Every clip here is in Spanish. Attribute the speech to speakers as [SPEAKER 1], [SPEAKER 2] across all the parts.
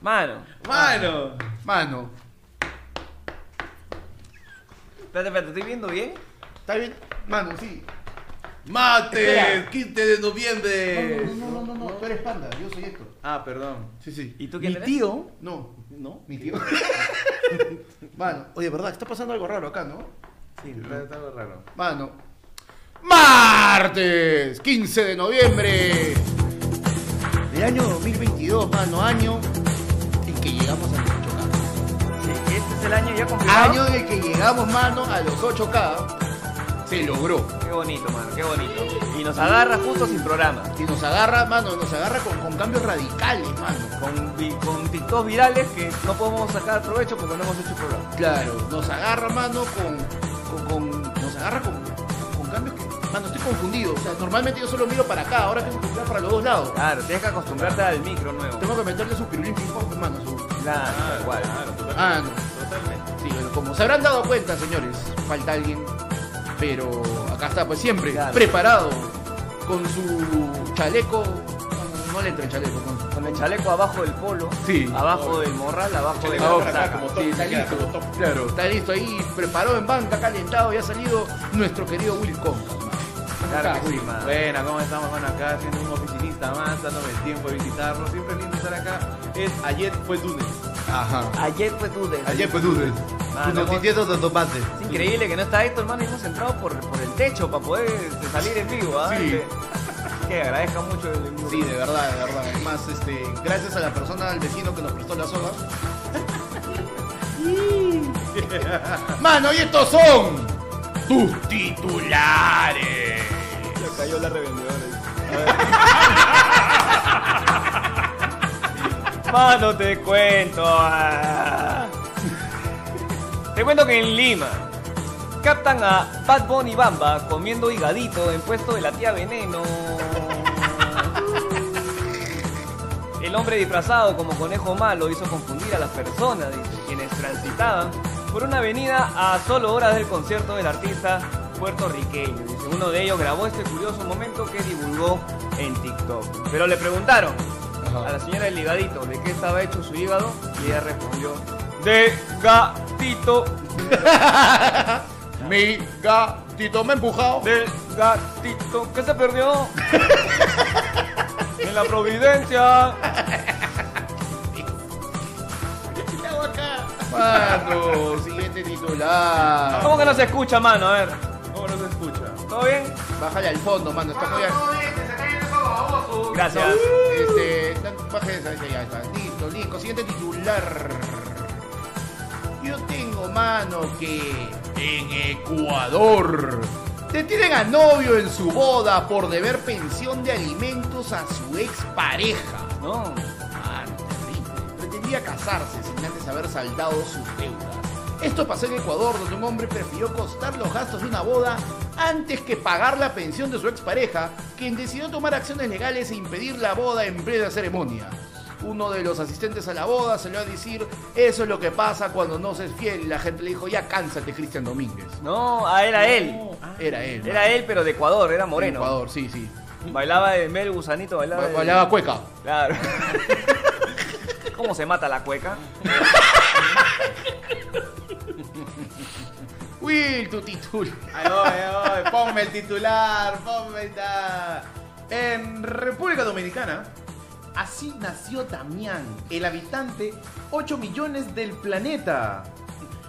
[SPEAKER 1] Mano.
[SPEAKER 2] Mano.
[SPEAKER 3] Ah. Mano,
[SPEAKER 1] Espérate, espérate, ¿estoy viendo bien?
[SPEAKER 3] ¿está bien? Mano, sí.
[SPEAKER 2] Mate, 15 de noviembre.
[SPEAKER 3] No, no, no, no, no, tú eres panda, yo soy Héctor.
[SPEAKER 2] Ah, perdón.
[SPEAKER 3] Sí, sí.
[SPEAKER 1] ¿Y tú
[SPEAKER 2] Mi
[SPEAKER 1] quién eres?
[SPEAKER 2] tío,
[SPEAKER 3] No,
[SPEAKER 2] ¿no?
[SPEAKER 3] mi tío. Mano, oye, ¿verdad? Está pasando algo raro acá, ¿no?
[SPEAKER 2] Sí, está, está raro.
[SPEAKER 3] Mano. Martes, 15 de noviembre del año 2022, mano, año en que llegamos a los 8K.
[SPEAKER 1] Sí, este es el año ya complicado.
[SPEAKER 3] Año en el que llegamos, mano, a los 8K. Se logró.
[SPEAKER 1] Qué bonito, mano, qué bonito. Y nos agarra justo sin programa.
[SPEAKER 3] Y nos agarra, mano, nos agarra con, con cambios radicales, mano.
[SPEAKER 1] Con, vi- con TikToks virales que no podemos sacar provecho porque no hemos hecho programa.
[SPEAKER 3] Claro, nos agarra, mano, con. con, con- nos agarra con, con cambios que. Mano, estoy confundido. O sea, normalmente yo solo miro para acá, ahora tengo que mirar para los dos lados.
[SPEAKER 1] Claro, tienes que acostumbrarte al micro nuevo.
[SPEAKER 3] Tengo que meterle su pirulín ping pong, hermano. Su...
[SPEAKER 1] Claro, tal cual.
[SPEAKER 3] Ah, no.
[SPEAKER 2] Totalmente.
[SPEAKER 3] Sí, bueno, como se habrán dado cuenta, señores, falta alguien. Pero acá está, pues siempre,
[SPEAKER 1] Claro.
[SPEAKER 3] preparado, con su chaleco. No, no le entra el chaleco, con su.
[SPEAKER 1] Con el chaleco abajo del polo,
[SPEAKER 3] Sí.
[SPEAKER 1] abajo del morral,
[SPEAKER 3] Ah,
[SPEAKER 1] abajo de
[SPEAKER 2] Chaleco
[SPEAKER 1] la
[SPEAKER 2] abajo,
[SPEAKER 1] saca.
[SPEAKER 2] como
[SPEAKER 3] Sí, está listo. Claro, está listo ahí, preparado en banca, calentado, y ha salido nuestro querido Will Conca.
[SPEAKER 1] Claro
[SPEAKER 3] Acá,
[SPEAKER 1] que sí,
[SPEAKER 3] Will.
[SPEAKER 1] mano.
[SPEAKER 2] Buena, ¿cómo estamos, mano? Acá siendo un oficinista más, dándome el tiempo de visitarlo. Siempre lindo estar acá. Es ayer fue lunes.
[SPEAKER 3] Ajá.
[SPEAKER 1] Ayer fue tu de.
[SPEAKER 3] Ayer fue duro.
[SPEAKER 1] Mano, Tus noticieros
[SPEAKER 3] de tomate.
[SPEAKER 1] Es increíble que no está esto, hermano, y hemos entrado por, por el techo para poder este, salir en vivo, ¿ah?
[SPEAKER 3] Sí.
[SPEAKER 1] Este, Que agradezco mucho el el-
[SPEAKER 3] Sí, de verdad, de verdad. Además, este, gracias a la persona, al vecino que nos prestó la soga. Mano, y estos son tus titulares.
[SPEAKER 1] Le cayó la revendedora. Mano, te cuento. ah. Te cuento que en Lima captan a Bad Bunny Bamba comiendo higadito en puesto de la tía Veneno. El hombre disfrazado como conejo malo hizo confundir a las personas, dice, quienes transitaban por una avenida a solo horas del concierto del artista puertorriqueño. Dice, uno de ellos grabó este curioso momento que divulgó en TikTok. Pero le preguntaron a la señora del hígadito de qué estaba hecho su hígado y ella respondió, de gatito,
[SPEAKER 3] Mi gatito me ha empujado.
[SPEAKER 1] del gatito que se perdió en la providencia.
[SPEAKER 3] Mano, siguiente titular.
[SPEAKER 1] ¿Cómo que no se escucha, mano? A ver,
[SPEAKER 2] ¿Cómo no se escucha?
[SPEAKER 1] ¿todo bien?
[SPEAKER 3] Bájale al fondo, mano. Está muy al-
[SPEAKER 1] Gracias.
[SPEAKER 3] Este, baje esa, esa, ya está. Listo, listo. Siguiente titular. Yo tengo mano que en Ecuador detienen a novio en su boda por deber pensión de alimentos a su expareja.
[SPEAKER 1] No.
[SPEAKER 3] Mano, terrible. Pretendía casarse sin antes haber saldado sus deudas. Esto pasó en Ecuador, donde un hombre prefirió costar los gastos de una boda antes que pagar la pensión de su expareja, quien decidió tomar acciones legales e impedir la boda en plena ceremonia. Uno de los asistentes a la boda salió a decir, eso es lo que pasa cuando no se es fiel. La gente le dijo, ya cánsate, Cristian Domínguez.
[SPEAKER 1] No, ah, era él.
[SPEAKER 3] Era él.
[SPEAKER 1] Era él, pero de Ecuador, era
[SPEAKER 3] mano.
[SPEAKER 1] moreno.
[SPEAKER 3] Ecuador, sí, sí.
[SPEAKER 1] Bailaba de Mel Gusanito, bailaba. de-
[SPEAKER 3] Bailaba cueca.
[SPEAKER 1] Claro. ¿Cómo se mata la cueca?
[SPEAKER 3] Will, tu título.
[SPEAKER 2] Ahí voy, ahí voy. Ponme el titular, ponme esta. En República Dominicana, así nació Damián, el habitante 8 millones del planeta.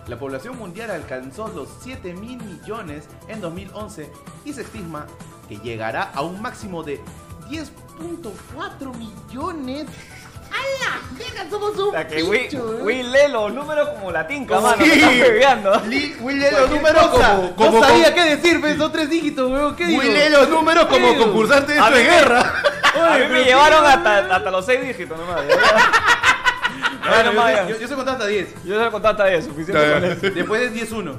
[SPEAKER 2] La población mundial alcanzó los 7 mil millones en 2011 y se estima que llegará a un máximo de 10.4 millones. ¡Hala! ¡Venga, somos un
[SPEAKER 1] La que Will,
[SPEAKER 2] bicho, eh!
[SPEAKER 1] Will lee los números como la tinca,
[SPEAKER 3] Como
[SPEAKER 1] mano.
[SPEAKER 3] sí.
[SPEAKER 1] me estás bebeando.
[SPEAKER 3] Li- Will,
[SPEAKER 2] Lee los números como, no sabía qué decir, pero son tres dígitos, weón. ¿Qué digo?
[SPEAKER 3] Muy lee los números como
[SPEAKER 2] digo?
[SPEAKER 3] concursante de
[SPEAKER 1] A
[SPEAKER 3] esto de
[SPEAKER 1] mí-
[SPEAKER 3] guerra.
[SPEAKER 1] A mí me llevaron hasta, hasta los seis dígitos nomás. ¿eh? ya.
[SPEAKER 2] A ver,
[SPEAKER 1] Ya nomás, ya.
[SPEAKER 2] yo, yo, yo sé contar hasta 10.
[SPEAKER 1] Yo ya contaste a eso, suficiente con eso.
[SPEAKER 2] Después es 10-1.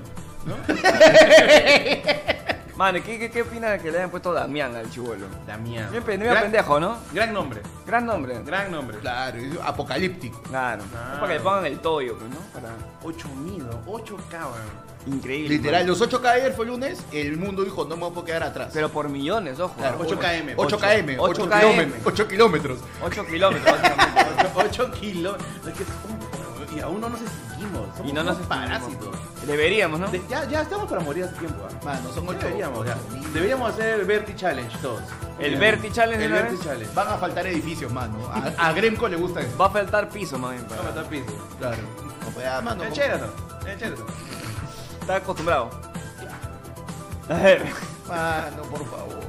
[SPEAKER 1] Mane, ¿qué, qué, qué opinas de que le hayan puesto Damián al chivolo?
[SPEAKER 2] Damián.
[SPEAKER 1] Bien, pe- bien pendejo, ¿no?
[SPEAKER 2] Gran nombre,
[SPEAKER 1] Gran nombre.
[SPEAKER 2] gran nombre.
[SPEAKER 3] Claro, es apocalíptico.
[SPEAKER 1] Claro.
[SPEAKER 2] Claro.
[SPEAKER 1] Es para que le pongan el toyo, pues, ¿no? Para...
[SPEAKER 2] 8 mido, 8 cabrón.
[SPEAKER 1] Increíble.
[SPEAKER 3] Literal,
[SPEAKER 1] mano.
[SPEAKER 3] los 8K ayer fue lunes, el mundo dijo, no me puedo quedar atrás.
[SPEAKER 1] Pero por millones, ojo.
[SPEAKER 3] Claro,
[SPEAKER 2] 8 km,
[SPEAKER 3] 8 km, 8
[SPEAKER 1] 8
[SPEAKER 3] km,
[SPEAKER 1] km.
[SPEAKER 3] 8 kilómetros.
[SPEAKER 1] 8 kilómetros, básicamente.
[SPEAKER 2] 8 kilos. Es que es un- y aún no nos extinguimos. Somos
[SPEAKER 1] y no nos
[SPEAKER 2] unos
[SPEAKER 1] parásitos.
[SPEAKER 2] parásitos.
[SPEAKER 1] Deberíamos, ¿no?
[SPEAKER 2] De- ya, ya estamos para morir hace tiempo. ¿ah?
[SPEAKER 3] Mano, son 8
[SPEAKER 2] Deberíamos, ya. Deberíamos hacer el Verti Challenge todos.
[SPEAKER 1] El Verti Challenge
[SPEAKER 2] El
[SPEAKER 1] de una
[SPEAKER 2] Verti
[SPEAKER 1] vez.
[SPEAKER 2] Challenge.
[SPEAKER 3] Van a faltar edificios, mano. A, a Gremco le gusta eso.
[SPEAKER 1] Va a faltar piso, más bien. para-
[SPEAKER 2] Vamos a matar piso.
[SPEAKER 3] Claro. No, pues, ah, mano,
[SPEAKER 2] En
[SPEAKER 3] como-
[SPEAKER 2] Sheraton, en Sheraton.
[SPEAKER 1] Está acostumbrado. A ver,
[SPEAKER 3] Mano, por favor.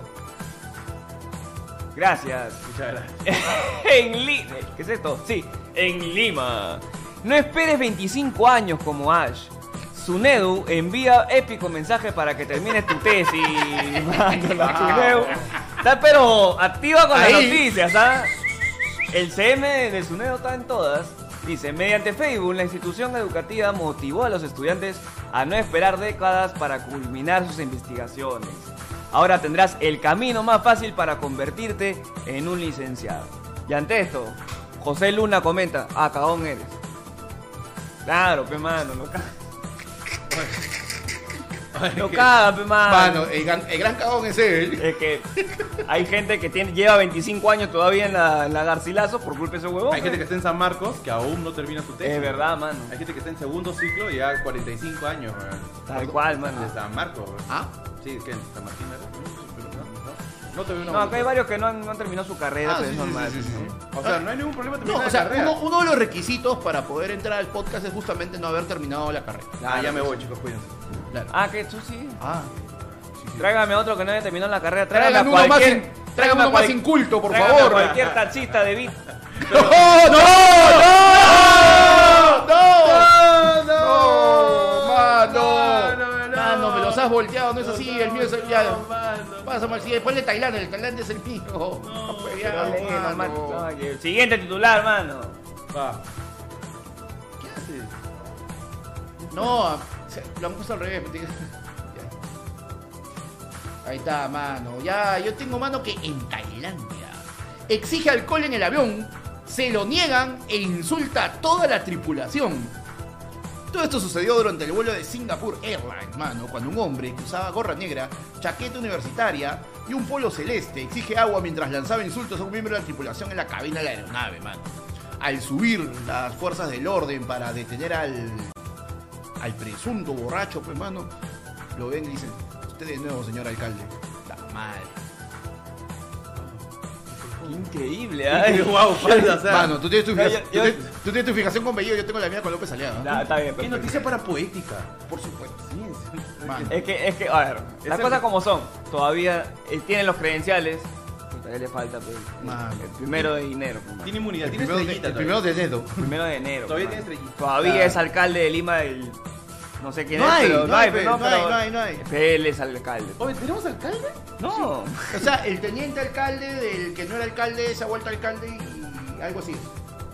[SPEAKER 1] gracias.
[SPEAKER 2] Muchas gracias.
[SPEAKER 1] en Lima. ¿Qué es esto? Sí, en Lima. No esperes 25 años como Ash. Sunedu envía épico mensaje para que termines tu tesis. Mano, la Sunedu. Está pero activa con las
[SPEAKER 3] Ahí.
[SPEAKER 1] noticias, ¿ah? El CM de Sunedo está en todas. Dice, mediante Facebook, la institución educativa motivó a los estudiantes a no esperar décadas para culminar sus investigaciones. Ahora tendrás el camino más fácil para convertirte en un licenciado. Y ante esto, José Luna comenta, ah, cagón eres. Claro, pe mano, no caga. No caga, pe mano.
[SPEAKER 3] Mano, el, gran- el gran cagón es él.
[SPEAKER 1] Es que hay gente que tiene, lleva 25 años todavía en la, en la Garcilaso por culpa de ese huevón.
[SPEAKER 2] Hay gente que está en San Marcos que aún no termina su tesis.
[SPEAKER 1] Es verdad, mano.
[SPEAKER 2] Hay gente que está en segundo ciclo y ya 45 años, weón.
[SPEAKER 1] Tal cual, mano.
[SPEAKER 2] De San Marcos, weón.
[SPEAKER 3] Ah,
[SPEAKER 2] Sí, ¿qué? ¿San Martín era? No, No te veo una
[SPEAKER 1] No, acá hay
[SPEAKER 2] vuelta.
[SPEAKER 1] varios que no han, no han terminado su carrera,
[SPEAKER 3] Ah,
[SPEAKER 1] pero ¿eh?
[SPEAKER 3] sí,
[SPEAKER 1] es
[SPEAKER 3] sí,
[SPEAKER 1] normal.
[SPEAKER 3] sí, sí, sí.
[SPEAKER 1] ¿no?
[SPEAKER 2] O sea, no hay ningún problema
[SPEAKER 3] Ah. No,
[SPEAKER 2] terminar
[SPEAKER 3] o
[SPEAKER 2] la
[SPEAKER 3] sea,
[SPEAKER 2] carrera.
[SPEAKER 3] uno, uno de los requisitos para poder entrar al podcast es justamente no haber terminado la carrera.
[SPEAKER 2] Ah, ya me voy, chicos, cuídense.
[SPEAKER 3] Claro.
[SPEAKER 1] Ah, que tú sí.
[SPEAKER 3] Ah.
[SPEAKER 1] Tráigame a otro que no haya terminado la carrera. Tráigame
[SPEAKER 3] Tráigan
[SPEAKER 1] a
[SPEAKER 3] uno más,
[SPEAKER 1] cualquier.
[SPEAKER 3] in- tráigan uno más
[SPEAKER 1] cual-
[SPEAKER 3] inculto, por
[SPEAKER 1] tráigame a
[SPEAKER 3] favor.
[SPEAKER 1] cualquier taxista de Bit.
[SPEAKER 3] ¡No, no, no!
[SPEAKER 2] ¡No,
[SPEAKER 3] ¡No,
[SPEAKER 2] No,
[SPEAKER 3] mano!
[SPEAKER 2] no, no.
[SPEAKER 3] Mano, me los has volteado, no es así, el mío es el
[SPEAKER 2] No,
[SPEAKER 3] ya.
[SPEAKER 2] mano.
[SPEAKER 3] Pásame al siguiente, ponle Tailandia, el Tailandia es el mío. No, pues, ya,
[SPEAKER 1] Pero lee,
[SPEAKER 3] mano.
[SPEAKER 1] normal. No, que- Siguiente titular, mano.
[SPEAKER 2] Va.
[SPEAKER 3] No, a- se- lo han puesto al revés. me tiene- Ya. Ahí está, mano. Ya, yo tengo mano que en Tailandia exige alcohol en el avión, se lo niegan e insulta a toda la tripulación. Todo esto sucedió durante el vuelo de Singapore Airlines, mano, cuando un hombre que usaba gorra negra, chaqueta universitaria y un polo celeste exige agua mientras lanzaba insultos a un miembro de la tripulación en la cabina de la aeronave, mano. Al subir las fuerzas del orden para detener al al presunto borracho, pues mano, lo ven y dicen, usted de nuevo, señor alcalde. Está mal.
[SPEAKER 1] Increíble, ¿eh?
[SPEAKER 2] Guau, falta, o sea.
[SPEAKER 3] Mano, tú tienes, tu
[SPEAKER 1] Ya,
[SPEAKER 3] fijación,
[SPEAKER 1] ya, ya.
[SPEAKER 3] tú tienes- tú tienes tu fijación con Bellido, yo tengo la mía con López Aliaga.
[SPEAKER 1] Ya, está bien,
[SPEAKER 2] Qué
[SPEAKER 1] perfecto.
[SPEAKER 2] noticia para poética.
[SPEAKER 3] Por supuesto.
[SPEAKER 2] Sí, es-
[SPEAKER 3] Mano.
[SPEAKER 1] Es que, es que, a ver, las
[SPEAKER 2] el-
[SPEAKER 1] cosas como son. Todavía eh, tienen los credenciales. Todavía le falta, pues.
[SPEAKER 3] Mano.
[SPEAKER 1] El primero de enero, pues, mano.
[SPEAKER 2] Tiene inmunidad,
[SPEAKER 3] El
[SPEAKER 2] tiene
[SPEAKER 3] primero, de,
[SPEAKER 2] estrellita.
[SPEAKER 3] el
[SPEAKER 2] todavía.
[SPEAKER 3] primero de dedo.
[SPEAKER 1] Primero de enero. pues,
[SPEAKER 2] Todavía
[SPEAKER 1] mano.
[SPEAKER 2] tiene estrellita.
[SPEAKER 1] Todavía
[SPEAKER 2] Claro.
[SPEAKER 1] es alcalde de Lima del. No sé quién
[SPEAKER 3] Ah. No
[SPEAKER 1] es,
[SPEAKER 3] hay,
[SPEAKER 1] pero
[SPEAKER 3] no hay,
[SPEAKER 1] pues,
[SPEAKER 3] no hay,
[SPEAKER 1] pero-
[SPEAKER 3] no hay, no hay.
[SPEAKER 1] pero Él es alcalde.
[SPEAKER 2] Oye, ¿tenemos alcalde?
[SPEAKER 1] No.
[SPEAKER 3] O sea, el teniente alcalde del que no era alcalde se ha vuelto alcalde y algo así.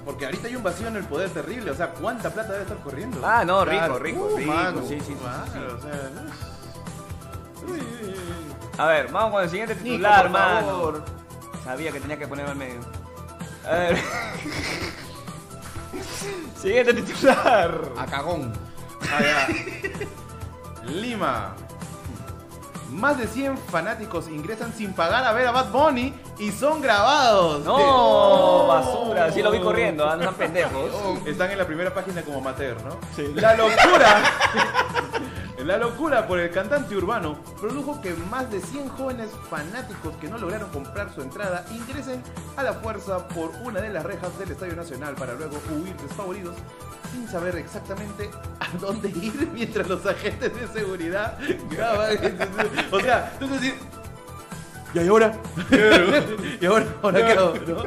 [SPEAKER 2] Porque ahorita hay un vacío en el poder terrible. O sea, ¿cuánta plata debe estar corriendo?
[SPEAKER 1] Ah, no, rico,
[SPEAKER 3] Claro.
[SPEAKER 1] rico,
[SPEAKER 3] Uh,
[SPEAKER 1] rico.
[SPEAKER 3] mano.
[SPEAKER 1] sí, sí, sí.
[SPEAKER 2] Claro, o sea, no es- Uy, uy, uy.
[SPEAKER 1] A ver, vamos con el siguiente
[SPEAKER 3] Nico,
[SPEAKER 1] titular,
[SPEAKER 3] por
[SPEAKER 1] mano.
[SPEAKER 3] favor.
[SPEAKER 1] Sabía que tenía que ponerme al medio. A ver. siguiente titular.
[SPEAKER 3] A cagón.
[SPEAKER 2] Allá. Lima. Más de 100 fanáticos ingresan sin pagar a ver a Bad Bunny y son grabados.
[SPEAKER 1] No, basura. Sí lo vi corriendo, ah, no sean pendejos.
[SPEAKER 2] Están en la primera página como amateur, ¿no?
[SPEAKER 1] Sí.
[SPEAKER 2] La locura. la locura por el cantante urbano produjo que más de 100 jóvenes fanáticos que no lograron comprar su entrada ingresen a la fuerza por una de las rejas del Estadio Nacional para luego huir despavoridos sin saber exactamente a dónde ir mientras los agentes de seguridad graban. O sea, tú decís, ¿y ahí ahora? ¿Y ahora? ¿Ahora qué hago? no?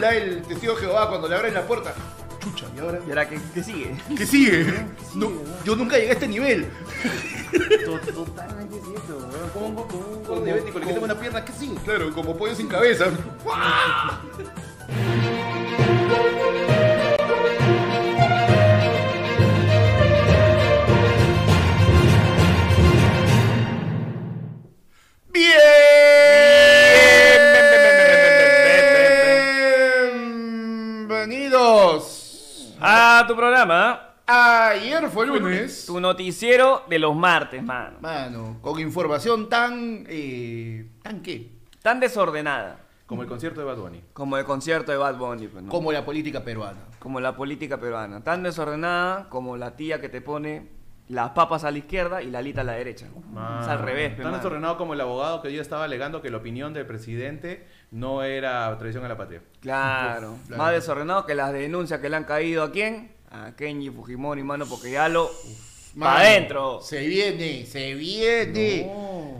[SPEAKER 3] La del testigo de Jehová cuando le abren la puerta. Chucha, ¿y ahora?
[SPEAKER 1] ¿Y ahora qué, qué sigue?
[SPEAKER 3] ¿Qué sigue? No, yo nunca llegué a este nivel.
[SPEAKER 2] Totalmente cierto, weón. Como un- como un
[SPEAKER 3] Como-
[SPEAKER 2] diabético, le
[SPEAKER 3] como-
[SPEAKER 2] quitamos una pierna, ¿qué sí?
[SPEAKER 3] Claro, como pollo sin cabeza. Bienvenidos.
[SPEAKER 1] A Ah, tu programa,
[SPEAKER 3] Ayer fue lunes.
[SPEAKER 1] tu noticiero de los martes, mano.
[SPEAKER 3] Mano, con información tan. eh, ¿Tan qué?
[SPEAKER 1] Tan desordenada
[SPEAKER 2] Como el concierto de Bad Bunny.
[SPEAKER 1] como el concierto de Bad Bunny, pues, ¿no?
[SPEAKER 3] Como la política peruana.
[SPEAKER 1] como la política peruana. Tan desordenada como la tía que te pone las papas a la izquierda y la alita a la derecha.
[SPEAKER 3] Ah,
[SPEAKER 1] es al revés. pe,
[SPEAKER 2] Tan
[SPEAKER 1] mano.
[SPEAKER 2] desordenado como el abogado que yo estaba alegando que la opinión del presidente no era traición a la patria.
[SPEAKER 1] Claro.
[SPEAKER 3] Claro.
[SPEAKER 1] Más desordenado que las denuncias que le han caído a quién? A Kenji Fujimori, mano, porque ya lo...
[SPEAKER 3] Mano,
[SPEAKER 1] ¡Pa' adentro!
[SPEAKER 3] Se viene, se viene. Ah,
[SPEAKER 2] No.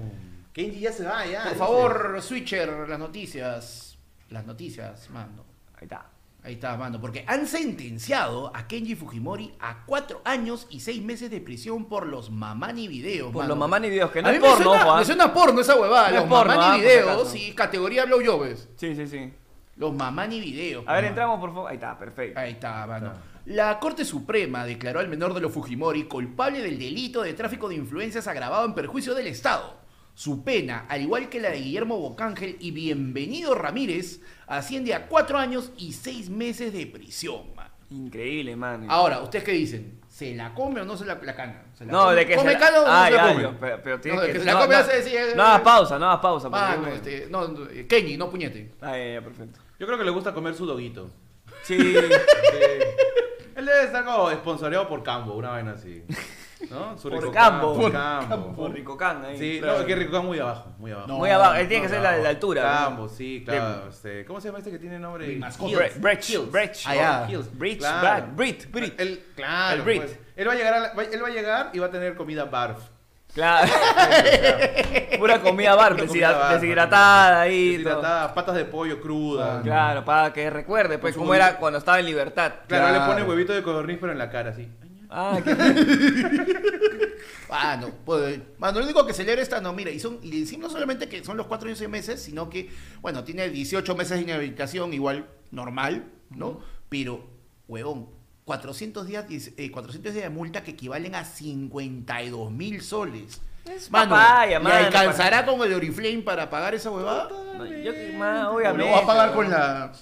[SPEAKER 2] Kenji ya se va, ya.
[SPEAKER 3] Por favor, Switcher, las noticias. Las noticias, mando.
[SPEAKER 1] Ahí está.
[SPEAKER 3] Ahí está, mando. Porque han sentenciado a Kenji Fujimori a cuatro años y seis meses de prisión por los mamani videos.
[SPEAKER 1] Por
[SPEAKER 3] mano.
[SPEAKER 1] los mamani videos, que no
[SPEAKER 3] a
[SPEAKER 1] es
[SPEAKER 3] mí me
[SPEAKER 1] porno,
[SPEAKER 3] suena-
[SPEAKER 1] ojo, ¿ah?
[SPEAKER 3] me suena porno esa huevada.
[SPEAKER 1] No es
[SPEAKER 3] los
[SPEAKER 1] porno, ah,
[SPEAKER 3] mamani
[SPEAKER 1] por si
[SPEAKER 3] videos
[SPEAKER 1] acaso.
[SPEAKER 3] y categoría blow jobbers.
[SPEAKER 1] Sí, sí, sí.
[SPEAKER 3] Los mamani videos.
[SPEAKER 1] A ver,
[SPEAKER 3] mano.
[SPEAKER 1] entramos, por favor. Ahí está, perfecto.
[SPEAKER 3] Ahí está, mano.
[SPEAKER 2] Está.
[SPEAKER 3] La Corte Suprema declaró al menor de los Fujimori culpable del delito de tráfico de influencias agravado en perjuicio del Estado. Su pena, al igual que la de Guillermo Bocángel y Bienvenido Ramírez, asciende a cuatro años y seis meses de prisión. mano.
[SPEAKER 1] Increíble, mano.
[SPEAKER 3] Ahora, ¿ustedes qué dicen? ¿Se la come o no se la, la cana? ¿Se Ah, la
[SPEAKER 1] No,
[SPEAKER 3] come?
[SPEAKER 1] de que se
[SPEAKER 3] ¿Come
[SPEAKER 1] la...
[SPEAKER 3] cana o no
[SPEAKER 1] Ay,
[SPEAKER 3] se la
[SPEAKER 1] ay,
[SPEAKER 3] come?
[SPEAKER 1] no, pero, pero tienes
[SPEAKER 3] No, de
[SPEAKER 1] que...
[SPEAKER 3] que se la come,
[SPEAKER 1] no,
[SPEAKER 3] hace decir, eh,
[SPEAKER 1] no hagas pausa, no hagas pausa. porque-
[SPEAKER 3] Mano, este, no, no, eh, Kenji, no puñete.
[SPEAKER 1] Ah, ya, ya, perfecto.
[SPEAKER 2] Yo creo que le gusta comer su doguito.
[SPEAKER 1] Sí.
[SPEAKER 2] Sí. Él debe estar como esponsoreado por Cambo, una vaina así. ¿No? Su
[SPEAKER 1] Por
[SPEAKER 2] rico
[SPEAKER 1] Cambo.
[SPEAKER 2] Por Cambo.
[SPEAKER 1] Por Ricocán ahí.
[SPEAKER 2] Sí,
[SPEAKER 1] claro.
[SPEAKER 2] no, que rico Cambo muy abajo, muy abajo.
[SPEAKER 3] No,
[SPEAKER 1] Muy abajo, él
[SPEAKER 3] no,
[SPEAKER 1] tiene que ser la de la altura. ¿no?
[SPEAKER 2] Cambo, sí, claro. este, ¿Cómo se llama este que tiene nombre?
[SPEAKER 3] Mi mascota.
[SPEAKER 1] Bre- Brecht, Brecht,
[SPEAKER 3] Allá.
[SPEAKER 1] Hills, Brecht,
[SPEAKER 2] Claro.
[SPEAKER 1] Brad- Brit, Brit.
[SPEAKER 2] Él, claro,
[SPEAKER 1] El Brit.
[SPEAKER 2] pues, él va a llegar, a la- va- él va a llegar y va a tener comida barf.
[SPEAKER 1] Claro. Pura comida bar,
[SPEAKER 2] Pura
[SPEAKER 1] deshidra-
[SPEAKER 2] comida bar,
[SPEAKER 1] deshidratada ahí. todo.
[SPEAKER 2] Deshidratada, patas de pollo
[SPEAKER 1] Ah,
[SPEAKER 2] cruda.
[SPEAKER 1] Claro, para que recuerde, pues,
[SPEAKER 3] Con su
[SPEAKER 1] cómo
[SPEAKER 3] huevito.
[SPEAKER 1] era cuando estaba en libertad.
[SPEAKER 2] Claro,
[SPEAKER 3] Claro.
[SPEAKER 2] le pone huevito de codorniz pero en la cara así.
[SPEAKER 1] Ah, qué-
[SPEAKER 3] Ah, no, pues, mano, lo único que celebra esta, no, mira, y son, y le decimos no solamente que son los 4 años y seis meses, sino que, bueno, tiene 18 meses de inhabilitación, igual normal, ¿no? Pero, huevón, 400 días, dice- eh, 400 días de multa que equivalen a 52 mil soles.
[SPEAKER 1] Es
[SPEAKER 3] Mano,
[SPEAKER 1] papaya,
[SPEAKER 3] ¿le
[SPEAKER 1] mano,
[SPEAKER 3] alcanzará con el Oriflame para pagar esa huevada?
[SPEAKER 1] No, yo que más,
[SPEAKER 3] ¿O
[SPEAKER 1] obviamente.
[SPEAKER 3] lo va a pagar con la...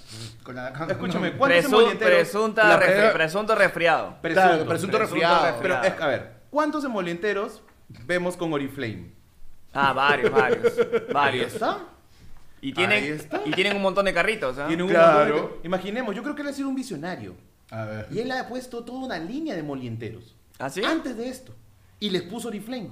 [SPEAKER 3] Con la
[SPEAKER 2] Escúchame,
[SPEAKER 3] no.
[SPEAKER 2] ¿cuánto es un
[SPEAKER 1] Presun-
[SPEAKER 2] molentero?
[SPEAKER 1] presunta
[SPEAKER 2] La
[SPEAKER 1] refri-
[SPEAKER 2] pre-
[SPEAKER 1] presunto resfriado.
[SPEAKER 2] Presunto,
[SPEAKER 3] Claro, presunto
[SPEAKER 1] resfriado.
[SPEAKER 3] resfriado.
[SPEAKER 2] Pero es que, a ver, ¿cuántos emolienteros vemos con Oriflame?
[SPEAKER 1] Ah, varios, varios. Varios.
[SPEAKER 2] ¿Está?
[SPEAKER 1] Y
[SPEAKER 2] Ahí
[SPEAKER 1] tienen,
[SPEAKER 2] está.
[SPEAKER 1] y tienen un montón de carritos, ¿ah?
[SPEAKER 2] Tiene un
[SPEAKER 3] Claro.
[SPEAKER 2] montón de- Imaginemos, yo creo que él ha sido un visionario.
[SPEAKER 3] A ver.
[SPEAKER 2] Y él ha puesto toda una línea de molienteros.
[SPEAKER 1] ¿Ah, sí?
[SPEAKER 2] Antes de esto. Y les puso Oriflame.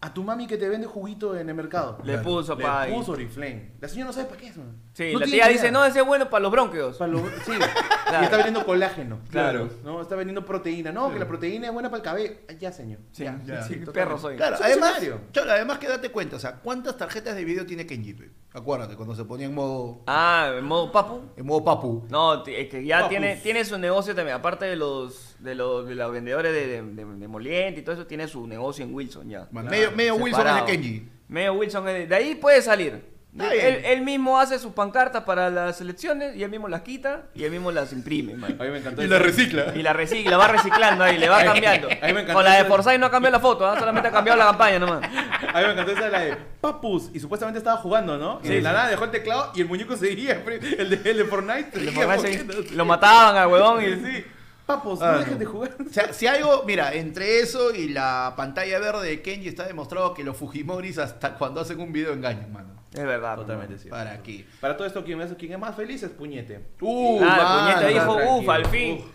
[SPEAKER 2] A tu mami que te vende juguito en el mercado.
[SPEAKER 1] Le puso,
[SPEAKER 2] Le
[SPEAKER 1] pa' ahí.
[SPEAKER 2] puso Oriflame. La señora no sabe para qué es, man.
[SPEAKER 1] Sí,
[SPEAKER 2] No
[SPEAKER 1] la
[SPEAKER 2] tiene
[SPEAKER 1] tía
[SPEAKER 2] idea.
[SPEAKER 1] dice, no, ese es bueno para los bronquios.
[SPEAKER 2] Pa' lo- Sí. Y está vendiendo colágeno.
[SPEAKER 1] Claro.
[SPEAKER 2] No, está vendiendo proteína. No, que la proteína es buena para el cabello. Ah, Ya, señor.
[SPEAKER 1] Sí,
[SPEAKER 3] Ya, ya.
[SPEAKER 1] sí,
[SPEAKER 2] Totalmente.
[SPEAKER 1] perro soy.
[SPEAKER 3] Claro,
[SPEAKER 2] Es un
[SPEAKER 3] además,
[SPEAKER 2] escenario.
[SPEAKER 3] Cholo, además que date cuenta, o sea, ¿cuántas tarjetas de video tiene Kenji? pe? Acuérdate, cuando se ponía en modo,
[SPEAKER 1] Ah, en modo papu.
[SPEAKER 3] en modo papu.
[SPEAKER 1] No, t- es que ya
[SPEAKER 2] Papus.
[SPEAKER 1] tiene, tiene su negocio también, aparte de los de los, de los vendedores de, de, de- de moliente y todo eso, tiene su negocio en Wilson ya.
[SPEAKER 3] Man, medio medio Wilson es de
[SPEAKER 1] Separado.
[SPEAKER 3] Kenji.
[SPEAKER 1] Medio Wilson es de, de ahí puede salir. De-
[SPEAKER 3] Está bien.
[SPEAKER 1] él, él mismo hace sus pancartas para las elecciones y él mismo las quita y él mismo las imprime, man.
[SPEAKER 2] A mí me encantó.
[SPEAKER 3] Y
[SPEAKER 2] eso.
[SPEAKER 3] la recicla.
[SPEAKER 1] Y la recicla, va reciclando ahí, le va cambiando.
[SPEAKER 2] a mí me encantó
[SPEAKER 1] Con la de
[SPEAKER 2] eso.
[SPEAKER 1] Forsyth no ha cambiado la foto, ¿ah? solamente ha cambiado la campaña nomás.
[SPEAKER 2] A mí me encantó esa de la de Papus. Y supuestamente estaba jugando, ¿no? Y
[SPEAKER 1] Sí,
[SPEAKER 2] de la
[SPEAKER 1] sí.
[SPEAKER 2] nada dejó el teclado y el muñeco seguía. pre- El de, el de Fortnite.
[SPEAKER 1] Le
[SPEAKER 2] seguía
[SPEAKER 1] forraron ahí,
[SPEAKER 2] moviéndose.
[SPEAKER 1] Lo mataban al huevón
[SPEAKER 2] Sí,
[SPEAKER 1] y
[SPEAKER 2] sí. Papus,
[SPEAKER 3] Ah,
[SPEAKER 2] no dejes
[SPEAKER 3] no.
[SPEAKER 2] de jugar.
[SPEAKER 3] O sea, si algo, mira, entre eso y la pantalla verde de Kenji está demostrado que los Fujimoris hasta cuando hacen un video engañan, mano.
[SPEAKER 1] Es verdad.
[SPEAKER 2] Totalmente
[SPEAKER 1] man.
[SPEAKER 2] cierto.
[SPEAKER 3] ¿Para qué?
[SPEAKER 2] Para todo esto, ¿quién es, quién es más feliz es Puñete.
[SPEAKER 3] Uh,
[SPEAKER 1] Ah, el puñete
[SPEAKER 3] mano.
[SPEAKER 1] dijo,
[SPEAKER 2] tranquilo,
[SPEAKER 1] uff, al fin.
[SPEAKER 2] uf,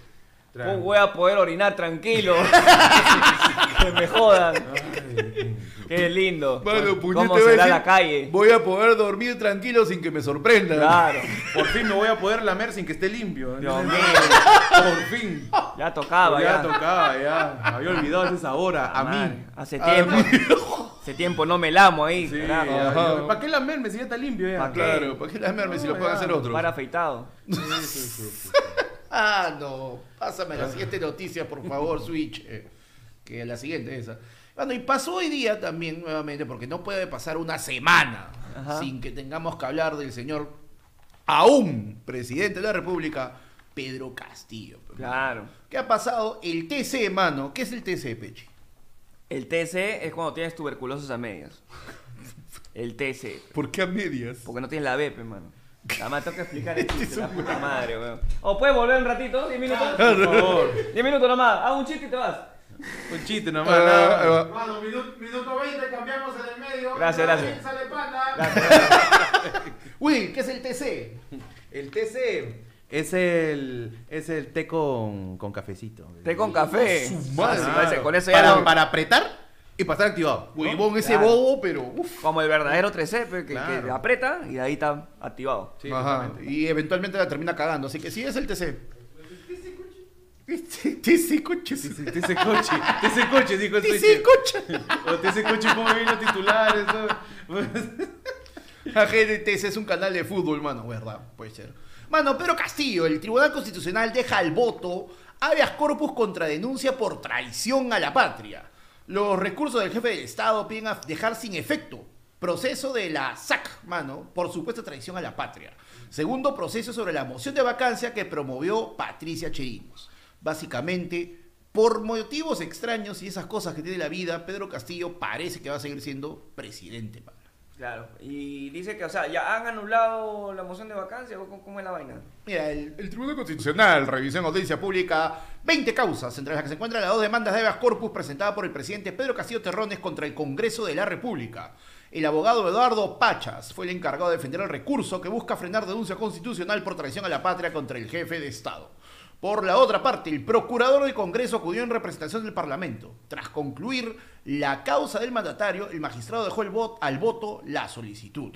[SPEAKER 1] Pues
[SPEAKER 2] tranqui-
[SPEAKER 1] voy a poder orinar tranquilo. que me jodan. Qué lindo.
[SPEAKER 3] Mano, puñete
[SPEAKER 1] ¿Cómo
[SPEAKER 3] va a
[SPEAKER 1] será
[SPEAKER 3] decir,
[SPEAKER 1] la calle?
[SPEAKER 3] Voy a poder dormir tranquilo sin que me sorprendan.
[SPEAKER 1] Claro.
[SPEAKER 2] Por fin me voy a poder lamer sin que esté limpio.
[SPEAKER 1] Dios mío.
[SPEAKER 2] Por fin.
[SPEAKER 1] Ya tocaba,
[SPEAKER 2] ya,
[SPEAKER 1] ya.
[SPEAKER 2] tocaba, ya. Había olvidado esa hora. A mí.
[SPEAKER 1] Madre, Hace
[SPEAKER 3] A
[SPEAKER 1] tiempo.
[SPEAKER 3] mí.
[SPEAKER 1] Hace tiempo no me lamo ahí.
[SPEAKER 2] Sí,
[SPEAKER 1] carajo.
[SPEAKER 2] ya,
[SPEAKER 3] Ajá.
[SPEAKER 2] yo, ¿Para qué lamerme si ya está limpio ya?
[SPEAKER 1] ¿Pa' qué?
[SPEAKER 3] Claro, ¿para qué lamerme si lo
[SPEAKER 2] No,
[SPEAKER 3] pueden
[SPEAKER 2] ya,
[SPEAKER 3] hacer otros?
[SPEAKER 1] Para afeitado.
[SPEAKER 2] Sí, sí, sí, sí.
[SPEAKER 3] Ah, no. Pásame la siguiente noticia, por favor, Switch. Eh, que la siguiente es esa. Bueno, y pasó hoy día también nuevamente, porque no puede pasar una semana
[SPEAKER 1] Ajá.
[SPEAKER 3] sin que tengamos que hablar del señor, aún presidente de la República, Pedro Castillo. pe, mano.
[SPEAKER 1] Claro.
[SPEAKER 3] ¿Qué ha pasado? El TC, mano. ¿Qué es el TC, Pechi?
[SPEAKER 1] El TC es cuando tienes tuberculosis a medias. El TC.
[SPEAKER 3] ¿Por qué a medias?
[SPEAKER 1] Porque no tienes la BP, mano. Además, tengo que explicar el chiste, la puta madre, weón. O puedes volver un ratito, 10 minutos.
[SPEAKER 2] Por favor.
[SPEAKER 1] 10 minutos nomás, haz un chiste y te vas.
[SPEAKER 2] Un chiste
[SPEAKER 1] Ah,
[SPEAKER 2] nomás. nada
[SPEAKER 1] Eh,
[SPEAKER 2] más.
[SPEAKER 4] Mano, minuto, minuto 20, cambiamos en el medio.
[SPEAKER 1] Gracias,
[SPEAKER 4] Sale-
[SPEAKER 1] gracias.
[SPEAKER 4] Sale panda.
[SPEAKER 3] Will, ¿qué es el TC?
[SPEAKER 2] El TC es el, es el té con, con cafecito.
[SPEAKER 1] Té con café.
[SPEAKER 3] madre.
[SPEAKER 1] Fácil, parece, Con eso ya
[SPEAKER 2] para,
[SPEAKER 1] lo-
[SPEAKER 2] para apretar y pasar activado.
[SPEAKER 3] Huevón, ese
[SPEAKER 1] Claro.
[SPEAKER 3] bobo, pero uff.
[SPEAKER 1] Como el verdadero 3C, pe, que,
[SPEAKER 2] Claro.
[SPEAKER 1] que aprieta y ahí está activado.
[SPEAKER 2] Sí,
[SPEAKER 3] Ajá,
[SPEAKER 2] totalmente.
[SPEAKER 3] y eventualmente la termina cagando, así que sí es el TC. TC coche.
[SPEAKER 2] TC TC coche, TC coche, dijo el
[SPEAKER 3] TC
[SPEAKER 2] Twitter.
[SPEAKER 3] coche.
[SPEAKER 2] O TC coche, ¿cómo ven los titulares? ¿no?
[SPEAKER 3] La GNTC es un canal de fútbol, mano, ¿verdad? Puede ser. Mano, Pedro Castillo, el Tribunal Constitucional deja al voto habeas corpus contra denuncia por traición a la patria. Los recursos del jefe del Estado piden a dejar sin efecto proceso de la SAC, mano, por supuesta traición a la patria. Segundo proceso sobre la moción de vacancia que promovió Patricia Chirinos. Básicamente, por motivos extraños y esas cosas que tiene la vida, Pedro Castillo parece que va a seguir siendo presidente, mano.
[SPEAKER 1] Claro. Y dice que, o sea, ya han anulado la moción de vacancia o cómo es la vaina.
[SPEAKER 3] Mira, el, el Tribunal Constitucional revisó en audiencia pública 20 causas, entre las que se encuentran las dos demandas de habeas corpus presentadas por el presidente Pedro Castillo Terrones contra el Congreso de la República. El abogado Eduardo Pachas fue el encargado de defender el recurso que busca frenar denuncia constitucional por traición a la patria contra el jefe de Estado. Por la otra parte, el procurador del Congreso acudió en representación del Parlamento. Tras concluir la causa del mandatario, el magistrado dejó el vot- al voto la solicitud.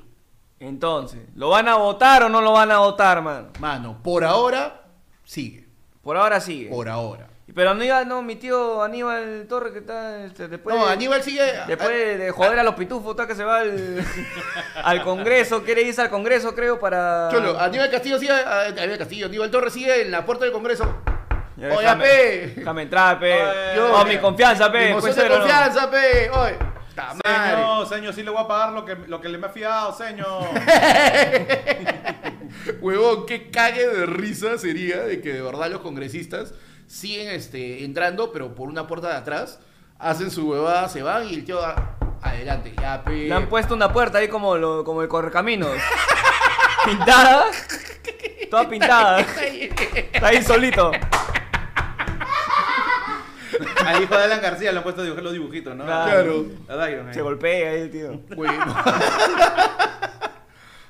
[SPEAKER 1] Entonces, ¿lo van a votar o no lo van a votar, mano?
[SPEAKER 3] Mano, por ahora, sigue.
[SPEAKER 1] Por ahora sigue.
[SPEAKER 3] Por ahora.
[SPEAKER 1] Pero Aníbal, no, mi tío Aníbal Torres, que está este, después,
[SPEAKER 3] no,
[SPEAKER 1] de,
[SPEAKER 3] Aníbal sigue.
[SPEAKER 1] después de joder a los pitufos, está que se va al, al Congreso, quiere irse al Congreso, creo, para...
[SPEAKER 3] Ah, Cholo, Aníbal Castillo sigue. ah, Aníbal Castillo, Aníbal Torres sigue en la puerta del Congreso.
[SPEAKER 1] Ya,
[SPEAKER 3] Oye,
[SPEAKER 1] déjame-
[SPEAKER 3] pe.
[SPEAKER 1] Déjame entrar, pe.
[SPEAKER 2] Yo,
[SPEAKER 1] No,
[SPEAKER 3] mira,
[SPEAKER 1] mi confianza, pe.
[SPEAKER 3] mi
[SPEAKER 1] puede
[SPEAKER 3] moción
[SPEAKER 1] ser
[SPEAKER 3] de
[SPEAKER 1] o no.
[SPEAKER 3] confianza, pe. Oye, ta madre.
[SPEAKER 2] Señor, señor, sí le voy a pagar lo que, lo que le me ha fiado, señor.
[SPEAKER 3] Huevón, qué cague de risa sería de que de verdad los congresistas siguen este, entrando, pero por una puerta de atrás, hacen su huevada, se van y el tío va adelante. Ya, pe.
[SPEAKER 1] Le han puesto una puerta ahí como, lo, como el correcaminos. pintada. Toda pintada. Está ahí solito.
[SPEAKER 2] Al hijo de Alan García le han puesto a dibujar los dibujitos, ¿no?
[SPEAKER 1] Claro.
[SPEAKER 2] A Dairon, ¿eh? ahí.
[SPEAKER 1] Se golpea ahí el tío.
[SPEAKER 3] Huevón.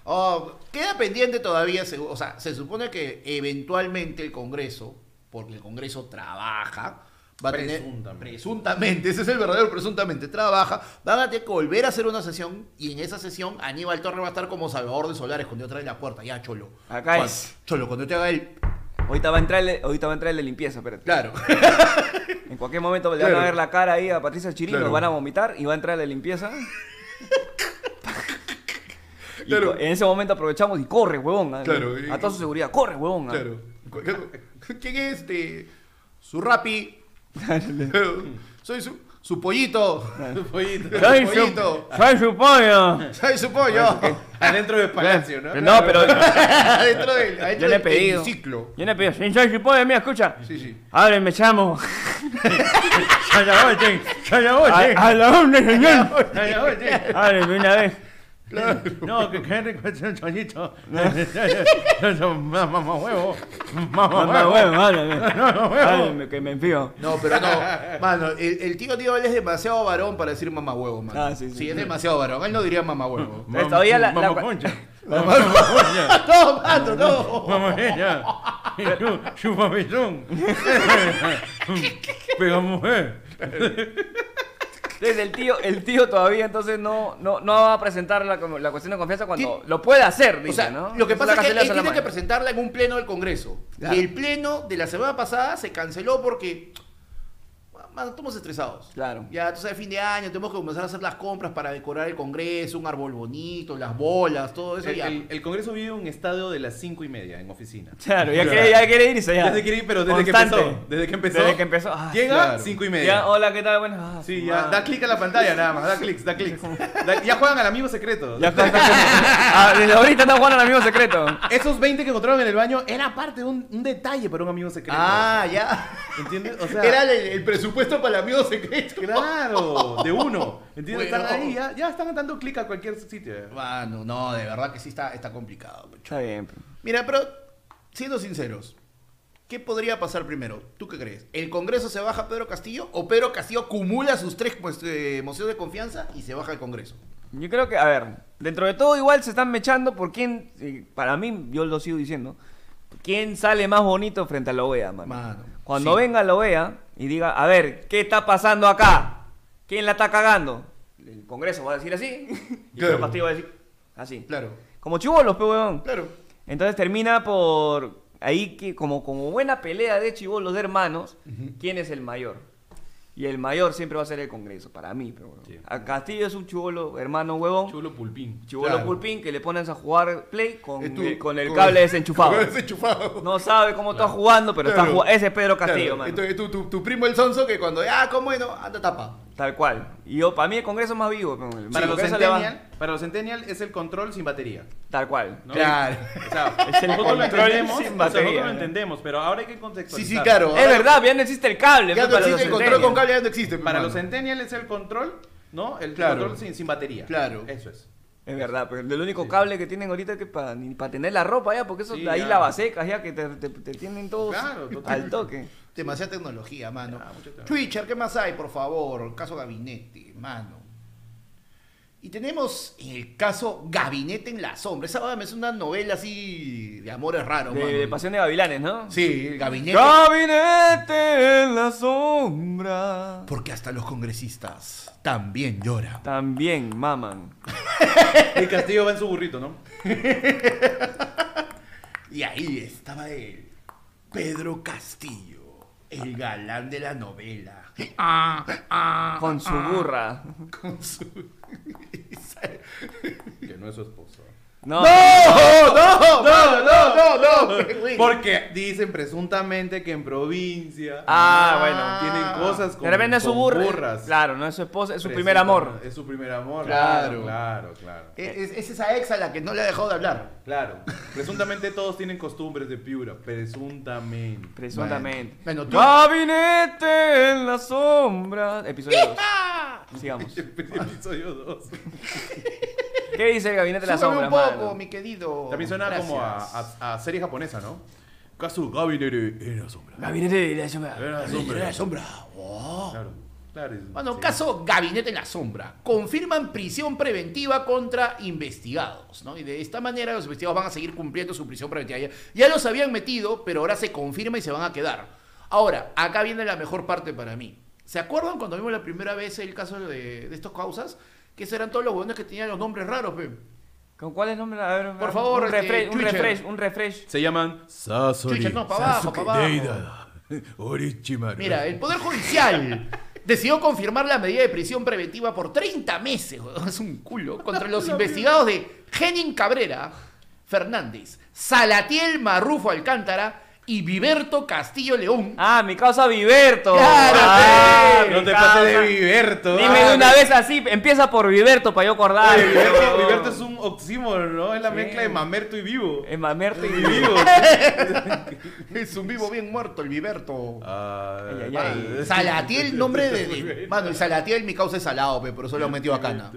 [SPEAKER 3] Oh, queda pendiente todavía, se- o sea, se supone que eventualmente el Congreso, porque el Congreso trabaja, va a tener
[SPEAKER 2] Presuntamente.
[SPEAKER 3] presuntamente, ese es el verdadero presuntamente, trabaja, van a tener que volver a hacer una sesión y en esa sesión Aníbal Torres va a estar como Salvador de Solares cuando yo trae la puerta, ya cholo.
[SPEAKER 1] Acá
[SPEAKER 3] Cuando-
[SPEAKER 1] es.
[SPEAKER 3] Cholo, cuando yo te haga el...
[SPEAKER 1] Ahorita va a entrar el, ahorita va a entrar el de limpieza, espérate.
[SPEAKER 3] Claro.
[SPEAKER 1] En cualquier momento le van
[SPEAKER 3] Claro.
[SPEAKER 1] a ver la cara ahí a Patricia Chirino,
[SPEAKER 3] Claro.
[SPEAKER 1] van a vomitar y va a entrar el de limpieza. Y
[SPEAKER 3] Claro.
[SPEAKER 1] co- eh, en ese momento aprovechamos y corre, huevón. A,
[SPEAKER 3] Claro, y-
[SPEAKER 1] a toda su seguridad, corre, huevón.
[SPEAKER 3] Claro. ¿Quién es este? Su rapi. Soy su, su pollito.
[SPEAKER 2] Pollito.
[SPEAKER 1] Soy su,
[SPEAKER 3] Pollito.
[SPEAKER 1] soy su pollo.
[SPEAKER 3] Soy su pollo.
[SPEAKER 2] Adentro del palacio, ¿no?
[SPEAKER 1] Pero No, pero
[SPEAKER 3] adentro del, adentro
[SPEAKER 1] yo le he
[SPEAKER 3] del
[SPEAKER 1] pedido.
[SPEAKER 3] hemiciclo.
[SPEAKER 1] Yo le he pedido. Sí, soy su pollo, mira, escucha.
[SPEAKER 3] Sí, sí.
[SPEAKER 1] Ábreme, chamo. A, a la orden, señor. Ábreme una vez.
[SPEAKER 3] Claro.
[SPEAKER 4] No, que quede rico ese chollito. Mamá huevo. Mamá
[SPEAKER 1] Mamá,
[SPEAKER 4] huevo.
[SPEAKER 1] huevo, ábreme. Ábreme, que me enfío.
[SPEAKER 3] No, pero no. Mano, el, el tío tío él es demasiado varón para decir mamá huevo, mano.
[SPEAKER 1] Ah, sí, sí, sí.
[SPEAKER 3] es demasiado varón. Él no diría mamá huevo.
[SPEAKER 1] Entonces, todavía la- la-
[SPEAKER 4] Mamá concha.
[SPEAKER 3] no, mano, no.
[SPEAKER 4] Mamá ella. Y tú, su papizón. Pero mujer.
[SPEAKER 1] Entonces el tío, el tío todavía entonces no, no, no va a presentar la, la cuestión de confianza cuando lo puede hacer,
[SPEAKER 3] O
[SPEAKER 1] dice,
[SPEAKER 3] sea,
[SPEAKER 1] ¿no?
[SPEAKER 3] lo que
[SPEAKER 1] Esa
[SPEAKER 3] pasa
[SPEAKER 1] la
[SPEAKER 3] es que
[SPEAKER 1] cancelación
[SPEAKER 3] él tiene
[SPEAKER 1] a la
[SPEAKER 3] que
[SPEAKER 1] mano.
[SPEAKER 3] presentarla en un pleno del Congreso.
[SPEAKER 1] Claro.
[SPEAKER 3] Y el pleno de la semana pasada se canceló porque. Mano, estamos estresados.
[SPEAKER 1] Claro.
[SPEAKER 3] Ya, tú sabes, fin de año, tenemos que comenzar a hacer las compras para decorar el Congreso, un árbol bonito, las bolas, todo eso.
[SPEAKER 2] El,
[SPEAKER 3] ya.
[SPEAKER 2] el- el Congreso vive un estado de las 5 y media en oficina.
[SPEAKER 1] Claro, ya quiere, ya quiere irse ya.
[SPEAKER 2] Ya se quiere ir, pero desde que
[SPEAKER 1] Constante.
[SPEAKER 2] empezó. Desde que empezó.
[SPEAKER 1] Desde que empezó. ah,
[SPEAKER 2] Llega
[SPEAKER 3] claro.
[SPEAKER 2] 5 y media.
[SPEAKER 1] ya, hola, ¿qué tal? Bueno, ah,
[SPEAKER 2] Sí,
[SPEAKER 1] su
[SPEAKER 2] ya.
[SPEAKER 1] madre.
[SPEAKER 2] Da clic a la pantalla nada más. Da clics, da clics. Da- ya juegan al amigo secreto.
[SPEAKER 1] Ya está, está- ah, desde ahorita está jugando al amigo secreto.
[SPEAKER 2] Esos 20 que encontraron en el baño era parte de un, un detalle para un amigo secreto.
[SPEAKER 3] Ah, ya.
[SPEAKER 2] ¿Entiendes? O sea,
[SPEAKER 3] Era el, el esto para el amigo secreto.
[SPEAKER 2] Claro, de uno. ¿Entiendes?
[SPEAKER 3] Bueno.
[SPEAKER 2] Están ahí, ya, ya están dando clic a cualquier sitio.
[SPEAKER 3] Mano, no, de verdad que sí está, está complicado. pues.
[SPEAKER 1] Está bien. pe.
[SPEAKER 3] Mira, pero siendo sinceros, ¿qué podría pasar primero? ¿Tú qué crees? ¿El Congreso se baja a Pedro Castillo o Pedro Castillo acumula sus tres pues, eh, mociones de confianza y se baja el Congreso?
[SPEAKER 1] Yo creo que, a ver, dentro de todo igual se están mechando por quién, eh, para mí, yo lo sigo diciendo, quién sale más bonito frente a la OEA, mano.
[SPEAKER 3] Mano,
[SPEAKER 1] Cuando
[SPEAKER 3] sí.
[SPEAKER 1] venga la OEA y diga, a ver, ¿qué está pasando acá? ¿Quién la está cagando? El Congreso va a decir así, y
[SPEAKER 3] Claro.
[SPEAKER 1] el Castillo va a decir así.
[SPEAKER 3] Claro,
[SPEAKER 1] Como chivolos, pe huevón.
[SPEAKER 3] claro.
[SPEAKER 1] Entonces termina por ahí que como, como buena pelea de chivolos de hermanos, ¿quién es el mayor? Y el mayor siempre va a ser el Congreso, para mí. Pero bueno.
[SPEAKER 2] Sí.
[SPEAKER 1] A Castillo es un chivolo hermano huevón,
[SPEAKER 2] Chulo pulpín.
[SPEAKER 1] chivolo
[SPEAKER 3] Claro.
[SPEAKER 1] pulpín que le pones a jugar play con,
[SPEAKER 3] Eh, tú,
[SPEAKER 1] el, con el
[SPEAKER 3] con-
[SPEAKER 1] cable desenchufado.
[SPEAKER 3] Con el desenchufado.
[SPEAKER 1] No sabe cómo está jugando, pero está
[SPEAKER 3] Claro.
[SPEAKER 1] jugando. Ese es Pedro
[SPEAKER 3] Claro,
[SPEAKER 1] Castillo, mano.
[SPEAKER 3] Entonces tu, tu, tu primo el sonso que cuando, ah, ¿cómo es? No, anda tapa.
[SPEAKER 1] Tal cual. Y yo, para mí el Congreso es más vivo. pero el
[SPEAKER 2] Para, los
[SPEAKER 1] Congreso le va-
[SPEAKER 2] centennial, para los centennial es el control sin batería.
[SPEAKER 1] Tal cual.
[SPEAKER 2] ¿no?
[SPEAKER 3] Claro.
[SPEAKER 2] O sea,
[SPEAKER 1] Es el
[SPEAKER 2] nosotros lo
[SPEAKER 1] control
[SPEAKER 2] entendemos,
[SPEAKER 1] sin
[SPEAKER 2] o sea,
[SPEAKER 1] batería,
[SPEAKER 2] Nosotros lo
[SPEAKER 1] ¿no?
[SPEAKER 2] entendemos, pero ahora hay que
[SPEAKER 3] Sí,
[SPEAKER 2] contextualizar.
[SPEAKER 3] sí, claro.
[SPEAKER 1] Es verdad, ya no existe el cable.
[SPEAKER 3] Ya
[SPEAKER 1] pe, para
[SPEAKER 3] no
[SPEAKER 1] los
[SPEAKER 3] existe el control
[SPEAKER 1] centenials.
[SPEAKER 3] con cable, ya no existe.
[SPEAKER 2] Para los
[SPEAKER 3] hermano.
[SPEAKER 2] centennial es el control, ¿no? El
[SPEAKER 3] Claro.
[SPEAKER 2] control sin, sin batería.
[SPEAKER 3] Claro.
[SPEAKER 2] Eso es.
[SPEAKER 1] Es verdad, pero el único cable que tienen ahorita es que para ni para tener la ropa ya, porque eso
[SPEAKER 2] Sí,
[SPEAKER 1] de ahí
[SPEAKER 2] ya.
[SPEAKER 1] lavasecas ya que te, te- te tienen todos
[SPEAKER 2] Claro,
[SPEAKER 1] al
[SPEAKER 2] total.
[SPEAKER 1] toque.
[SPEAKER 3] Demasiada tecnología, mano.
[SPEAKER 2] Ah, mucha tecnología.
[SPEAKER 3] Twitcher, ¿qué más hay, por favor? Caso Gabinete, mano. Y tenemos el caso Gabinete en la Sombra. Esa vaina es una novela así de amores raros,
[SPEAKER 1] De,
[SPEAKER 3] mano.
[SPEAKER 1] de ¡Ah! Pasión de Gavilanes, ¿no?
[SPEAKER 3] Sí, el Gabinete.
[SPEAKER 1] Gabinete en la sombra.
[SPEAKER 3] Porque hasta los congresistas también lloran.
[SPEAKER 1] También maman.
[SPEAKER 2] El castillo va en su burrito, ¿no?
[SPEAKER 3] Y ahí estaba él, Pedro Castillo, el galán de la novela. Ah, ah,
[SPEAKER 1] Con su burra.
[SPEAKER 3] con su... e,
[SPEAKER 2] Que no es su esposo.
[SPEAKER 1] No.
[SPEAKER 3] ¡No, no, no, no, no, no!
[SPEAKER 2] Porque dicen presuntamente que en provincia
[SPEAKER 1] Ah, bueno.
[SPEAKER 2] tienen cosas con,
[SPEAKER 1] de repente es su
[SPEAKER 2] con
[SPEAKER 1] burra.
[SPEAKER 2] burras.
[SPEAKER 1] Claro, no es su esposa, es su
[SPEAKER 2] Presunta-
[SPEAKER 1] primer amor.
[SPEAKER 2] Es su primer amor.
[SPEAKER 3] Claro.
[SPEAKER 2] Claro, claro.
[SPEAKER 3] Es, es esa ex a la que no le ha dejado de hablar.
[SPEAKER 2] Claro. Presuntamente todos tienen costumbres de Piura. Presuntamente.
[SPEAKER 1] Presuntamente.
[SPEAKER 3] Bueno, tú-
[SPEAKER 1] Gabinete en la sombra. Episodio
[SPEAKER 3] ¡Ah!
[SPEAKER 1] 2. Sigamos.
[SPEAKER 2] Episodio 2.
[SPEAKER 1] ¿Qué dice el Gabinete de la
[SPEAKER 3] Súbeme
[SPEAKER 1] sombra?
[SPEAKER 3] un poco,
[SPEAKER 1] mano?
[SPEAKER 3] mi querido.
[SPEAKER 2] También suena como a,
[SPEAKER 3] Gracias.
[SPEAKER 2] a- a serie japonesa, ¿no? Kazu Gabinete en la sombra.
[SPEAKER 1] Gabinete de la sombra.
[SPEAKER 2] En la
[SPEAKER 3] Sombra.
[SPEAKER 2] sombra.
[SPEAKER 3] sombra. Oh.
[SPEAKER 2] Claro. claro es-
[SPEAKER 3] Bueno,
[SPEAKER 2] sí.
[SPEAKER 3] caso Gabinete en la Sombra. Confirman prisión preventiva contra investigados, ¿no? Y de esta manera los investigados van a seguir cumpliendo su prisión preventiva. Ya, ya los habían metido, pero ahora se confirma y se van a quedar. Ahora, acá viene la mejor parte para mí. ¿Se acuerdan cuando vimos la primera vez el caso de, de estos causas? Que esos eran todos los buenos que tenían los nombres raros, pe.
[SPEAKER 1] ¿Con cuál es nombre? A ver,
[SPEAKER 3] Por
[SPEAKER 1] un
[SPEAKER 3] favor,
[SPEAKER 1] un
[SPEAKER 3] este,
[SPEAKER 1] refresh, un
[SPEAKER 3] Twitcher.
[SPEAKER 1] refresh, un refresh.
[SPEAKER 2] Se llaman Sasori.
[SPEAKER 3] Chucha, no, para abajo, para abajo.
[SPEAKER 2] Orochimaru.
[SPEAKER 3] Mira,
[SPEAKER 4] eh.
[SPEAKER 3] el Poder Judicial decidió confirmar la medida de prisión preventiva por 30 meses, weón, es un culo, contra los investigados de Henning Cabrera Fernández, Salatiel Marrufo Alcántara y Viberto Castillo León.
[SPEAKER 1] Ah, mi causa Viverto.
[SPEAKER 3] Claro,
[SPEAKER 1] Ah,
[SPEAKER 3] sí.
[SPEAKER 1] mi
[SPEAKER 2] No te
[SPEAKER 1] causa.
[SPEAKER 2] pases de Viverto.
[SPEAKER 1] Dime de una vez así, empieza por Viverto para yo acordar.
[SPEAKER 2] Oye, Viverto, Viverto es un oxímoron, ¿no? Es la
[SPEAKER 1] Sí.
[SPEAKER 2] mezcla de mamerto y vivo.
[SPEAKER 1] Es mamerto y
[SPEAKER 2] Y
[SPEAKER 1] Viverto.
[SPEAKER 2] vivo.
[SPEAKER 3] Es un vivo bien muerto, el Viberto.
[SPEAKER 2] Ay,
[SPEAKER 1] Ay, ay,
[SPEAKER 2] ah,
[SPEAKER 1] ay.
[SPEAKER 3] Salatiel, nombre de- de. Mano, y Salatiel, mi causa es salado, pe, por eso lo han metido a cana.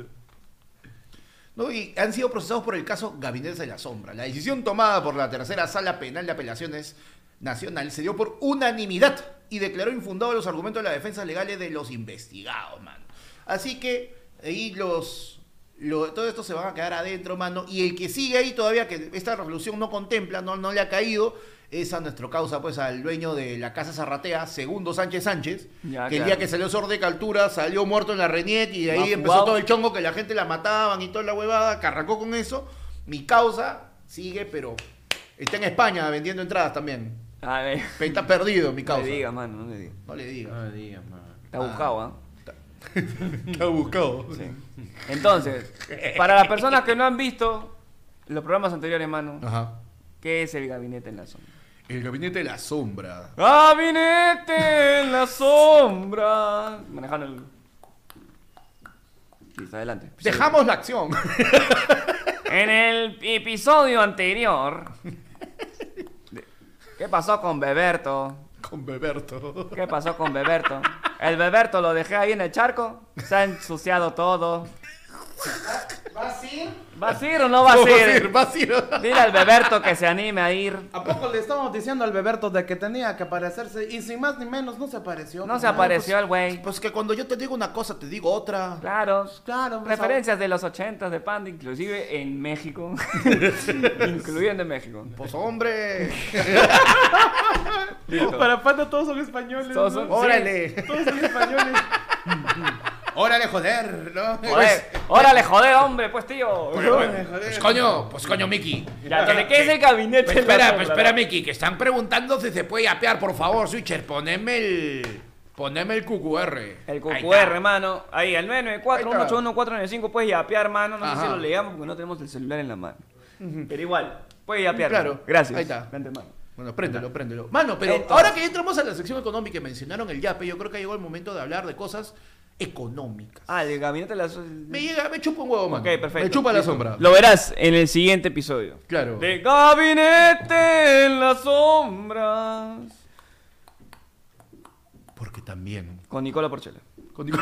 [SPEAKER 3] ¿no? Y han sido procesados por el caso Gabinetes de la Sombra. La decisión tomada por la tercera sala penal de apelaciones nacional se dio por unanimidad y declaró infundados los argumentos de las defensas legales de los investigados, mano. Así que ahí los, lo- todo esto se van a quedar adentro, mano. Y el que sigue ahí todavía, que esta resolución no contempla, no, no le ha caído, es a nuestro causa, pues al dueño de la Casa Zarratea, segundo Sánchez Sánchez,
[SPEAKER 1] Ya,
[SPEAKER 3] que el
[SPEAKER 1] claro.
[SPEAKER 3] día que salió sordo de Caltura, salió muerto en la Reniet y de
[SPEAKER 1] Más
[SPEAKER 3] ahí empezó
[SPEAKER 1] jugado.
[SPEAKER 3] todo el chongo que la gente la mataban y toda la huevada, que arrancó con eso. Mi causa sigue, pero está en España vendiendo entradas también.
[SPEAKER 1] A ver,
[SPEAKER 3] Pe- Está perdido mi
[SPEAKER 1] Ah, eh. no le
[SPEAKER 3] causa.
[SPEAKER 1] diga, mano, no le diga.
[SPEAKER 3] No le digas.
[SPEAKER 1] Está buscado, ¿ah?
[SPEAKER 3] Está buscado.
[SPEAKER 1] Sí. Entonces, para las personas que no han visto los programas anteriores, mano,
[SPEAKER 3] Ajá.
[SPEAKER 1] ¿qué es el Gabinete en la Sombra?
[SPEAKER 3] El gabinete de la sombra.
[SPEAKER 1] Gabinete en la sombra. Manejando el. Listo, adelante.
[SPEAKER 3] Dejamos la acción.
[SPEAKER 1] En el episodio anterior. ¿Qué pasó con Beberto?
[SPEAKER 3] Con Beberto.
[SPEAKER 1] ¿Qué pasó con Beberto? El Beberto lo dejé ahí en el charco. Se ha ensuciado todo.
[SPEAKER 2] ¿Vas a ir?
[SPEAKER 1] ¿Vas a ir o no vas a ir?
[SPEAKER 3] vacío.
[SPEAKER 1] Dile al Beberto que se anime a ir.
[SPEAKER 2] ¿A poco le estábamos diciendo al Beberto de que tenía que aparecerse? Y sin más ni menos, no se apareció.
[SPEAKER 1] No se
[SPEAKER 2] Claro,
[SPEAKER 1] apareció el güey.
[SPEAKER 3] Pues que cuando yo te digo una cosa, te digo otra.
[SPEAKER 1] Claro.
[SPEAKER 2] pues, Claro, pues,
[SPEAKER 1] Referencias de los 80 de Panda, inclusive en México. Incluyendo en México.
[SPEAKER 3] Pues hombre.
[SPEAKER 1] Listo.
[SPEAKER 2] Para Panda todos son españoles.
[SPEAKER 1] Todos son-
[SPEAKER 2] ¿no?
[SPEAKER 3] Órale.
[SPEAKER 2] Todos son españoles.
[SPEAKER 3] Órale, joder, ¿no?
[SPEAKER 1] Joder, Pues, órale, joder, hombre, pues tío.
[SPEAKER 3] Pues coño, pues coño, Miki.
[SPEAKER 1] Ya, ¿de qué es el gabinete?
[SPEAKER 3] Pues espera,
[SPEAKER 1] loco,
[SPEAKER 3] pues
[SPEAKER 1] la
[SPEAKER 3] espera,
[SPEAKER 1] verdad?
[SPEAKER 3] Miki, que están preguntando si se puede apear, por favor, Switcher, poneme el. Poneme el QQR.
[SPEAKER 1] El
[SPEAKER 3] Ahí
[SPEAKER 1] QQR,
[SPEAKER 3] está.
[SPEAKER 1] hermano. Ahí, al 994-181-495 puedes yapear, hermano. No sé
[SPEAKER 3] Ajá.
[SPEAKER 1] si lo leamos porque no tenemos el celular en la mano. Pero igual, puedes yapear.
[SPEAKER 3] Mm, Claro.
[SPEAKER 1] hermano. Gracias.
[SPEAKER 3] Ahí está.
[SPEAKER 1] De antemano.
[SPEAKER 3] Bueno, préndelo, préndelo. Mano, pero
[SPEAKER 1] Entonces-
[SPEAKER 3] ahora que entramos a la sección económica y mencionaron el YAPE, yo creo que llegó el momento de hablar de cosas económicas.
[SPEAKER 1] Ah, el gabinete de las...
[SPEAKER 3] Me llega, me chupa un huevo, mano.
[SPEAKER 1] Ok, perfecto.
[SPEAKER 3] Me chupa la
[SPEAKER 1] Listo.
[SPEAKER 3] sombra.
[SPEAKER 1] Lo verás en el siguiente episodio.
[SPEAKER 3] Claro.
[SPEAKER 1] De gabinete en las sombras.
[SPEAKER 3] Porque también.
[SPEAKER 1] Con Nicola Porchela.
[SPEAKER 3] Con, Nic-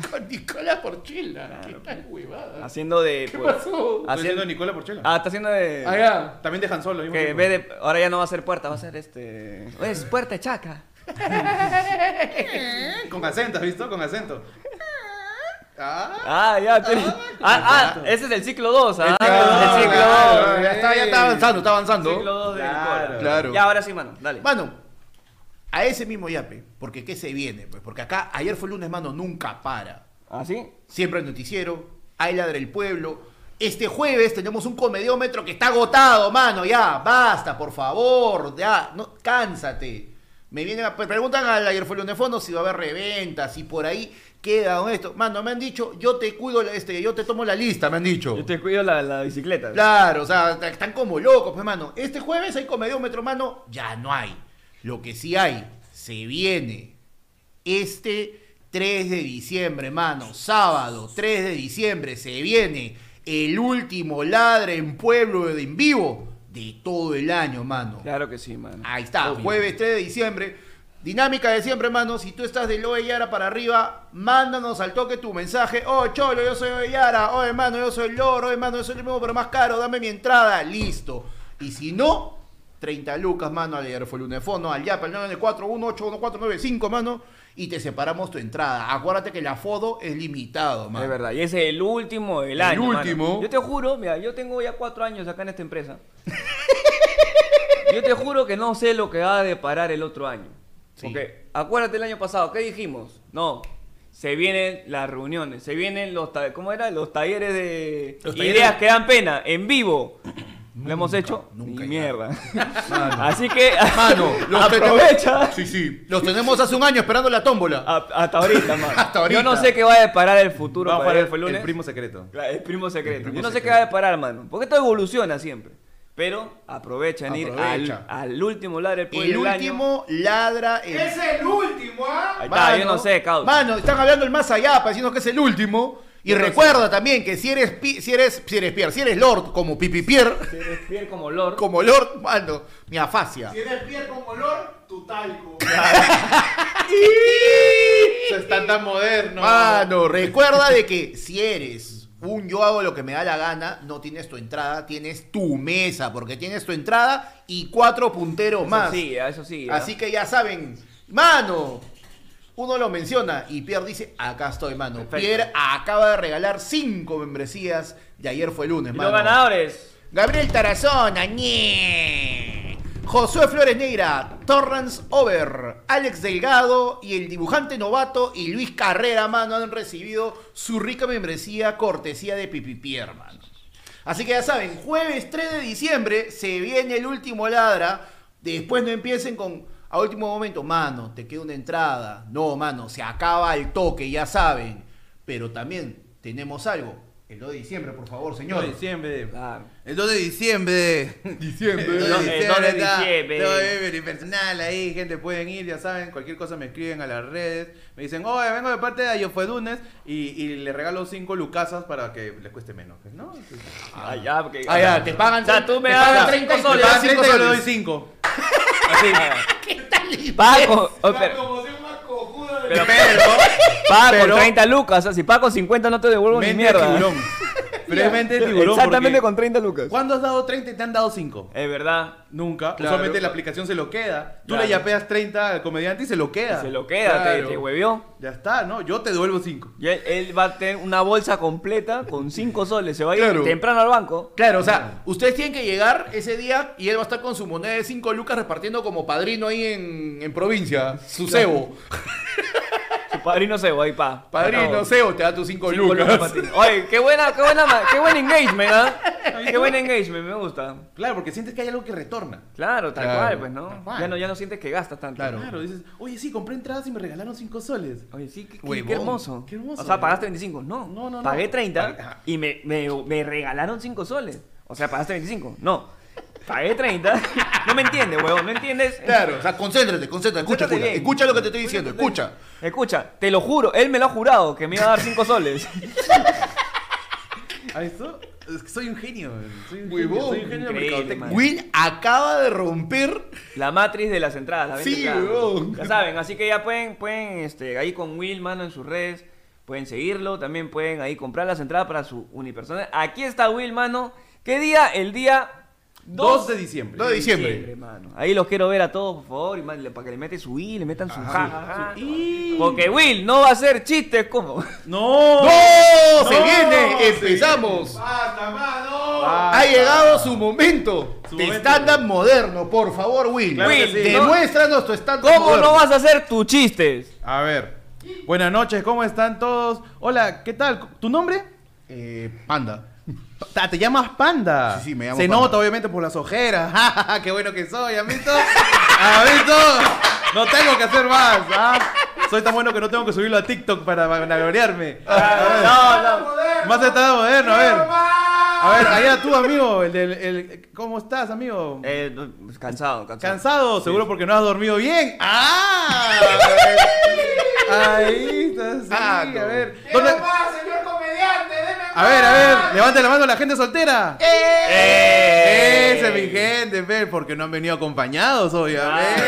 [SPEAKER 3] Con Nicola Porchela. ¿Qué tal huevada?
[SPEAKER 1] Haciendo de...
[SPEAKER 3] ¿Qué
[SPEAKER 1] pues,
[SPEAKER 3] pasó?
[SPEAKER 2] Haciendo
[SPEAKER 1] Haciendo...
[SPEAKER 2] Nicola Porchela.
[SPEAKER 1] Ah, está haciendo de...
[SPEAKER 3] Allá.
[SPEAKER 2] También dejan solo. al mismo
[SPEAKER 1] Que en
[SPEAKER 2] tiempo.
[SPEAKER 1] vez de- ahora ya no va a ser puerta, va a ser este. Es puerta de chaca.
[SPEAKER 2] Con acento, ¿has visto? Con acento. Ah,
[SPEAKER 1] Ah, ya. te- Ah, ah, ese es el ciclo 2. Ah,
[SPEAKER 2] Ah,
[SPEAKER 1] el ciclo
[SPEAKER 2] claro,
[SPEAKER 1] 2.
[SPEAKER 2] claro,
[SPEAKER 3] ya está, ya está avanzando, está avanzando.
[SPEAKER 1] Ciclo 2 de
[SPEAKER 2] Claro.
[SPEAKER 1] Nicola.
[SPEAKER 3] Claro.
[SPEAKER 1] Ya, ahora sí, mano. Dale.
[SPEAKER 3] Mano, a ese mismo yape, porque ¿qué se viene? Pues porque acá, ayer fue lunes, mano, nunca para.
[SPEAKER 1] ¿Así?
[SPEAKER 3] Siempre el noticiero, hay ladra el pueblo. Este jueves tenemos un comediómetro que está agotado, mano, ya, basta, por favor, ya, no, cánsate. Me vienen a, pre- preguntan al ayer fue lunes fondo si va a haber reventas, si por ahí queda esto. Mano, me han dicho, yo te cuido, la- este, yo te tomo la lista, me han dicho.
[SPEAKER 1] Yo te cuido la, la bicicleta.
[SPEAKER 3] Claro, o sea, t- están como locos, pues, mano. Este jueves hay comediómetro, mano. Ya no hay. Lo que sí hay, se viene. Este 3 de diciembre, mano. Sábado 3 de diciembre, se viene el último ladre en pueblo de en vivo de todo el año, mano.
[SPEAKER 1] Claro que sí, mano.
[SPEAKER 3] Ahí está,
[SPEAKER 1] Obvio.
[SPEAKER 3] jueves 3 de diciembre. Dinámica de siempre, mano. Si tú estás de Loe Yara para arriba, mándanos al toque tu mensaje. Oh, Cholo, yo soy Loe Yara. Oh, hermano, yo soy Loro. Oh, hermano, yo soy el mismo, pero más caro. Dame mi entrada. Listo. Y si no, 30 lucas, mano. Al ayer fue el lunefono, al Yapa, al 994181495, mano. Y te separamos tu entrada. Acuérdate que la foto es limitado, mano.
[SPEAKER 1] Es verdad, y ese es el último del
[SPEAKER 3] El
[SPEAKER 1] año. mano.
[SPEAKER 3] último.
[SPEAKER 1] Yo te juro, mira, yo tengo ya cuatro años acá en esta empresa. yo te juro que no sé lo que va a deparar el otro año.
[SPEAKER 3] Sí.
[SPEAKER 1] Porque acuérdate el año pasado, ¿qué dijimos? No, se vienen las reuniones, se vienen los, ta- ¿cómo era? Los talleres de
[SPEAKER 3] Los
[SPEAKER 1] ideas
[SPEAKER 3] talleres.
[SPEAKER 1] que dan pena, en vivo.
[SPEAKER 3] Nunca,
[SPEAKER 1] Lo hemos hecho.
[SPEAKER 3] nunca
[SPEAKER 1] Ni
[SPEAKER 3] ya.
[SPEAKER 1] mierda.
[SPEAKER 3] Mano.
[SPEAKER 1] Así que,
[SPEAKER 3] Mano, los
[SPEAKER 1] aprovecha. Ah,
[SPEAKER 3] tenemos- Sí, sí. Los tenemos hace un año esperando la tómbola.
[SPEAKER 1] A- hasta ahorita, mano.
[SPEAKER 3] Hasta ahorita.
[SPEAKER 1] Yo no sé qué va a deparar el futuro.
[SPEAKER 2] Vamos
[SPEAKER 1] para
[SPEAKER 2] para
[SPEAKER 1] el,
[SPEAKER 2] el,
[SPEAKER 1] lunes.
[SPEAKER 2] el primo secreto.
[SPEAKER 1] Claro, el primo secreto.
[SPEAKER 2] primo
[SPEAKER 1] Yo no sé qué
[SPEAKER 2] secreto.
[SPEAKER 1] va a deparar, mano. Porque esto evoluciona siempre. Pero aprovecha en ir
[SPEAKER 3] Aprovecha.
[SPEAKER 1] al, al último ladre del pueblo
[SPEAKER 3] El
[SPEAKER 1] del año.
[SPEAKER 3] último ladra el
[SPEAKER 2] el último, ¿ah?
[SPEAKER 1] Ahí está, yo no sé, causa.
[SPEAKER 3] Mano, están hablando el más allá, pareciendo que es el último. Y
[SPEAKER 1] Yo no
[SPEAKER 3] recuerda también que si eres, pi- si eres, si eres Pierre, si eres Lord como Pipi Pierre,
[SPEAKER 1] Se despide como Lord.
[SPEAKER 3] como Lord, mano, mi afasia.
[SPEAKER 2] eres pie con olor, tu talco. Se está tan moderno.
[SPEAKER 1] Ah,
[SPEAKER 3] Mano, recuerda de que si eres un yo hago lo que me da la gana, no tienes tu entrada, tienes tu mesa, porque tienes tu entrada y cuatro punteros
[SPEAKER 1] Eso
[SPEAKER 3] más.
[SPEAKER 1] sí, eso sí. ¿ah?
[SPEAKER 3] Así que ya saben, mano. Uno lo menciona y Pierre dice, acá estoy, mano.
[SPEAKER 1] Perfecto.
[SPEAKER 3] Pierre acaba de regalar cinco membresías de ayer fue lunes,
[SPEAKER 1] Y
[SPEAKER 3] mano.
[SPEAKER 1] los ganadores.
[SPEAKER 3] Gabriel Tarazona, ñe. Josué Flores Negra, Torrance Over, Alex Delgado y el dibujante novato y Luis Carrera, mano, han recibido su rica membresía cortesía de Pipipier, mano. Así que ya saben, jueves 3 de diciembre se viene el último ladra. Después no empiecen con a último momento, mano, te queda una entrada. No, mano, se acaba el toque, ya saben. Pero también tenemos algo. El 2 de diciembre, por favor, señores.
[SPEAKER 2] diciembre.
[SPEAKER 1] Claro.
[SPEAKER 2] El 2 de diciembre. Diciembre.
[SPEAKER 1] El dos- el dos de diciembre.
[SPEAKER 2] mi personal ahí, gente, pueden ir, ya saben, cualquier cosa me escriben a las redes. Me dicen, oye, vengo de parte de Ayofuedunes y, y le regalo 5 lucasas para que les cueste menos. pues, ¿no?
[SPEAKER 1] Ah, ya, porque.
[SPEAKER 3] Ah, ya, te pagan.
[SPEAKER 1] O sea, tú me
[SPEAKER 3] te
[SPEAKER 1] das
[SPEAKER 3] pagan
[SPEAKER 1] 30
[SPEAKER 3] y-
[SPEAKER 1] soles.
[SPEAKER 3] te
[SPEAKER 2] Ah,
[SPEAKER 3] pagan cinco
[SPEAKER 2] 30 yo le doy
[SPEAKER 3] soles.
[SPEAKER 2] 5.
[SPEAKER 1] Paco. oh, pero-
[SPEAKER 2] promoción más cojuda.
[SPEAKER 1] Pero
[SPEAKER 2] Pero.
[SPEAKER 1] paga
[SPEAKER 2] pero-
[SPEAKER 1] con 30 lucas. O sea, si paga con 50 no te devuelvo ni
[SPEAKER 2] Mente de
[SPEAKER 1] mierda.
[SPEAKER 2] tiburón. Pero es mente de tiburón.
[SPEAKER 1] Exactamente
[SPEAKER 2] porque
[SPEAKER 1] con 30 lucas.
[SPEAKER 2] ¿Cuándo has dado 30 y te han dado 5?
[SPEAKER 1] Es verdad.
[SPEAKER 2] Nunca.
[SPEAKER 1] Claro.
[SPEAKER 2] Usualmente la aplicación se lo queda. Tú
[SPEAKER 1] Claro.
[SPEAKER 2] le yapeas 30 al comediante y se lo queda.
[SPEAKER 1] Se lo queda, te-
[SPEAKER 2] Claro.
[SPEAKER 1] te huevió.
[SPEAKER 2] Ya está, ¿no? Yo te devuelvo 5.
[SPEAKER 1] Y él, él va a tener una bolsa completa con 5 soles. Se va a ir
[SPEAKER 2] Claro.
[SPEAKER 1] temprano al banco.
[SPEAKER 3] Claro, o sea, ustedes tienen que llegar ese día y él va a estar con su moneda de 5 lucas repartiendo como padrino ahí en, en provincia, su cebo.
[SPEAKER 1] Su padrino se va y pa.
[SPEAKER 3] Padrino,
[SPEAKER 1] Acabó.
[SPEAKER 3] cebo, te da tus 5
[SPEAKER 1] Cinco
[SPEAKER 3] lucas.
[SPEAKER 1] lucas para ti. Oye, qué buena, qué buena, ma- qué buen engagement, ¿ah? Qué buen engagement, me gusta.
[SPEAKER 2] Claro, porque sientes que hay algo que retorna.
[SPEAKER 1] Claro, tal
[SPEAKER 3] Claro.
[SPEAKER 1] cual, pues,
[SPEAKER 2] Tal
[SPEAKER 1] ¿no?
[SPEAKER 2] cual.
[SPEAKER 1] Ya no, ya no sientes que gastas tanto.
[SPEAKER 3] Claro.
[SPEAKER 2] dices, oye, sí, compré entradas y me regalaron 5 soles.
[SPEAKER 1] Oye, sí, qué, qué-
[SPEAKER 3] Huevón.
[SPEAKER 1] qué hermoso.
[SPEAKER 2] Qué hermoso,
[SPEAKER 1] O sea,
[SPEAKER 2] ¿no?
[SPEAKER 1] pagaste 25. No,
[SPEAKER 2] No, no, no.
[SPEAKER 1] Pagué 30
[SPEAKER 2] Pag- ajá.
[SPEAKER 1] y me, me, me regalaron 5 soles. O sea, pagaste 25. No. Pagué 30. No me entiendes, huevón, no entiendes.
[SPEAKER 3] Claro, o sea, concéntrate, concéntrate, escucha,
[SPEAKER 1] Concéntrate
[SPEAKER 3] escucha,
[SPEAKER 1] bien.
[SPEAKER 3] escucha lo que te estoy diciendo, escucha.
[SPEAKER 1] Escucha, te lo juro, él me lo ha jurado que me iba a dar 5 soles.
[SPEAKER 2] ¿A esto? Es que soy un genio. Soy un
[SPEAKER 3] Huevón,
[SPEAKER 2] genio, soy un genio de
[SPEAKER 1] increíble,
[SPEAKER 2] mercadotecnia.
[SPEAKER 1] man.
[SPEAKER 3] Will acaba de romper
[SPEAKER 1] La matriz de las entradas, la venta
[SPEAKER 3] Sí,
[SPEAKER 1] entrada.
[SPEAKER 3] huevón.
[SPEAKER 1] Ya saben, así que ya pueden, pueden, este, ahí con Will, mano, en sus redes, pueden seguirlo, también pueden ahí comprar las entradas para su unipersonal. Aquí está Will, mano. ¿Qué día? El día
[SPEAKER 2] 2 de diciembre.
[SPEAKER 3] 2 de diciembre.
[SPEAKER 1] diciembre, mano. Ahí los quiero ver a todos, por favor, y man- para que le meten su Will, le metan su ja, ja, ja.
[SPEAKER 2] Y-
[SPEAKER 1] Porque Will no va a hacer chistes como...
[SPEAKER 4] No.
[SPEAKER 3] ¡No! ¡Se
[SPEAKER 2] ¡No!
[SPEAKER 3] viene!
[SPEAKER 2] ¡Se
[SPEAKER 3] ¡Empezamos!
[SPEAKER 2] ¡Basta, mano!
[SPEAKER 3] Ha llegado su momento
[SPEAKER 2] Su
[SPEAKER 3] de
[SPEAKER 2] momento.
[SPEAKER 3] stand-up moderno, por favor, Will.
[SPEAKER 2] Claro
[SPEAKER 1] que
[SPEAKER 3] Will,
[SPEAKER 1] sí.
[SPEAKER 3] demuéstranos tu stand-up
[SPEAKER 1] ¿Cómo
[SPEAKER 3] moderno.
[SPEAKER 1] no vas a hacer tus chistes?
[SPEAKER 3] Ah.
[SPEAKER 2] A ver.
[SPEAKER 4] Buenas noches, ¿cómo están todos? Hola, ¿qué tal? ¿Tu nombre?
[SPEAKER 3] Eh, panda.
[SPEAKER 2] Ah, te llamas Panda.
[SPEAKER 3] Sí, sí, me llamo
[SPEAKER 2] Se
[SPEAKER 3] Panda.
[SPEAKER 2] nota, obviamente, por las ojeras. Ja, ja, ja, ¡Qué bueno que soy! ¿Han visto? ¿Han visto? No tengo que hacer más. ¿ah? Soy tan bueno que no tengo que subirlo a TikTok para vanagloriarme. no, no. Más está moderno, a ver. A ver, allá tú, amigo. El del, el- ¿Cómo estás, amigo?
[SPEAKER 1] Eh, cansado, cansado.
[SPEAKER 2] ¿Cansado? Seguro porque no has dormido bien.
[SPEAKER 3] ¡Ah!
[SPEAKER 2] Ahí estás. sí,
[SPEAKER 3] Ah,
[SPEAKER 2] a
[SPEAKER 3] no.
[SPEAKER 2] ver. ¿Dónde- A ver, a ver. Levante la mano la gente soltera.
[SPEAKER 1] ¡Eh!
[SPEAKER 2] Ese es mi gente, ve, porque no han venido acompañados, obviamente.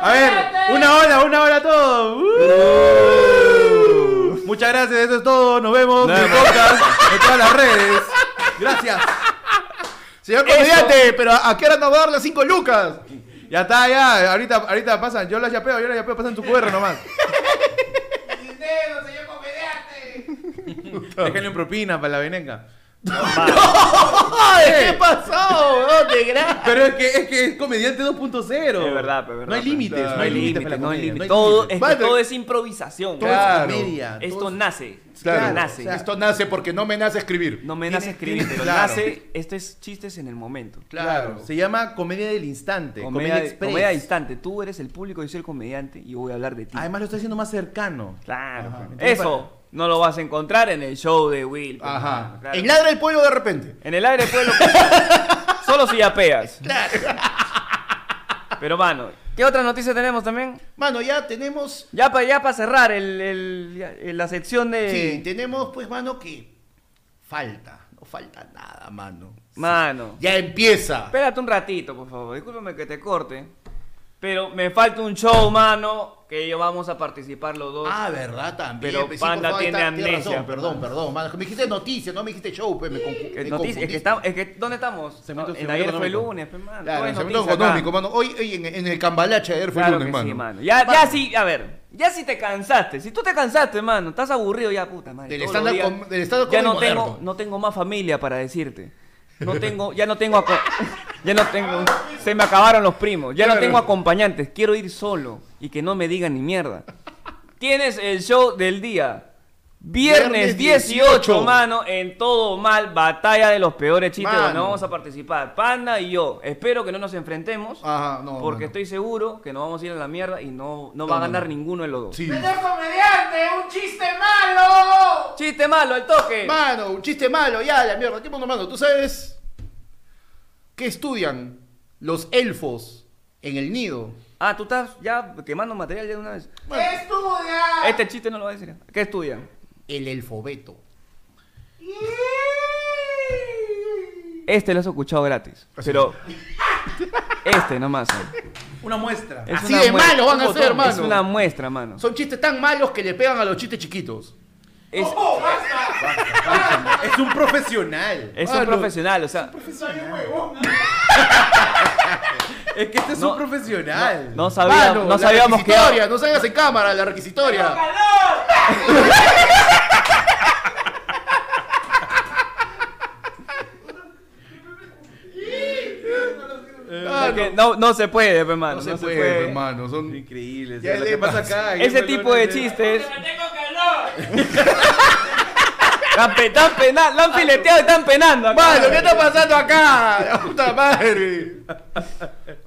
[SPEAKER 2] A ver, una hora, una hora todo. Uh. Muchas gracias, eso es todo. Nos vemos en el podcast, en todas las redes. Gracias.
[SPEAKER 3] Señor comediante, pero ¿a qué hora nos va a dar las 5 lucas?
[SPEAKER 2] Ya está, ya. Ahorita, ahorita pasan. Yo las yapeo, yo las yapeo. Pasan tu QR nomás. Déjenle un propina para la venenga.
[SPEAKER 3] ¡Ay, qué pasó! weón? De gra-
[SPEAKER 2] Pero es que es, que es comediante 2.0.
[SPEAKER 1] Es verdad, pues, es verdad,
[SPEAKER 2] No hay
[SPEAKER 1] pues.
[SPEAKER 2] límites,
[SPEAKER 3] Claro.
[SPEAKER 2] no hay
[SPEAKER 1] No hay
[SPEAKER 2] límites para
[SPEAKER 1] límite, no hay
[SPEAKER 2] la comedia, no
[SPEAKER 1] límite.
[SPEAKER 2] hay
[SPEAKER 1] Todo,
[SPEAKER 2] límites.
[SPEAKER 1] es,
[SPEAKER 3] Vale.
[SPEAKER 1] todo es improvisación.
[SPEAKER 2] Todo es
[SPEAKER 3] Claro.
[SPEAKER 2] comedia,
[SPEAKER 1] Esto
[SPEAKER 2] todo es-
[SPEAKER 1] nace.
[SPEAKER 3] Claro.
[SPEAKER 1] Esto nace.
[SPEAKER 3] Esto nace porque no me nace escribir.
[SPEAKER 1] No me nace
[SPEAKER 2] Tiene-
[SPEAKER 1] escribir,
[SPEAKER 2] tiene-
[SPEAKER 1] pero
[SPEAKER 2] claro.
[SPEAKER 1] nace. Esto es chistes en el momento.
[SPEAKER 2] Claro. Se llama comedia del instante, comedia,
[SPEAKER 1] Comedia,
[SPEAKER 2] express.
[SPEAKER 1] comedia distante. Tú eres el público, yo soy el comediante y yo voy a hablar de ti.
[SPEAKER 2] Además lo está haciendo más cercano.
[SPEAKER 1] claro. Eso no lo vas a encontrar en el show de Will. pues,
[SPEAKER 3] Ajá.
[SPEAKER 1] mano, claro.
[SPEAKER 3] En ladra el pueblo de repente.
[SPEAKER 1] En el aire pues, pueblo. solo si apeas. Pero mano, ¿qué otra noticia tenemos también?
[SPEAKER 3] Mano, ya tenemos.
[SPEAKER 1] Ya para ya pa cerrar el, el- ya- el- la sección de.
[SPEAKER 3] Sí, tenemos, pues, mano, que falta. No falta nada, mano.
[SPEAKER 1] Mano.
[SPEAKER 3] Ya empieza.
[SPEAKER 1] Espérate un ratito, por favor. Discúlpame que te corte. Pero me falta un show, mano. Que yo vamos a participar los dos.
[SPEAKER 3] Ah, verdad, también.
[SPEAKER 1] Pero
[SPEAKER 3] pues,
[SPEAKER 1] Panda
[SPEAKER 3] por favor, ahí
[SPEAKER 1] tiene
[SPEAKER 3] está, tienes
[SPEAKER 1] amnesia,
[SPEAKER 3] razón, perdón, perdón. mano. Me dijiste noticias, no me dijiste show, pues me, confu-
[SPEAKER 1] Que
[SPEAKER 3] me
[SPEAKER 1] noticia-
[SPEAKER 3] confundí.
[SPEAKER 1] es que estamos, es que, ¿dónde estamos?
[SPEAKER 2] Segmento-
[SPEAKER 1] No, en
[SPEAKER 2] segmento
[SPEAKER 1] ayer fue
[SPEAKER 2] económico.
[SPEAKER 1] lunes, pues, mano. Todo
[SPEAKER 3] Claro, en el
[SPEAKER 1] es
[SPEAKER 3] segmento
[SPEAKER 1] noticia acá.
[SPEAKER 3] económico, mano. Hoy, hoy en, en el cambalache ayer fue
[SPEAKER 1] Claro
[SPEAKER 3] lunes,
[SPEAKER 1] que
[SPEAKER 3] mano.
[SPEAKER 1] sí, mano. Ya, ya sí, a ver. Ya si te cansaste, si tú te cansaste, mano, estás aburrido ya, puta madre.
[SPEAKER 3] Del
[SPEAKER 1] todos
[SPEAKER 3] stand-up
[SPEAKER 1] los días.
[SPEAKER 3] com- del stand-up
[SPEAKER 1] Ya no
[SPEAKER 3] comedy
[SPEAKER 1] tengo,
[SPEAKER 3] moderno.
[SPEAKER 1] no tengo más familia para decirte. No tengo, ya no tengo, aco- ya no tengo, se me acabaron los primos, ya no
[SPEAKER 3] Claro.
[SPEAKER 1] tengo acompañantes, quiero ir solo y que no me digan ni mierda. Tienes el show del día. Viernes
[SPEAKER 3] Viernes
[SPEAKER 1] 18, mano, en todo mal, batalla de los peores chistes,
[SPEAKER 3] Mano.
[SPEAKER 1] donde vamos a participar, Panda y yo. Espero que no nos enfrentemos.
[SPEAKER 3] Ajá, no.
[SPEAKER 1] Porque
[SPEAKER 3] mano.
[SPEAKER 1] estoy seguro que nos vamos a ir a la mierda y no, no,
[SPEAKER 3] No,
[SPEAKER 1] va a
[SPEAKER 3] no,
[SPEAKER 1] ganar
[SPEAKER 3] no.
[SPEAKER 1] ninguno de los dos.
[SPEAKER 3] Sí.
[SPEAKER 1] ¡Chiste malo, el toque!
[SPEAKER 3] Mano, un chiste malo, ya, la mierda. ¿Qué mundo, mano? ¿Tú sabes qué estudian los elfos en el nido?
[SPEAKER 1] ah, tú estás ya quemando material ya de una vez.
[SPEAKER 3] Ah.
[SPEAKER 1] Este chiste no lo va a decir. ¿Qué estudian?
[SPEAKER 3] El elfobeto.
[SPEAKER 1] Este lo has escuchado gratis. Pero. Este nomás. ¿eh?
[SPEAKER 2] Una muestra.
[SPEAKER 1] Es
[SPEAKER 3] Así
[SPEAKER 1] una
[SPEAKER 3] de
[SPEAKER 1] muestra.
[SPEAKER 3] malo van a
[SPEAKER 1] Un botón.
[SPEAKER 3] ser, mano.
[SPEAKER 1] Es una muestra, mano.
[SPEAKER 3] Son chistes tan malos que le pegan a los chistes chiquitos.
[SPEAKER 1] Es,
[SPEAKER 2] Es un profesional.
[SPEAKER 1] es un
[SPEAKER 3] Mano.
[SPEAKER 1] profesional, o sea,
[SPEAKER 2] Es que este es
[SPEAKER 1] No,
[SPEAKER 2] un profesional.
[SPEAKER 1] no, sabía-
[SPEAKER 3] Mano,
[SPEAKER 1] no
[SPEAKER 3] la
[SPEAKER 1] sabíamos que...
[SPEAKER 3] requisitoria, No salgas en cámara, la requisitoria. Mano,
[SPEAKER 1] que no, no se puede, pe, mano.
[SPEAKER 3] No se puede, hermano. Son
[SPEAKER 2] Increíble.
[SPEAKER 3] Ya
[SPEAKER 2] o sea, lo
[SPEAKER 3] le
[SPEAKER 2] que pasa
[SPEAKER 3] pasa.
[SPEAKER 2] acá.
[SPEAKER 1] Ese tipo de chistes... Están, pe- están pena- la han fileteado y están penando acá.
[SPEAKER 3] Mano, ¿qué está pasando acá? La puta madre.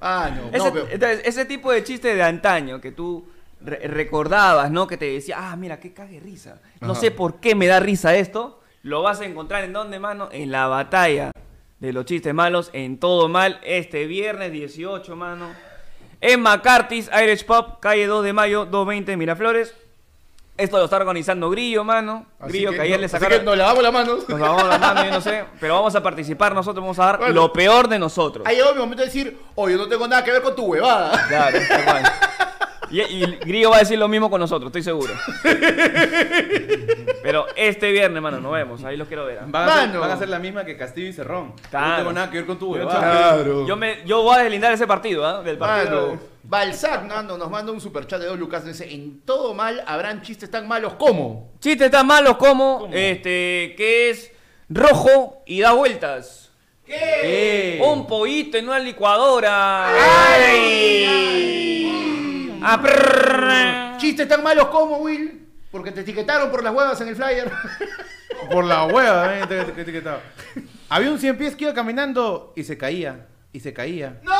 [SPEAKER 3] Mano,
[SPEAKER 1] Ese,
[SPEAKER 3] no, pero-
[SPEAKER 1] entonces, ese tipo de chiste de antaño que tú re- recordabas, ¿no? Que te decía, ah, mira, qué cague risa. No
[SPEAKER 3] Ajá.
[SPEAKER 1] sé por qué me da risa esto. Lo vas a encontrar en dónde, mano? En la batalla de los chistes malos en todo mal este viernes 18, mano. En McCarthy's Irish Pop, calle 2 de mayo, 220 Miraflores. Esto lo está organizando Grillo, mano.
[SPEAKER 3] así
[SPEAKER 1] Grillo que, ayer
[SPEAKER 3] no-
[SPEAKER 1] le
[SPEAKER 3] así
[SPEAKER 1] sacaron.
[SPEAKER 3] que nos lavamos las manos.
[SPEAKER 1] Nos vamos la mano, yo no sé. Pero vamos a participar nosotros, vamos a dar
[SPEAKER 3] Bueno.
[SPEAKER 1] lo peor de nosotros.
[SPEAKER 3] Ha llegado mi momento de decir, oh, yo no tengo nada que ver con tu huevada.
[SPEAKER 1] Claro, está mal. Y, y Grillo va a decir lo mismo con nosotros, estoy seguro. Pero este viernes, mano, nos vemos. Ahí los quiero ver. ¿ah?
[SPEAKER 2] Van a, ser,
[SPEAKER 3] Mano.
[SPEAKER 2] van a ser la misma que Castillo y Cerrón. No
[SPEAKER 1] Claro.
[SPEAKER 2] tengo nada que ver con tu
[SPEAKER 1] Yo,
[SPEAKER 2] huevada.
[SPEAKER 3] Claro.
[SPEAKER 1] yo me, yo voy a deslindar ese partido, ¿ah? Del partido.
[SPEAKER 3] Mano, Balzac Nando, nos manda un superchat de dos lucas. Dice, en todo mal habrán chistes tan malos como.
[SPEAKER 1] Chistes tan malos como este que es rojo y da vueltas.
[SPEAKER 2] Eh,
[SPEAKER 1] Un pollito en una licuadora. ¡Ay! Ah, prrr.
[SPEAKER 3] Chistes tan malos como, Will. Porque te etiquetaron por las huevas en el flyer.
[SPEAKER 4] Por la hueva, eh, te- te- te- te- te- Había un cien pies que iba caminando y se caía, y se caía.
[SPEAKER 1] No,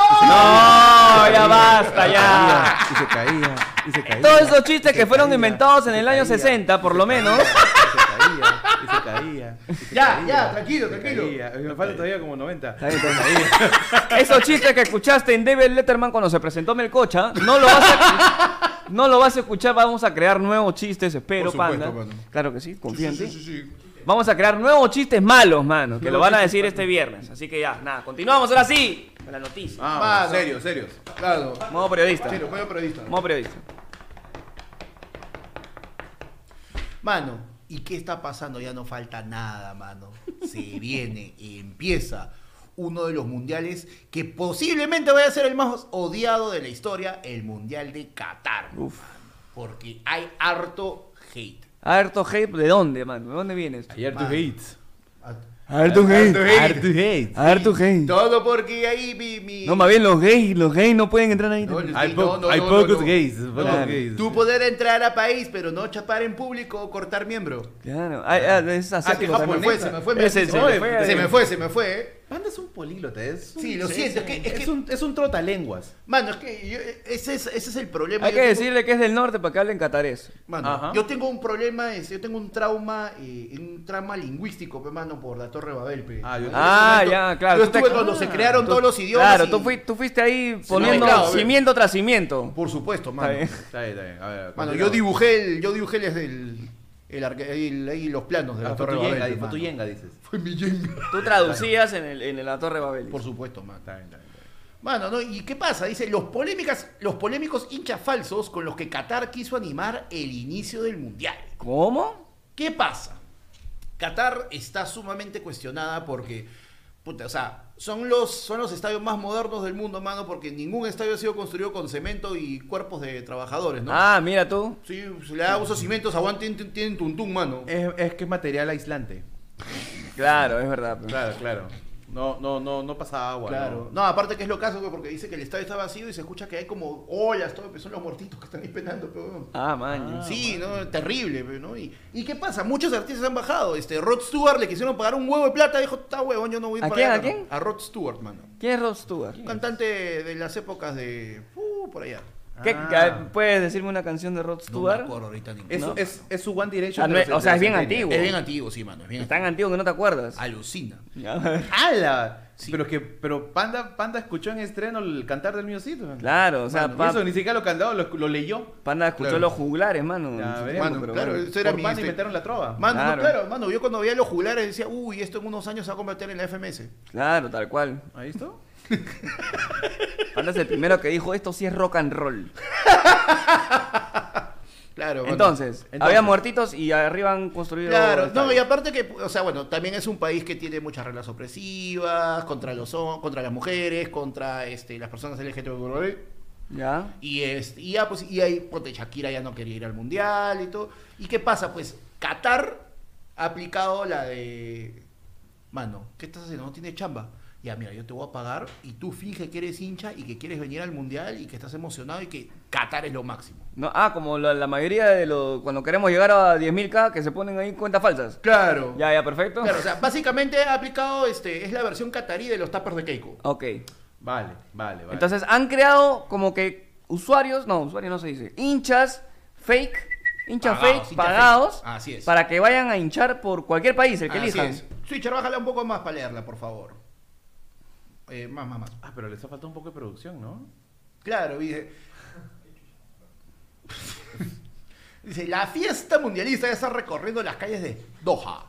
[SPEAKER 1] ya basta, ya.
[SPEAKER 4] Y se caía, y se caía.
[SPEAKER 1] Todos esos chistes que fueron
[SPEAKER 4] caía,
[SPEAKER 1] inventados en
[SPEAKER 4] se
[SPEAKER 1] el año
[SPEAKER 4] caía,
[SPEAKER 1] 60, por lo menos.
[SPEAKER 4] Y se caía, y se caía. y se
[SPEAKER 3] Ya,
[SPEAKER 4] caía,
[SPEAKER 3] ya, tranquilo,
[SPEAKER 4] y se
[SPEAKER 3] tranquilo.
[SPEAKER 4] caía. Me falta todavía como 90.
[SPEAKER 1] Esos chistes que escuchaste en David Letterman cuando se presentó Melcocha, no lo vas a, no lo vas a escuchar. Vamos a crear nuevos chistes, espero,
[SPEAKER 3] Por supuesto,
[SPEAKER 1] panda.
[SPEAKER 3] mano.
[SPEAKER 1] Claro que sí, confío en ti.
[SPEAKER 3] sí.
[SPEAKER 1] Vamos a crear nuevos chistes malos, mano, que lo van a decir este viernes. Así que ya, nada, continuamos ahora sí con la noticia.
[SPEAKER 2] Vamos,
[SPEAKER 3] Mano.
[SPEAKER 2] Ah, serios, serios.
[SPEAKER 3] Claro.
[SPEAKER 1] Modo periodista.
[SPEAKER 3] Ah. Sí, lo juego periodista.
[SPEAKER 1] Modo periodista.
[SPEAKER 3] Mano, ¿y qué está pasando? Ya no falta nada, mano. Se viene, empieza uno de los mundiales que posiblemente vaya a ser el más odiado de la historia, el mundial de Qatar.
[SPEAKER 1] Uf.
[SPEAKER 3] Porque hay harto hate.
[SPEAKER 1] Harto hate, ¿de dónde, mano? ¿De dónde vienes?
[SPEAKER 4] Ayer
[SPEAKER 3] Mano.
[SPEAKER 4] hates.
[SPEAKER 1] Harto
[SPEAKER 4] Harto hate. Ah,
[SPEAKER 1] Harto hate.
[SPEAKER 3] Todo porque ahí mi... mi-
[SPEAKER 1] No, más bien los gays, los gays no pueden entrar ahí.
[SPEAKER 3] No, el-
[SPEAKER 4] Hay
[SPEAKER 3] sí,
[SPEAKER 4] po-
[SPEAKER 3] no, no,
[SPEAKER 4] hay
[SPEAKER 3] no,
[SPEAKER 4] pocos
[SPEAKER 3] no, no.
[SPEAKER 4] gays, pocos
[SPEAKER 1] Claro.
[SPEAKER 4] gays.
[SPEAKER 3] Tú poder entrar a país, pero no chapar en público o cortar miembro.
[SPEAKER 1] Claro, ah, ah, es asiático
[SPEAKER 3] Ah, se me
[SPEAKER 1] también.
[SPEAKER 3] fue, se me fue,
[SPEAKER 1] Ese,
[SPEAKER 3] se
[SPEAKER 1] se me
[SPEAKER 3] me fue,
[SPEAKER 1] fue.
[SPEAKER 3] se me fue, se me fue. ¿eh?
[SPEAKER 2] Panda es un políglota, es. un-
[SPEAKER 3] Sí, lo siento, es que- es que-
[SPEAKER 2] un, es un trotalenguas.
[SPEAKER 3] Mano, es que yo- ese, es, ese es el problema.
[SPEAKER 1] Hay
[SPEAKER 3] Yo
[SPEAKER 1] que
[SPEAKER 3] tengo-
[SPEAKER 1] decirle que es del norte para que hablen catarés.
[SPEAKER 3] Mano,
[SPEAKER 2] Ajá.
[SPEAKER 3] yo tengo un problema, es- yo tengo un trauma, eh, un trauma lingüístico, pe, mano, por la Torre Babel, pe.
[SPEAKER 2] Ah, yo-
[SPEAKER 3] En
[SPEAKER 1] Ah,
[SPEAKER 3] ese momento,
[SPEAKER 1] ya, claro.
[SPEAKER 3] Yo
[SPEAKER 1] Tú te-
[SPEAKER 3] estuve cuando se
[SPEAKER 1] Ah,
[SPEAKER 3] crearon
[SPEAKER 1] tú-
[SPEAKER 3] todos los idiomas.
[SPEAKER 1] Claro,
[SPEAKER 3] y-
[SPEAKER 1] tú, fui- tú fuiste ahí poniendo
[SPEAKER 3] claro, a ver.
[SPEAKER 1] cimiento tras cimiento.
[SPEAKER 3] Por supuesto, mano.
[SPEAKER 1] bien.
[SPEAKER 2] Está bien, está bien. A ver,
[SPEAKER 3] Mano,
[SPEAKER 2] continuamos.
[SPEAKER 3] yo dibujé, el, yo dibujé desde el, el arque- el- ahí los planos de la
[SPEAKER 2] Ah, fue
[SPEAKER 3] Torre
[SPEAKER 2] tu
[SPEAKER 3] Babel.
[SPEAKER 2] yenga,
[SPEAKER 3] pe,
[SPEAKER 2] fue tu
[SPEAKER 3] mano.
[SPEAKER 2] yenga, dices.
[SPEAKER 3] Fue mi yenga.
[SPEAKER 1] Tú traducías en, el, en la Torre Babel.
[SPEAKER 3] Por supuesto, mano.
[SPEAKER 2] Está bien, está bien, está bien.
[SPEAKER 3] Mano, ¿no? ¿y qué pasa? Dice, los, polémicas, los polémicos hinchas falsos con los que Qatar quiso animar el inicio del Mundial.
[SPEAKER 1] ¿Cómo?
[SPEAKER 3] ¿Qué pasa? Qatar está sumamente cuestionada porque, puta, o sea, son los, son los estadios más modernos del mundo, mano, porque ningún estadio ha sido construido con cemento y cuerpos de trabajadores, ¿no?
[SPEAKER 1] Ah, mira tú.
[SPEAKER 3] Sí, se le da usos cimentos, aguanten, tienen, tienen tuntún, mano.
[SPEAKER 1] Eh,
[SPEAKER 4] Es, es que es material aislante.
[SPEAKER 1] Claro, es verdad. pues.
[SPEAKER 2] Claro, claro. No, no, no, no pasa agua.
[SPEAKER 3] Claro. No, aparte que es lo caso, güey, porque dice que el estadio está vacío y se escucha que hay como olas, todo, pero son los muertitos que están ahí penando, pero... bueno.
[SPEAKER 1] Ah, man.
[SPEAKER 3] sí, ¿no? terrible, pues, ¿no? ¿Y, y qué pasa? Muchos artistas han bajado. Este, Rod Stewart le quisieron pagar un huevo de plata, dijo, está huevón, yo no voy
[SPEAKER 1] ¿A
[SPEAKER 3] para
[SPEAKER 1] quién,
[SPEAKER 3] allá,
[SPEAKER 1] a
[SPEAKER 3] carnal".
[SPEAKER 1] quién?
[SPEAKER 3] A Rod Stewart, mano.
[SPEAKER 1] ¿Quién es Rod Stewart?
[SPEAKER 3] Un cantante de las épocas de... Uh, por allá.
[SPEAKER 1] ¿Qué-
[SPEAKER 2] Ah.
[SPEAKER 1] ¿Puedes decirme una canción de Rod
[SPEAKER 3] No me
[SPEAKER 1] Stewart?
[SPEAKER 3] acuerdo ahorita ni.
[SPEAKER 2] Es,
[SPEAKER 1] No.
[SPEAKER 2] es, es su One Direction.
[SPEAKER 1] Ah, no
[SPEAKER 2] de
[SPEAKER 1] es-
[SPEAKER 2] los-
[SPEAKER 1] o sea, es
[SPEAKER 2] de
[SPEAKER 1] bien
[SPEAKER 2] los 70.
[SPEAKER 1] antiguo.
[SPEAKER 3] Es bien antiguo, sí, mano. Es bien
[SPEAKER 1] Es tan antiguo que no te acuerdas.
[SPEAKER 3] antiguo. Alucina.
[SPEAKER 2] ¡Hala!
[SPEAKER 3] Sí.
[SPEAKER 2] Pero es que, pero Panda, Panda escuchó en estreno el cantar del mío Cid, man.
[SPEAKER 1] Claro, o sea,
[SPEAKER 2] Mano,
[SPEAKER 1] pa-
[SPEAKER 2] eso ni siquiera lo cantado, lo, lo leyó.
[SPEAKER 1] Panda escuchó
[SPEAKER 3] Claro.
[SPEAKER 1] los juglares, mano.
[SPEAKER 2] Ya,
[SPEAKER 1] en su
[SPEAKER 2] veremos,
[SPEAKER 1] tiempo,
[SPEAKER 3] Mano,
[SPEAKER 1] pero
[SPEAKER 3] claro,
[SPEAKER 1] bueno.
[SPEAKER 3] eso era
[SPEAKER 2] Por
[SPEAKER 3] mi...
[SPEAKER 2] Panda
[SPEAKER 3] este-
[SPEAKER 2] inventaron la trova.
[SPEAKER 3] Mano, no,
[SPEAKER 1] Claro.
[SPEAKER 3] claro, mano, yo cuando veía los juglares decía, uy, esto en unos años se va a convertir en la FMS.
[SPEAKER 1] Claro, tal cual.
[SPEAKER 2] ¿Ahí está?
[SPEAKER 1] Panda es el primero que dijo, esto sí es rock and roll.
[SPEAKER 3] Claro, bueno.
[SPEAKER 1] Entonces,
[SPEAKER 2] entonces.
[SPEAKER 1] había muertitos y arriba han construido...
[SPEAKER 3] Claro,
[SPEAKER 1] estadios.
[SPEAKER 3] no, y aparte que, o sea, bueno, también es un país que tiene muchas reglas opresivas contra los hom- contra las mujeres, contra este, las personas LGTB
[SPEAKER 1] ¿Ya?
[SPEAKER 3] y este, y ya pues y ahí ponte Shakira ya no quería ir al mundial y todo. ¿Y qué pasa? Pues Qatar ha aplicado la de mano, ¿qué estás haciendo? No tienes chamba. Ya, mira, yo te voy a pagar y tú finge que eres hincha y que quieres venir al mundial y que estás emocionado y que Qatar es lo máximo.
[SPEAKER 1] No, ah, como la, la mayoría de los... Cuando queremos llegar a 10.000K, que se ponen ahí cuentas falsas.
[SPEAKER 3] Claro.
[SPEAKER 1] Ya, ya, perfecto.
[SPEAKER 3] Claro, o sea, básicamente ha aplicado este es la versión catarí de los tappers de Keiko.
[SPEAKER 1] Ok.
[SPEAKER 2] Vale, vale, vale.
[SPEAKER 1] Entonces, han creado como que usuarios... No, usuarios no se dice. Hinchas fake... Hinchas
[SPEAKER 3] Pagados,
[SPEAKER 1] fake,
[SPEAKER 3] hinchas fake.
[SPEAKER 1] pagados,
[SPEAKER 3] Así es.
[SPEAKER 1] para que vayan a hinchar por cualquier país, el que
[SPEAKER 3] Así
[SPEAKER 1] elijan.
[SPEAKER 3] es. Switcher, bájala un poco más para leerla, por favor. Eh, más, más, más.
[SPEAKER 2] Ah, pero les ha faltado un poco de producción, ¿no?
[SPEAKER 3] Claro, eh, dice. dice, la fiesta mundialista ya está recorriendo las calles de Doha.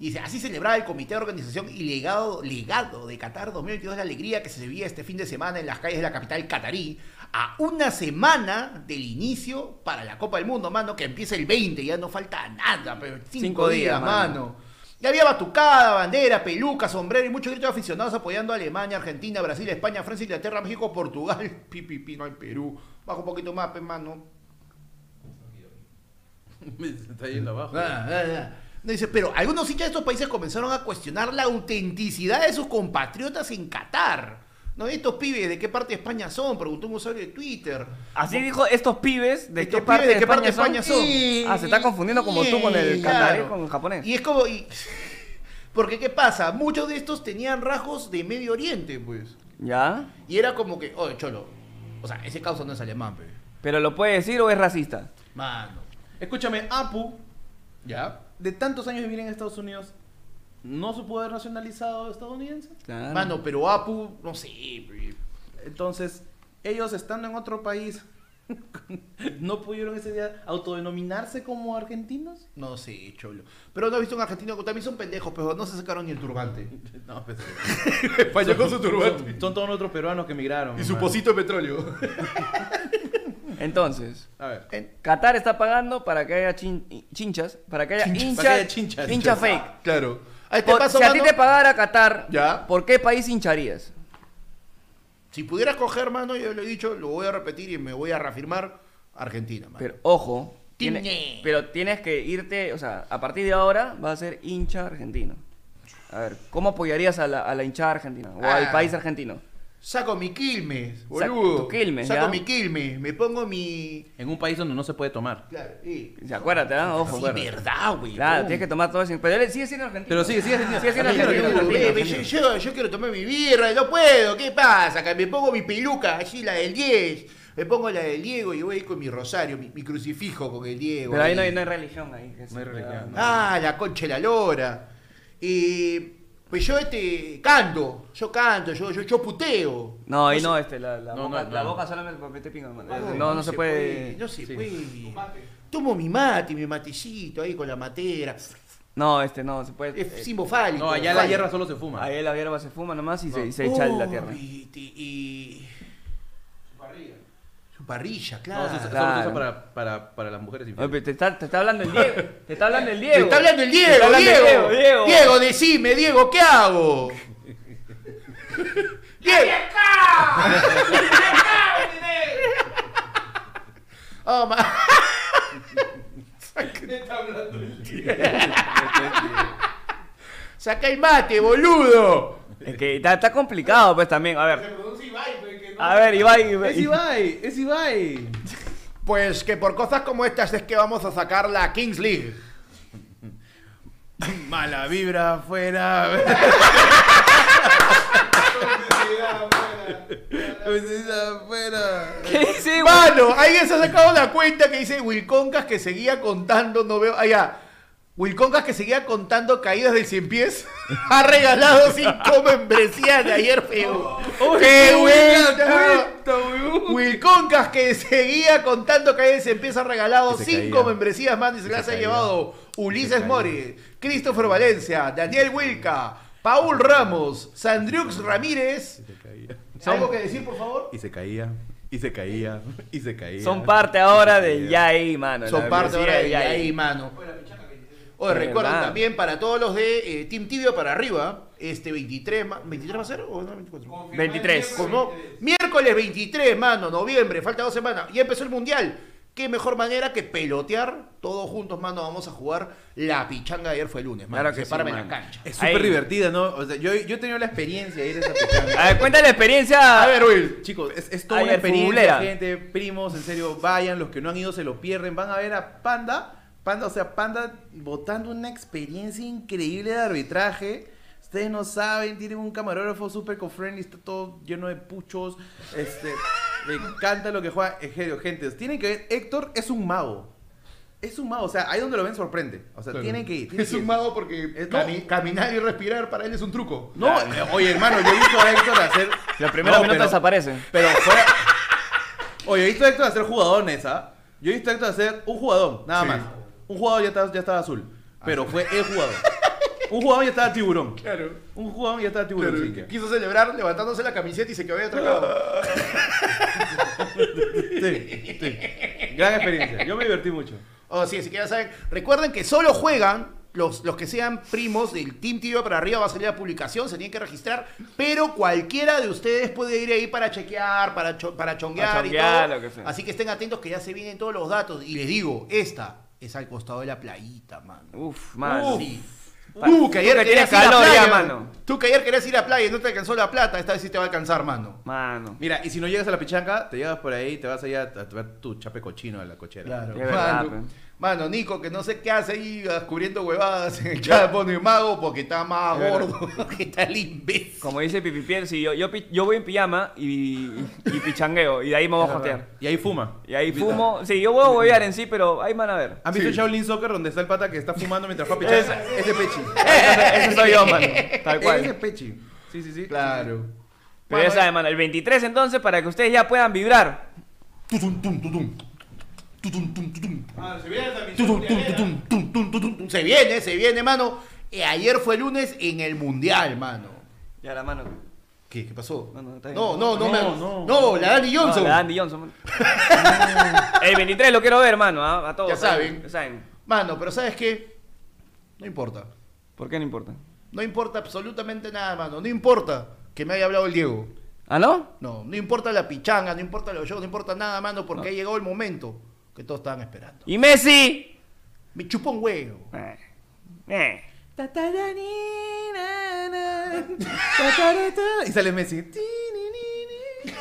[SPEAKER 3] Y dice, así celebraba el comité de organización y legado, legado de Qatar 2022 la alegría que se vivía este fin de semana en las calles de la capital catarí a una semana del inicio para la Copa del Mundo, mano, que empieza el 20, ya no falta nada, pero cinco,
[SPEAKER 1] Cinco
[SPEAKER 3] días,
[SPEAKER 1] días,
[SPEAKER 3] mano.
[SPEAKER 1] mano.
[SPEAKER 3] Ya había batucada, bandera, peluca, sombrero y muchos gritos de aficionados apoyando a Alemania, Argentina, Brasil, España, Francia, Inglaterra, México, Portugal, pipipi, no hay Perú. Baja un poquito más, pe, mano.
[SPEAKER 2] Se está yendo abajo.
[SPEAKER 3] Ah, ah, ah. No, Dice, pero algunos hinchas de estos países comenzaron a cuestionar la autenticidad de sus compatriotas en Qatar. ¿No? ¿Estos pibes de qué parte de España son? Preguntó un usuario de Twitter.
[SPEAKER 1] Así dijo estos pibes de
[SPEAKER 3] Estos
[SPEAKER 1] qué parte,
[SPEAKER 3] pibes, ¿de
[SPEAKER 1] de,
[SPEAKER 3] qué
[SPEAKER 1] España
[SPEAKER 3] parte de España
[SPEAKER 1] son.
[SPEAKER 3] son?
[SPEAKER 1] Y- Ah, se está confundiendo como tú con el
[SPEAKER 3] Claro.
[SPEAKER 1] catarí con el japonés.
[SPEAKER 3] Y es como... y- Porque, ¿qué pasa? Muchos de estos tenían rasgos de Medio Oriente, pues.
[SPEAKER 1] ¿Ya?
[SPEAKER 3] Y era como que, oye, cholo, o sea, ese causa no es alemán, pe.
[SPEAKER 1] ¿Pero lo puede decir o es racista?
[SPEAKER 3] Mano.
[SPEAKER 2] Escúchame, Apu,
[SPEAKER 3] ¿Ya?
[SPEAKER 2] de tantos años de vivir en Estados Unidos, ¿no se puede haber nacionalizado estadounidense?
[SPEAKER 1] Claro.
[SPEAKER 3] Mano, pero Apu, no sé, pe.
[SPEAKER 2] Entonces, ellos estando en otro país, ¿no pudieron ese día autodenominarse como argentinos?
[SPEAKER 3] No sé, cholo. Pero no he visto un argentino que también son pendejos, pero no se sacaron ni el turbante.
[SPEAKER 2] No, pues,
[SPEAKER 3] España con su
[SPEAKER 2] son, son todos otros peruanos que emigraron. hermano.
[SPEAKER 3] de petróleo.
[SPEAKER 1] Entonces,
[SPEAKER 2] A ver.
[SPEAKER 4] Eh,
[SPEAKER 1] Qatar está pagando para que haya chin- chinchas, para que haya
[SPEAKER 2] para que
[SPEAKER 1] hinchas,
[SPEAKER 2] haya chinchas.
[SPEAKER 1] hincha fake.
[SPEAKER 3] Claro. Ahí te
[SPEAKER 1] Por-
[SPEAKER 3] paso,
[SPEAKER 1] si a ti
[SPEAKER 3] mano.
[SPEAKER 1] te pagara Qatar,
[SPEAKER 3] Ya.
[SPEAKER 1] ¿por qué país hincharías?
[SPEAKER 3] Si pudieras coger, mano, yo lo he dicho, lo voy a repetir y me voy a reafirmar. Argentina, mano.
[SPEAKER 1] Pero ojo,
[SPEAKER 3] Tiene.
[SPEAKER 1] tiene- pero tienes que irte, o sea, a partir de ahora vas a ser hincha argentino. A ver, ¿cómo apoyarías a la, a la hinchada argentina o
[SPEAKER 3] Ah.
[SPEAKER 1] al país argentino?
[SPEAKER 3] Saco mi Quilmes,
[SPEAKER 1] Saca
[SPEAKER 3] boludo.
[SPEAKER 1] tu Quilmes,
[SPEAKER 3] Saco
[SPEAKER 1] ¿ya?
[SPEAKER 3] mi Quilmes, me pongo mi.
[SPEAKER 2] En un país donde no se puede tomar.
[SPEAKER 3] Claro, eh.
[SPEAKER 1] Sí, Acuérdate, ¿ah? Ojo.
[SPEAKER 3] Sí, verdad, güey.
[SPEAKER 1] Claro,
[SPEAKER 3] pum.
[SPEAKER 1] tienes que tomar todo eso. Pero él sigue siendo argentino.
[SPEAKER 2] Pero sigue, sigue siendo
[SPEAKER 1] Sigue siendo
[SPEAKER 2] argentino,
[SPEAKER 1] argentino,
[SPEAKER 2] sigue siendo
[SPEAKER 1] argentino,
[SPEAKER 3] Yo- yo- Yo, yo quiero tomar mi birra, no puedo, ¿qué pasa? Que me pongo mi peluca, allí la del 10, me pongo la del Diego y voy con mi rosario, mi, mi crucifijo con el Diego.
[SPEAKER 1] Pero ahí no hay, no hay religión ahí. que
[SPEAKER 2] No hay
[SPEAKER 1] sí,
[SPEAKER 2] religión,
[SPEAKER 1] claro.
[SPEAKER 3] Ah, la concha de la lora. Y pues yo este canto, yo canto, yo, yo, yo puteo.
[SPEAKER 1] No, ahí no, este, la, la
[SPEAKER 2] No,
[SPEAKER 1] boca,
[SPEAKER 2] no,
[SPEAKER 1] la
[SPEAKER 2] no.
[SPEAKER 1] boca solamente para meter pinga. hermano.
[SPEAKER 3] Ay,
[SPEAKER 1] No, Eh, no, se puede.
[SPEAKER 3] No se
[SPEAKER 2] Sí.
[SPEAKER 3] puede. Tomo mi mate, mi matecito ahí con la matera.
[SPEAKER 1] No, este, no, se puede. eh,
[SPEAKER 3] Es simbofálico.
[SPEAKER 2] No, allá la
[SPEAKER 3] fálico.
[SPEAKER 2] hierba solo se fuma.
[SPEAKER 1] ahí la hierba se fuma nomás y se, y se echa la tierra.
[SPEAKER 3] Uy, ti- y... Su parrilla. Su parrilla,
[SPEAKER 2] No,
[SPEAKER 3] claro.
[SPEAKER 2] se usa- solo se
[SPEAKER 1] Claro.
[SPEAKER 2] usa para, para, para las mujeres
[SPEAKER 1] Oye,
[SPEAKER 2] infieles.
[SPEAKER 1] pero te está, te está hablando el Diego. Te está hablando el Diego.
[SPEAKER 3] Te está hablando el Diego,
[SPEAKER 1] Te está hablando el
[SPEAKER 3] Diego,
[SPEAKER 1] Diego, Diego.
[SPEAKER 3] decime, Diego, ¿qué hago? Diego. Oh, ma- Saca el mate, boludo.
[SPEAKER 1] Es que está, está complicado, pues también. A ver. A ver, Ibai.
[SPEAKER 2] Es Ibai, es Ibai.
[SPEAKER 3] Pues que por cosas como estas es que vamos a sacar la Kings League.
[SPEAKER 4] Mala vibra afuera.
[SPEAKER 1] ¿Qué dice, güey?
[SPEAKER 3] Mano, alguien se ha sacado la cuenta que dice Wilconcas que seguía contando, no veo. Allá. Wilconcas que seguía contando caídas del cien pies. ha regalado cinco membresías de ayer, feo. ¡Qué buena! Wilconcas que seguía contando caídas del cien pies ha regalado
[SPEAKER 2] Que se
[SPEAKER 3] cinco
[SPEAKER 2] caía.
[SPEAKER 3] membresías más y se
[SPEAKER 2] Que
[SPEAKER 3] las
[SPEAKER 2] se
[SPEAKER 3] ha
[SPEAKER 2] caía.
[SPEAKER 3] llevado Ulises
[SPEAKER 2] caía.
[SPEAKER 3] Mori, Christopher Valencia, Daniel Wilca, Paul Ramos, Sandriux Ramírez. ¿Algo que decir, por favor?
[SPEAKER 4] Y se caía, y se caía, y se caía.
[SPEAKER 1] Son parte ahora de Yay, mano.
[SPEAKER 3] Son
[SPEAKER 1] la
[SPEAKER 3] parte ahora de
[SPEAKER 1] velocidad
[SPEAKER 3] ahí, mano. Oye,
[SPEAKER 1] Sí,
[SPEAKER 3] recuerden
[SPEAKER 1] verdad.
[SPEAKER 3] también para todos los de eh, Team Tibio para arriba, este 23, ma- ¿23 va a ser o no, 24?
[SPEAKER 1] 23.
[SPEAKER 3] Como- Miércoles 23, mano, noviembre, falta dos semanas. Ya empezó el mundial. Qué mejor manera que pelotear todos juntos, mano. Vamos a jugar la pichanga de ayer fue el lunes, mano.
[SPEAKER 1] Claro que sí,
[SPEAKER 3] Sepárame
[SPEAKER 1] mano.
[SPEAKER 3] la cancha.
[SPEAKER 4] Es súper
[SPEAKER 1] Ahí.
[SPEAKER 4] divertida, ¿no? O sea, yo, yo he tenido la experiencia de ir a esa pechanga.
[SPEAKER 1] A ver, cuenta la experiencia.
[SPEAKER 4] A ver, Will, chicos, es, es toda
[SPEAKER 1] Ay,
[SPEAKER 4] una
[SPEAKER 1] el futbolera.
[SPEAKER 4] experiencia, gente, primos, en serio, vayan, los que no han ido se lo pierden, van a ver a Panda, Panda, o sea, Panda botando una experiencia increíble de arbitraje. Ustedes no saben, tienen un camarógrafo súper co-friendly, está todo lleno de puchos. Este, me encanta lo que juega en serio, gente. Tienen que ver, Héctor es un mago. Es un mago, o sea, ahí donde lo ven sorprende. O sea, tienen que ir. tienen
[SPEAKER 3] Es
[SPEAKER 4] que ir.
[SPEAKER 3] un mago porque
[SPEAKER 4] Es-
[SPEAKER 3] cami-
[SPEAKER 4] no.
[SPEAKER 3] caminar y respirar para él es un truco.
[SPEAKER 4] No, eh, oye, hermano, yo he visto a Héctor hacer.
[SPEAKER 1] La primera
[SPEAKER 4] No,
[SPEAKER 1] minuta
[SPEAKER 4] pero-
[SPEAKER 1] desaparece.
[SPEAKER 4] Pero fuera. Oye, he visto a Héctor hacer jugadones, ¿ah? Yo he visto a Héctor hacer un jugadón, nada
[SPEAKER 3] Sí.
[SPEAKER 4] más. Un jugador ya estaba, ya estaba azul. Pero fue el jugador. Un jugador ya estaba tiburón.
[SPEAKER 3] Claro.
[SPEAKER 4] Un jugador ya estaba tiburón.
[SPEAKER 3] Claro,
[SPEAKER 4] así que-
[SPEAKER 3] Quiso celebrar levantándose la camiseta y se quedó ahí atracado.
[SPEAKER 4] Sí, sí. Gran experiencia. Yo me divertí mucho.
[SPEAKER 3] Oh, sí, así que ya saben. Recuerden que solo juegan los, los que sean primos del Team Tibio para arriba. Va a salir la publicación, se tienen que registrar. Pero cualquiera de ustedes puede ir ahí para chequear, para, cho- para chonguear,
[SPEAKER 1] Para chonguear,
[SPEAKER 3] y todo.
[SPEAKER 1] lo que sea.
[SPEAKER 3] Así que estén atentos que ya se vienen todos los datos. Y les digo, esta es al costado de la playita, mano.
[SPEAKER 1] Uf, mano. Pa-
[SPEAKER 3] Sí. Uh, que ayer
[SPEAKER 1] tú que
[SPEAKER 3] querías
[SPEAKER 1] tienes
[SPEAKER 3] ir a
[SPEAKER 1] calor
[SPEAKER 3] playa,
[SPEAKER 1] ya, mano.
[SPEAKER 3] Tú que ayer querías ir a playa y no te alcanzó la plata, esta vez sí te va a alcanzar, mano.
[SPEAKER 1] Mano.
[SPEAKER 4] Mira, y si no llegas a la pichanca, te llegas por ahí y te vas allá a ver tu chape cochino a la cochera.
[SPEAKER 1] Es verdad,
[SPEAKER 3] Mano,
[SPEAKER 1] pe.
[SPEAKER 3] mano, Nico, que no sé qué hace ahí ah, cubriendo huevadas en el chat, pone mago porque está más gordo, que está el imbécil.
[SPEAKER 1] Como dice Pipipiel, si yo, yo, pi- yo voy en pijama y, y pichangueo, y de ahí me voy a jotear.
[SPEAKER 4] Y ahí fuma.
[SPEAKER 1] Y ahí fumo. Sí, yo voy a huevear en sí, pero ahí van a ver.
[SPEAKER 4] ¿Han visto
[SPEAKER 3] Sí.
[SPEAKER 4] Shaolin Soccer donde está el pata que está fumando mientras va a pichar?
[SPEAKER 1] Ese-
[SPEAKER 4] Ese pechi.
[SPEAKER 1] Ese soy yo, mano. Tal
[SPEAKER 4] Ese
[SPEAKER 1] cual.
[SPEAKER 4] pechi. Sí, sí, sí.
[SPEAKER 3] Claro.
[SPEAKER 1] Pero ya saben, mano, el 23 entonces, para que ustedes ya puedan vibrar.
[SPEAKER 3] Tutum, tum, tutum. Tutum, tum, tutum.
[SPEAKER 2] se viene la
[SPEAKER 3] Tutum, tum, tutum, tum, tum, tutum, tum. Se viene, se viene, mano. Eh, ayer fue lunes en el mundial, mano.
[SPEAKER 1] Ya la mano.
[SPEAKER 3] ¿Qué, ¿Qué pasó?
[SPEAKER 1] No, no, está bien.
[SPEAKER 3] no, no, no,
[SPEAKER 4] No,
[SPEAKER 3] me-
[SPEAKER 4] no.
[SPEAKER 3] no, la Dani
[SPEAKER 1] No,
[SPEAKER 3] Johnson.
[SPEAKER 1] la Andy Johnson. mano. El 23 lo quiero ver, mano, ah, a, a todos.
[SPEAKER 3] Ya saben.
[SPEAKER 1] Ya saben.
[SPEAKER 3] Mano, pero ¿sabes qué? No importa.
[SPEAKER 1] ¿Por qué no importa?
[SPEAKER 3] No importa absolutamente nada, mano. No importa que me haya hablado el Diego.
[SPEAKER 1] ¿Ah, no?
[SPEAKER 3] No, no importa la pichanga, no importa los shows, no importa nada, mano, porque ha llegado el momento que todos estaban esperando.
[SPEAKER 1] ¿Y Messi?
[SPEAKER 3] Me chupa un huevo.
[SPEAKER 1] Eh. Eh.
[SPEAKER 4] Y sale Messi. Ti, ni, ni, ni.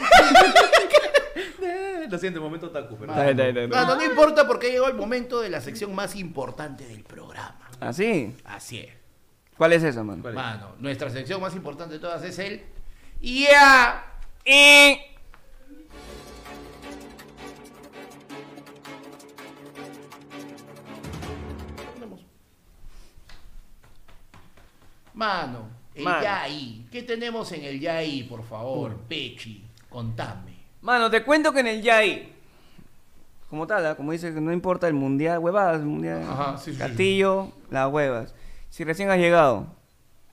[SPEAKER 4] Lo siento, momento taku, pero.
[SPEAKER 1] Está bien, está bien, está bien.
[SPEAKER 3] Mano, no importa porque ha llegado el momento de la sección más importante del programa.
[SPEAKER 1] ¿Así?
[SPEAKER 3] Así es.
[SPEAKER 1] ¿Cuál es esa, mano?
[SPEAKER 4] ¿Cuál?
[SPEAKER 3] Mano, nuestra sección más importante de todas es el... ¡Ya!
[SPEAKER 1] Y...
[SPEAKER 3] Mano, el
[SPEAKER 1] Mano.
[SPEAKER 3] ya ahí. ¿Qué tenemos en el ya ahí, por favor? Pechi, contame.
[SPEAKER 1] Mano, te cuento que en el Yai, como tal, ¿ah? como dice que no importa el mundial, huevadas, el mundial,
[SPEAKER 3] Ajá, sí, sí,
[SPEAKER 1] Castillo, las huevas. Si recién has llegado,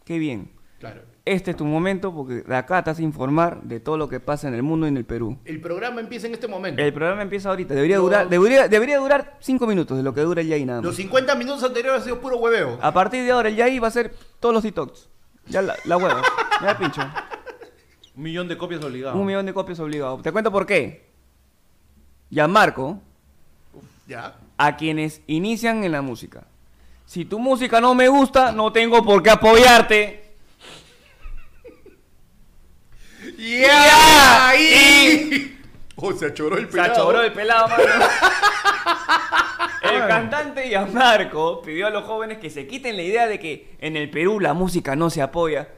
[SPEAKER 1] qué bien.
[SPEAKER 3] Claro.
[SPEAKER 1] Este es tu momento porque de acá te vas a informar de todo lo que pasa en el mundo y en el Perú.
[SPEAKER 3] El programa empieza en este momento.
[SPEAKER 1] El programa empieza ahorita, debería
[SPEAKER 3] Los-
[SPEAKER 1] durar, debería, debería durar 5 minutos de lo que dura el Yai nada más.
[SPEAKER 3] Los 50 minutos anteriores ha sido puro hueveo.
[SPEAKER 1] A partir de ahora el Yai va a ser todos los TikToks. Ya la, la hueva, ya pincho.
[SPEAKER 4] Un millón de copias obligado.
[SPEAKER 1] Un millón de copias obligado. Te cuento por qué. Ya Marco,
[SPEAKER 3] Ya.
[SPEAKER 1] a quienes inician en la música. Si tu música no me gusta, no tengo por qué apoyarte.
[SPEAKER 3] ¡Ya! ¡Ahí! Oh, se achoró el
[SPEAKER 1] Se
[SPEAKER 3] pelado.
[SPEAKER 1] achoró el pelado, mano.
[SPEAKER 3] Ah.
[SPEAKER 1] El cantante Gianmarco pidió a los jóvenes que se quiten la idea de que en el Perú la música no se apoya.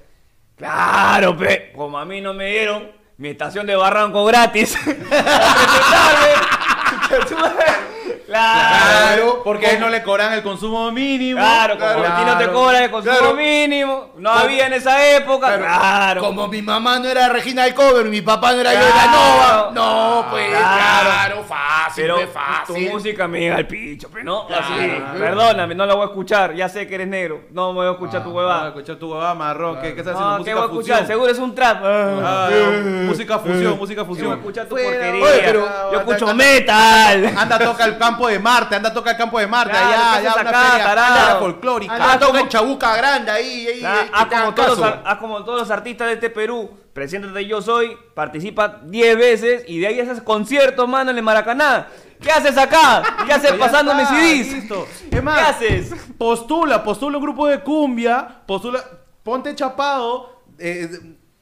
[SPEAKER 1] Claro, pe, como a mí no me dieron mi estación de barranco gratis. para presentarme. Chucha, tu madre. Claro.
[SPEAKER 3] Claro,
[SPEAKER 4] Porque
[SPEAKER 3] con-
[SPEAKER 4] no le cobran el consumo mínimo.
[SPEAKER 1] Claro, como
[SPEAKER 3] Claro.
[SPEAKER 1] a ti no te cobra el consumo
[SPEAKER 3] Claro.
[SPEAKER 1] mínimo, no
[SPEAKER 3] Como-
[SPEAKER 1] había en esa época, claro.
[SPEAKER 3] Como mi mamá no era Regina del Cover, mi papá no era
[SPEAKER 1] Claro. Ah,
[SPEAKER 3] Yola Nova. No, pues,
[SPEAKER 1] Claro.
[SPEAKER 3] claro, fácil. fácil,
[SPEAKER 1] Pero
[SPEAKER 3] fue fácil.
[SPEAKER 1] tu música me llega al picho, pero no,
[SPEAKER 3] Claro.
[SPEAKER 1] así. Perdóname, no la voy a escuchar. Ya sé que eres negro. No me voy a escuchar tu
[SPEAKER 4] Ah,
[SPEAKER 1] huevada.
[SPEAKER 4] escuchar tu huevada marrón, ¿qué, qué estás haciendo?
[SPEAKER 1] No, ¿qué
[SPEAKER 4] música
[SPEAKER 1] voy a
[SPEAKER 4] fusión.
[SPEAKER 1] escuchar? Seguro es un trap. Ah.
[SPEAKER 4] Ah, música fusión, música
[SPEAKER 1] ¿Qué voy a
[SPEAKER 4] fusión.
[SPEAKER 1] escuchar tu
[SPEAKER 2] Fuera,
[SPEAKER 1] porquería?
[SPEAKER 2] oye,
[SPEAKER 4] pero-
[SPEAKER 1] Yo
[SPEAKER 4] anda,
[SPEAKER 1] escucho
[SPEAKER 4] anda.
[SPEAKER 1] metal.
[SPEAKER 4] Anda, toca el campo de Marte, anda, toca el campo de Marte,
[SPEAKER 1] Claro, ¿qué
[SPEAKER 4] allá,
[SPEAKER 1] haces
[SPEAKER 4] allá, una
[SPEAKER 1] acá,
[SPEAKER 4] feria,
[SPEAKER 1] tarado?
[SPEAKER 4] anda, folclórica.
[SPEAKER 1] Ah,
[SPEAKER 3] Ah,
[SPEAKER 1] como-
[SPEAKER 3] toca en Chabuca Grande ahí, ahí,
[SPEAKER 1] Ah, haz,
[SPEAKER 3] ahí, que te
[SPEAKER 1] como
[SPEAKER 3] hagan
[SPEAKER 1] todos los,
[SPEAKER 3] caso.
[SPEAKER 1] ar- haz como todos los artistas de este Perú. Preséntate Yo Soy, participa 10 veces y de ahí haces conciertos, mano, en el Maracaná. ¿Qué haces acá? ¿Qué haces
[SPEAKER 4] Ya
[SPEAKER 1] pasando mis
[SPEAKER 4] está,
[SPEAKER 1] CDs?
[SPEAKER 4] listo. Es más,
[SPEAKER 1] ¿Qué haces?
[SPEAKER 4] Postula, postula un grupo de cumbia, postula, ponte chapado, eh,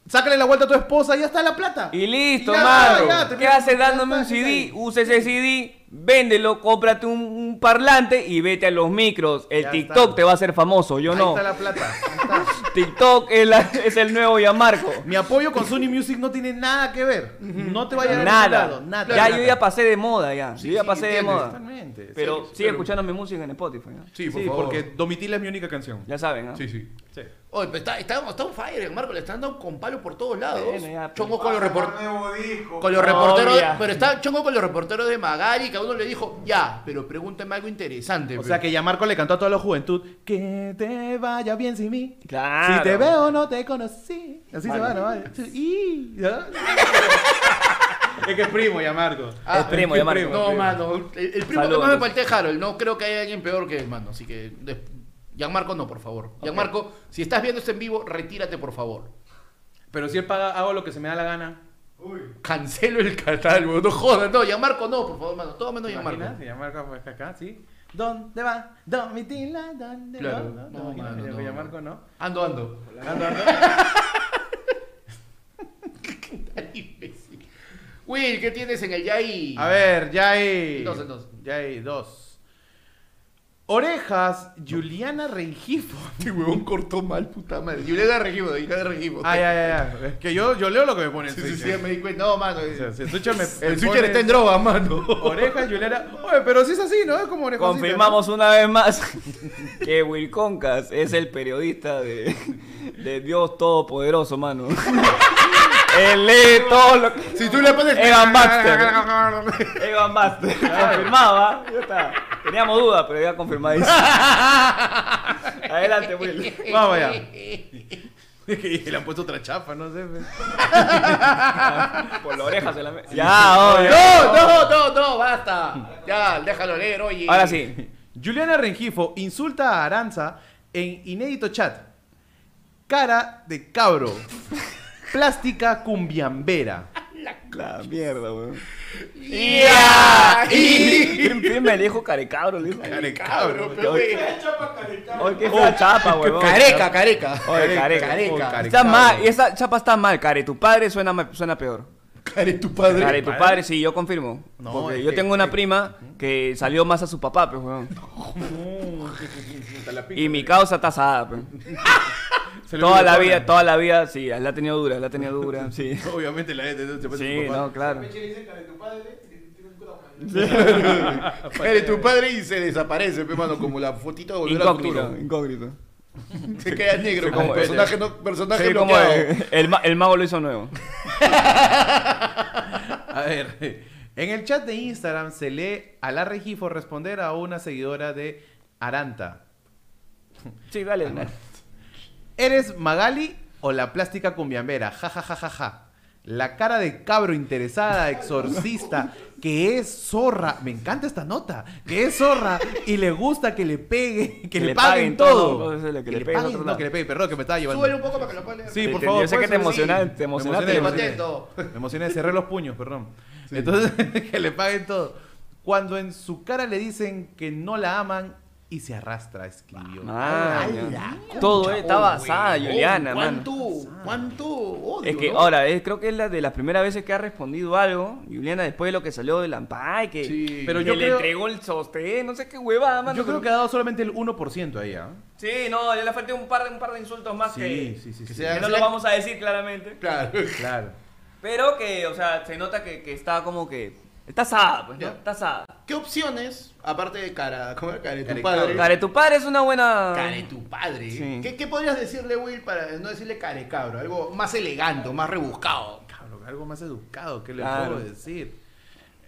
[SPEAKER 4] sácale la vuelta a tu esposa y ya está la plata.
[SPEAKER 1] Y listo,
[SPEAKER 4] Y ya,
[SPEAKER 1] mano.
[SPEAKER 4] ya, ya, te-
[SPEAKER 1] ¿Qué haces
[SPEAKER 4] ya
[SPEAKER 1] dándome un
[SPEAKER 4] está, ya
[SPEAKER 1] CD?
[SPEAKER 4] está
[SPEAKER 1] Usa ese CD, véndelo, cómprate un, un parlante y vete a los micros. El
[SPEAKER 4] Ya
[SPEAKER 1] TikTok
[SPEAKER 4] está.
[SPEAKER 1] te va a hacer famoso, yo
[SPEAKER 4] Ahí
[SPEAKER 1] no.
[SPEAKER 4] está la plata. ahí está.
[SPEAKER 1] TikTok es, la- es el nuevo Yamarco.
[SPEAKER 4] Mi apoyo con Sony Music no tiene nada que ver. No te vaya a llegar a ningún
[SPEAKER 1] Nada.
[SPEAKER 4] lado, nada.
[SPEAKER 1] Ya yo ya pasé de moda ya.
[SPEAKER 3] Sí,
[SPEAKER 1] yo ya
[SPEAKER 3] sí,
[SPEAKER 1] pasé de
[SPEAKER 3] entiendo,
[SPEAKER 1] moda.
[SPEAKER 4] Totalmente.
[SPEAKER 1] Pero
[SPEAKER 3] Sí,
[SPEAKER 1] sigue
[SPEAKER 3] pero-
[SPEAKER 1] escuchando mi música en Spotify. ¿no?
[SPEAKER 4] Sí,
[SPEAKER 3] por favor.
[SPEAKER 4] porque Domitila es mi única canción.
[SPEAKER 1] Ya saben, ¿no?
[SPEAKER 4] Sí, sí.
[SPEAKER 3] Oye, pero está, está, está un fire, el Marco, le están dando con palo por todos lados.
[SPEAKER 1] Bueno, ya, pues.
[SPEAKER 3] chongo con los, repor-
[SPEAKER 2] Nuevo disco.
[SPEAKER 3] con los
[SPEAKER 1] Obvia.
[SPEAKER 3] reporteros, pero está chongo con los reporteros de Magali, que a uno le dijo, ya, pero pregúntame algo interesante. pues".
[SPEAKER 4] O
[SPEAKER 3] pe".
[SPEAKER 4] sea que ya Marco le cantó a toda la juventud que te vaya bien sin mí.
[SPEAKER 1] Claro.
[SPEAKER 4] Si te veo no te conocí. Así
[SPEAKER 1] Vale.
[SPEAKER 4] se va, ¿no? Vale. Y- ¿no? es que es primo ya Marco.
[SPEAKER 3] Ah,
[SPEAKER 1] Es primo, ya, Marco.
[SPEAKER 3] No, mano, el, el primo
[SPEAKER 1] Saludos.
[SPEAKER 3] que más me paltea es Harold, no creo que haya alguien peor que él, mano, así que... de- Gianmarco no, por favor. Gianmarco, si estás viendo esto en vivo, retírate, por favor.
[SPEAKER 4] Pero si él paga, hago lo que se me da la gana.
[SPEAKER 2] Uy.
[SPEAKER 3] Cancelo el catálogo, no jodas, no, Gianmarco no, por favor, mano, todo menos
[SPEAKER 4] ¿Te imaginas?
[SPEAKER 3] Gianmarco.
[SPEAKER 4] Si ya Marco fue acá, ¿sí? ¿Dónde va? Domitila, ¿dónde
[SPEAKER 3] Claro.
[SPEAKER 4] va?
[SPEAKER 3] No,
[SPEAKER 4] No, pues,
[SPEAKER 3] mano, no,
[SPEAKER 4] ya
[SPEAKER 3] no.
[SPEAKER 4] Marco no.
[SPEAKER 3] Ando, ando.
[SPEAKER 4] Ando, ando.
[SPEAKER 3] Tan imbécil. Will, ¿qué tienes en el Yai?
[SPEAKER 4] A ver, ya hay.
[SPEAKER 3] Dos, dos.
[SPEAKER 4] Ya hay dos. Orejas, Juliana Rengifo.
[SPEAKER 3] Este huevón cortó mal, puta madre. Juliana Regimo, Juliana Regimo.
[SPEAKER 4] Ah, ya, ya, ya. Es que yo, yo leo lo que me pone el
[SPEAKER 3] Sí, sí, sí,
[SPEAKER 4] switcher.
[SPEAKER 3] me di cuenta. No, mano.
[SPEAKER 4] O sea, si el switcher me- me
[SPEAKER 3] El switcher
[SPEAKER 4] pone
[SPEAKER 3] está en droga, mano.
[SPEAKER 4] Orejas, Juliana. Oye, pero sí es así, ¿no? Es como orejas.
[SPEAKER 1] Confirmamos una vez más que Will Concas es el periodista de, de Dios Todopoderoso, mano. Él lee todo lo que...
[SPEAKER 3] Si tú le pones.
[SPEAKER 1] Evan Baxter. Evan Baxter. Confirmaba. Ya está. Teníamos dudas, pero ya confirmadísimo. Adelante, Will.
[SPEAKER 4] Vamos allá. Y le han puesto otra chapa, no sé. pues.
[SPEAKER 1] Por la oreja se la... me- Ya, oye.
[SPEAKER 3] No, no, no, no, basta. Ya, déjalo leer, oye.
[SPEAKER 1] Ahora sí.
[SPEAKER 4] Juliana Rengifo insulta a Aranza en inédito chat. Cara de cabro. Plástica cumbiambera.
[SPEAKER 1] La mierda, weón.
[SPEAKER 3] ¡Ya! ¡Y!
[SPEAKER 1] ¿Quién quién me dijo carecabro? Le dijo.
[SPEAKER 3] Cabro, pero
[SPEAKER 1] Oye,
[SPEAKER 3] oye.
[SPEAKER 1] Oye, qué fea chapa, weón.
[SPEAKER 3] Careca, careca.
[SPEAKER 1] Oye, careca.
[SPEAKER 3] Careca.
[SPEAKER 4] Oye,
[SPEAKER 1] Está mal, esa chapa está mal, care. Tu padre suena, ma- suena peor.
[SPEAKER 3] Care tu padre.
[SPEAKER 1] Care, tu padre, sí, yo confirmo.
[SPEAKER 4] No,
[SPEAKER 1] Porque
[SPEAKER 4] es
[SPEAKER 1] yo
[SPEAKER 4] que-
[SPEAKER 1] tengo una prima que salió más a su papá, pues, weón. Y mi causa está asada, pues.
[SPEAKER 4] eh. Se le
[SPEAKER 1] Toda
[SPEAKER 4] olvidó
[SPEAKER 1] la
[SPEAKER 4] Conan.
[SPEAKER 1] vida, toda la vida, sí, ah, la ha tenido dura, la ha tenido dura, sí.
[SPEAKER 4] Obviamente la gente se pasa
[SPEAKER 1] Sí,
[SPEAKER 4] su papá.
[SPEAKER 1] no, claro.
[SPEAKER 3] Care tu padre y se desaparece, pe, mano, como la fotito de volver al
[SPEAKER 1] Incógnito,
[SPEAKER 3] futuro.
[SPEAKER 1] incógnito.
[SPEAKER 3] Se queda negro, como
[SPEAKER 1] como-
[SPEAKER 3] personaje, no, personaje
[SPEAKER 1] Sí, como
[SPEAKER 3] bloqueado.
[SPEAKER 1] el, el ma- el mago lo hizo nuevo.
[SPEAKER 4] A ver, en el chat de Instagram se lee a la Regifo responder a una seguidora de Aranta.
[SPEAKER 1] Sí, dale. dale.
[SPEAKER 4] ¿Eres Magali o la plástica cumbiambera? Ja, ja, ja, ja, ja. La cara de cabro interesada, exorcista, que es zorra. Me encanta esta nota. Que es zorra y le gusta que le pegue, que, le, paguen, todo.
[SPEAKER 1] todo, eso es lo que
[SPEAKER 4] que,
[SPEAKER 1] le
[SPEAKER 4] le
[SPEAKER 1] peguen a
[SPEAKER 4] paguen,
[SPEAKER 1] otro
[SPEAKER 4] no,
[SPEAKER 1] lado.
[SPEAKER 4] que le peguen, perdón, que me estaba llevando.
[SPEAKER 3] Súbele un poco para que lo pueda leer.
[SPEAKER 4] Sí,
[SPEAKER 1] Te-
[SPEAKER 4] por
[SPEAKER 1] te-
[SPEAKER 4] favor.
[SPEAKER 1] yo sé
[SPEAKER 4] por
[SPEAKER 1] que te
[SPEAKER 4] eso, sí.
[SPEAKER 1] emocionaste, te emocionaste,
[SPEAKER 4] Me
[SPEAKER 1] te
[SPEAKER 4] emocioné, me
[SPEAKER 3] emocioné.
[SPEAKER 4] emocioné. Me emocioné, cerré los puños, perdón. Entonces, que le paguen todo. Cuando en su cara le dicen que no la aman y se arrastra, escribió.
[SPEAKER 1] Ah, ya.
[SPEAKER 3] Ala,
[SPEAKER 1] Todo
[SPEAKER 3] concha,
[SPEAKER 1] eh, estaba
[SPEAKER 3] oh,
[SPEAKER 1] asada,
[SPEAKER 3] güey.
[SPEAKER 1] Juliana,
[SPEAKER 3] Oh,
[SPEAKER 1] mano.
[SPEAKER 3] ¿Cuánto? ¿Cuánto? odio,
[SPEAKER 1] Es que
[SPEAKER 3] ¿no?
[SPEAKER 1] ahora, es, creo que es la de las primeras veces que ha respondido algo, Juliana, después de lo que salió del Ampay, que,
[SPEAKER 3] Sí.
[SPEAKER 1] pero
[SPEAKER 4] Pero
[SPEAKER 1] yo
[SPEAKER 4] yo
[SPEAKER 1] le
[SPEAKER 4] creo-
[SPEAKER 1] entregó el sostén, no sé qué huevada, mano.
[SPEAKER 4] Yo creo que ha dado solamente el 1% ahí, ¿ah?
[SPEAKER 1] Sí, no, ya le falté un par de, un par de insultos más que,
[SPEAKER 4] Sí, sí, sí.
[SPEAKER 3] que
[SPEAKER 4] sí.
[SPEAKER 3] sea-
[SPEAKER 1] que no lo vamos a decir claramente.
[SPEAKER 3] Claro.
[SPEAKER 4] Claro.
[SPEAKER 1] Pero que, o sea, se nota que, que está como que... Está asada, pues, ¿no?
[SPEAKER 3] Ya.
[SPEAKER 1] Está asada.
[SPEAKER 3] ¿Qué opciones, aparte de cara, ¿cómo era? Care tu
[SPEAKER 4] Care-
[SPEAKER 3] padre?
[SPEAKER 1] Care, tu padre es una buena...
[SPEAKER 3] Care tu padre.
[SPEAKER 1] Sí.
[SPEAKER 3] ¿Qué, qué podrías decirle, Will, para no decirle care cabro? Algo más elegante, más rebuscado.
[SPEAKER 4] Cabrón, algo más educado, ¿qué le
[SPEAKER 1] Claro.
[SPEAKER 4] puedo decir?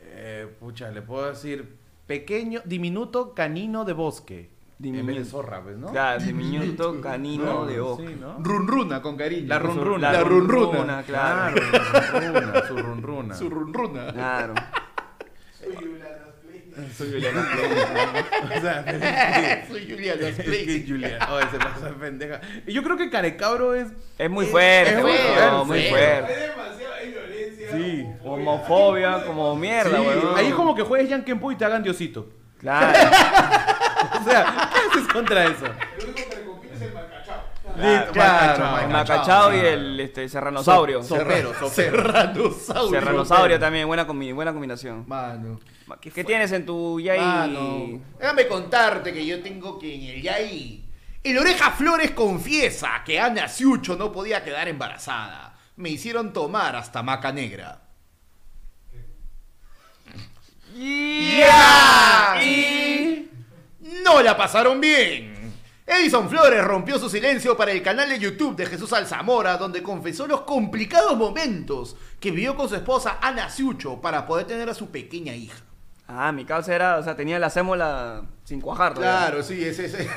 [SPEAKER 2] Eh, pucha, le puedo decir pequeño, diminuto canino de bosque. En vez de
[SPEAKER 1] Diminuto.
[SPEAKER 2] zorra, pues, ¿no?
[SPEAKER 1] Claro, diminuto canino
[SPEAKER 2] No,
[SPEAKER 1] de ojo.
[SPEAKER 2] sí, ¿no?
[SPEAKER 3] Runruna con cariño.
[SPEAKER 2] La
[SPEAKER 1] Su-
[SPEAKER 2] runruna.
[SPEAKER 1] La
[SPEAKER 3] La runruna.
[SPEAKER 1] runruna,
[SPEAKER 2] Claro,
[SPEAKER 1] claro.
[SPEAKER 2] runruna, su runruna.
[SPEAKER 3] Su runruna.
[SPEAKER 1] Claro.
[SPEAKER 2] Soy Juliana Play. O sea, pero es
[SPEAKER 3] Soy Julia
[SPEAKER 2] que-
[SPEAKER 3] Los
[SPEAKER 2] es que
[SPEAKER 3] Play.
[SPEAKER 2] Juliana, oye, se pasó de pendeja. Y Yo creo que Carecabro es
[SPEAKER 1] Es muy fuerte,
[SPEAKER 2] es
[SPEAKER 1] weón, muy
[SPEAKER 3] fuerte.
[SPEAKER 1] fuerte.
[SPEAKER 2] sí.
[SPEAKER 1] Homofobia como mierda,
[SPEAKER 2] Sí,
[SPEAKER 1] weón.
[SPEAKER 2] Ahí es como que juegues Yankenpo y te hagan Diosito.
[SPEAKER 1] Claro,
[SPEAKER 2] O sea, ¿qué haces contra eso?
[SPEAKER 1] claro.
[SPEAKER 2] Listo,
[SPEAKER 1] El
[SPEAKER 2] claro.
[SPEAKER 1] macachao y el este, serranosaurio.
[SPEAKER 2] Sopero, sopero.
[SPEAKER 3] Serranosaurio.
[SPEAKER 1] Serranosaurio también, buena, combi- buena combinación.
[SPEAKER 3] Mano.
[SPEAKER 1] Ma- ¿Qué, qué tienes en tu yay?
[SPEAKER 3] Mano. Déjame contarte que yo tengo que en el Yai. El Oreja Flores confiesa que Ana Ciucho no podía quedar embarazada. Me hicieron tomar hasta maca negra.
[SPEAKER 1] Yeah.
[SPEAKER 3] Y no la pasaron bien. Edison Flores rompió su silencio para el canal de YouTube de Jesús Alzamora, donde confesó los complicados momentos que vivió con su esposa Ana Ciucho para poder tener a su pequeña hija.
[SPEAKER 1] Ah, mi causa era, o sea, tenía la sémola sin cuajar. todavía.
[SPEAKER 3] Claro, sí, es ese.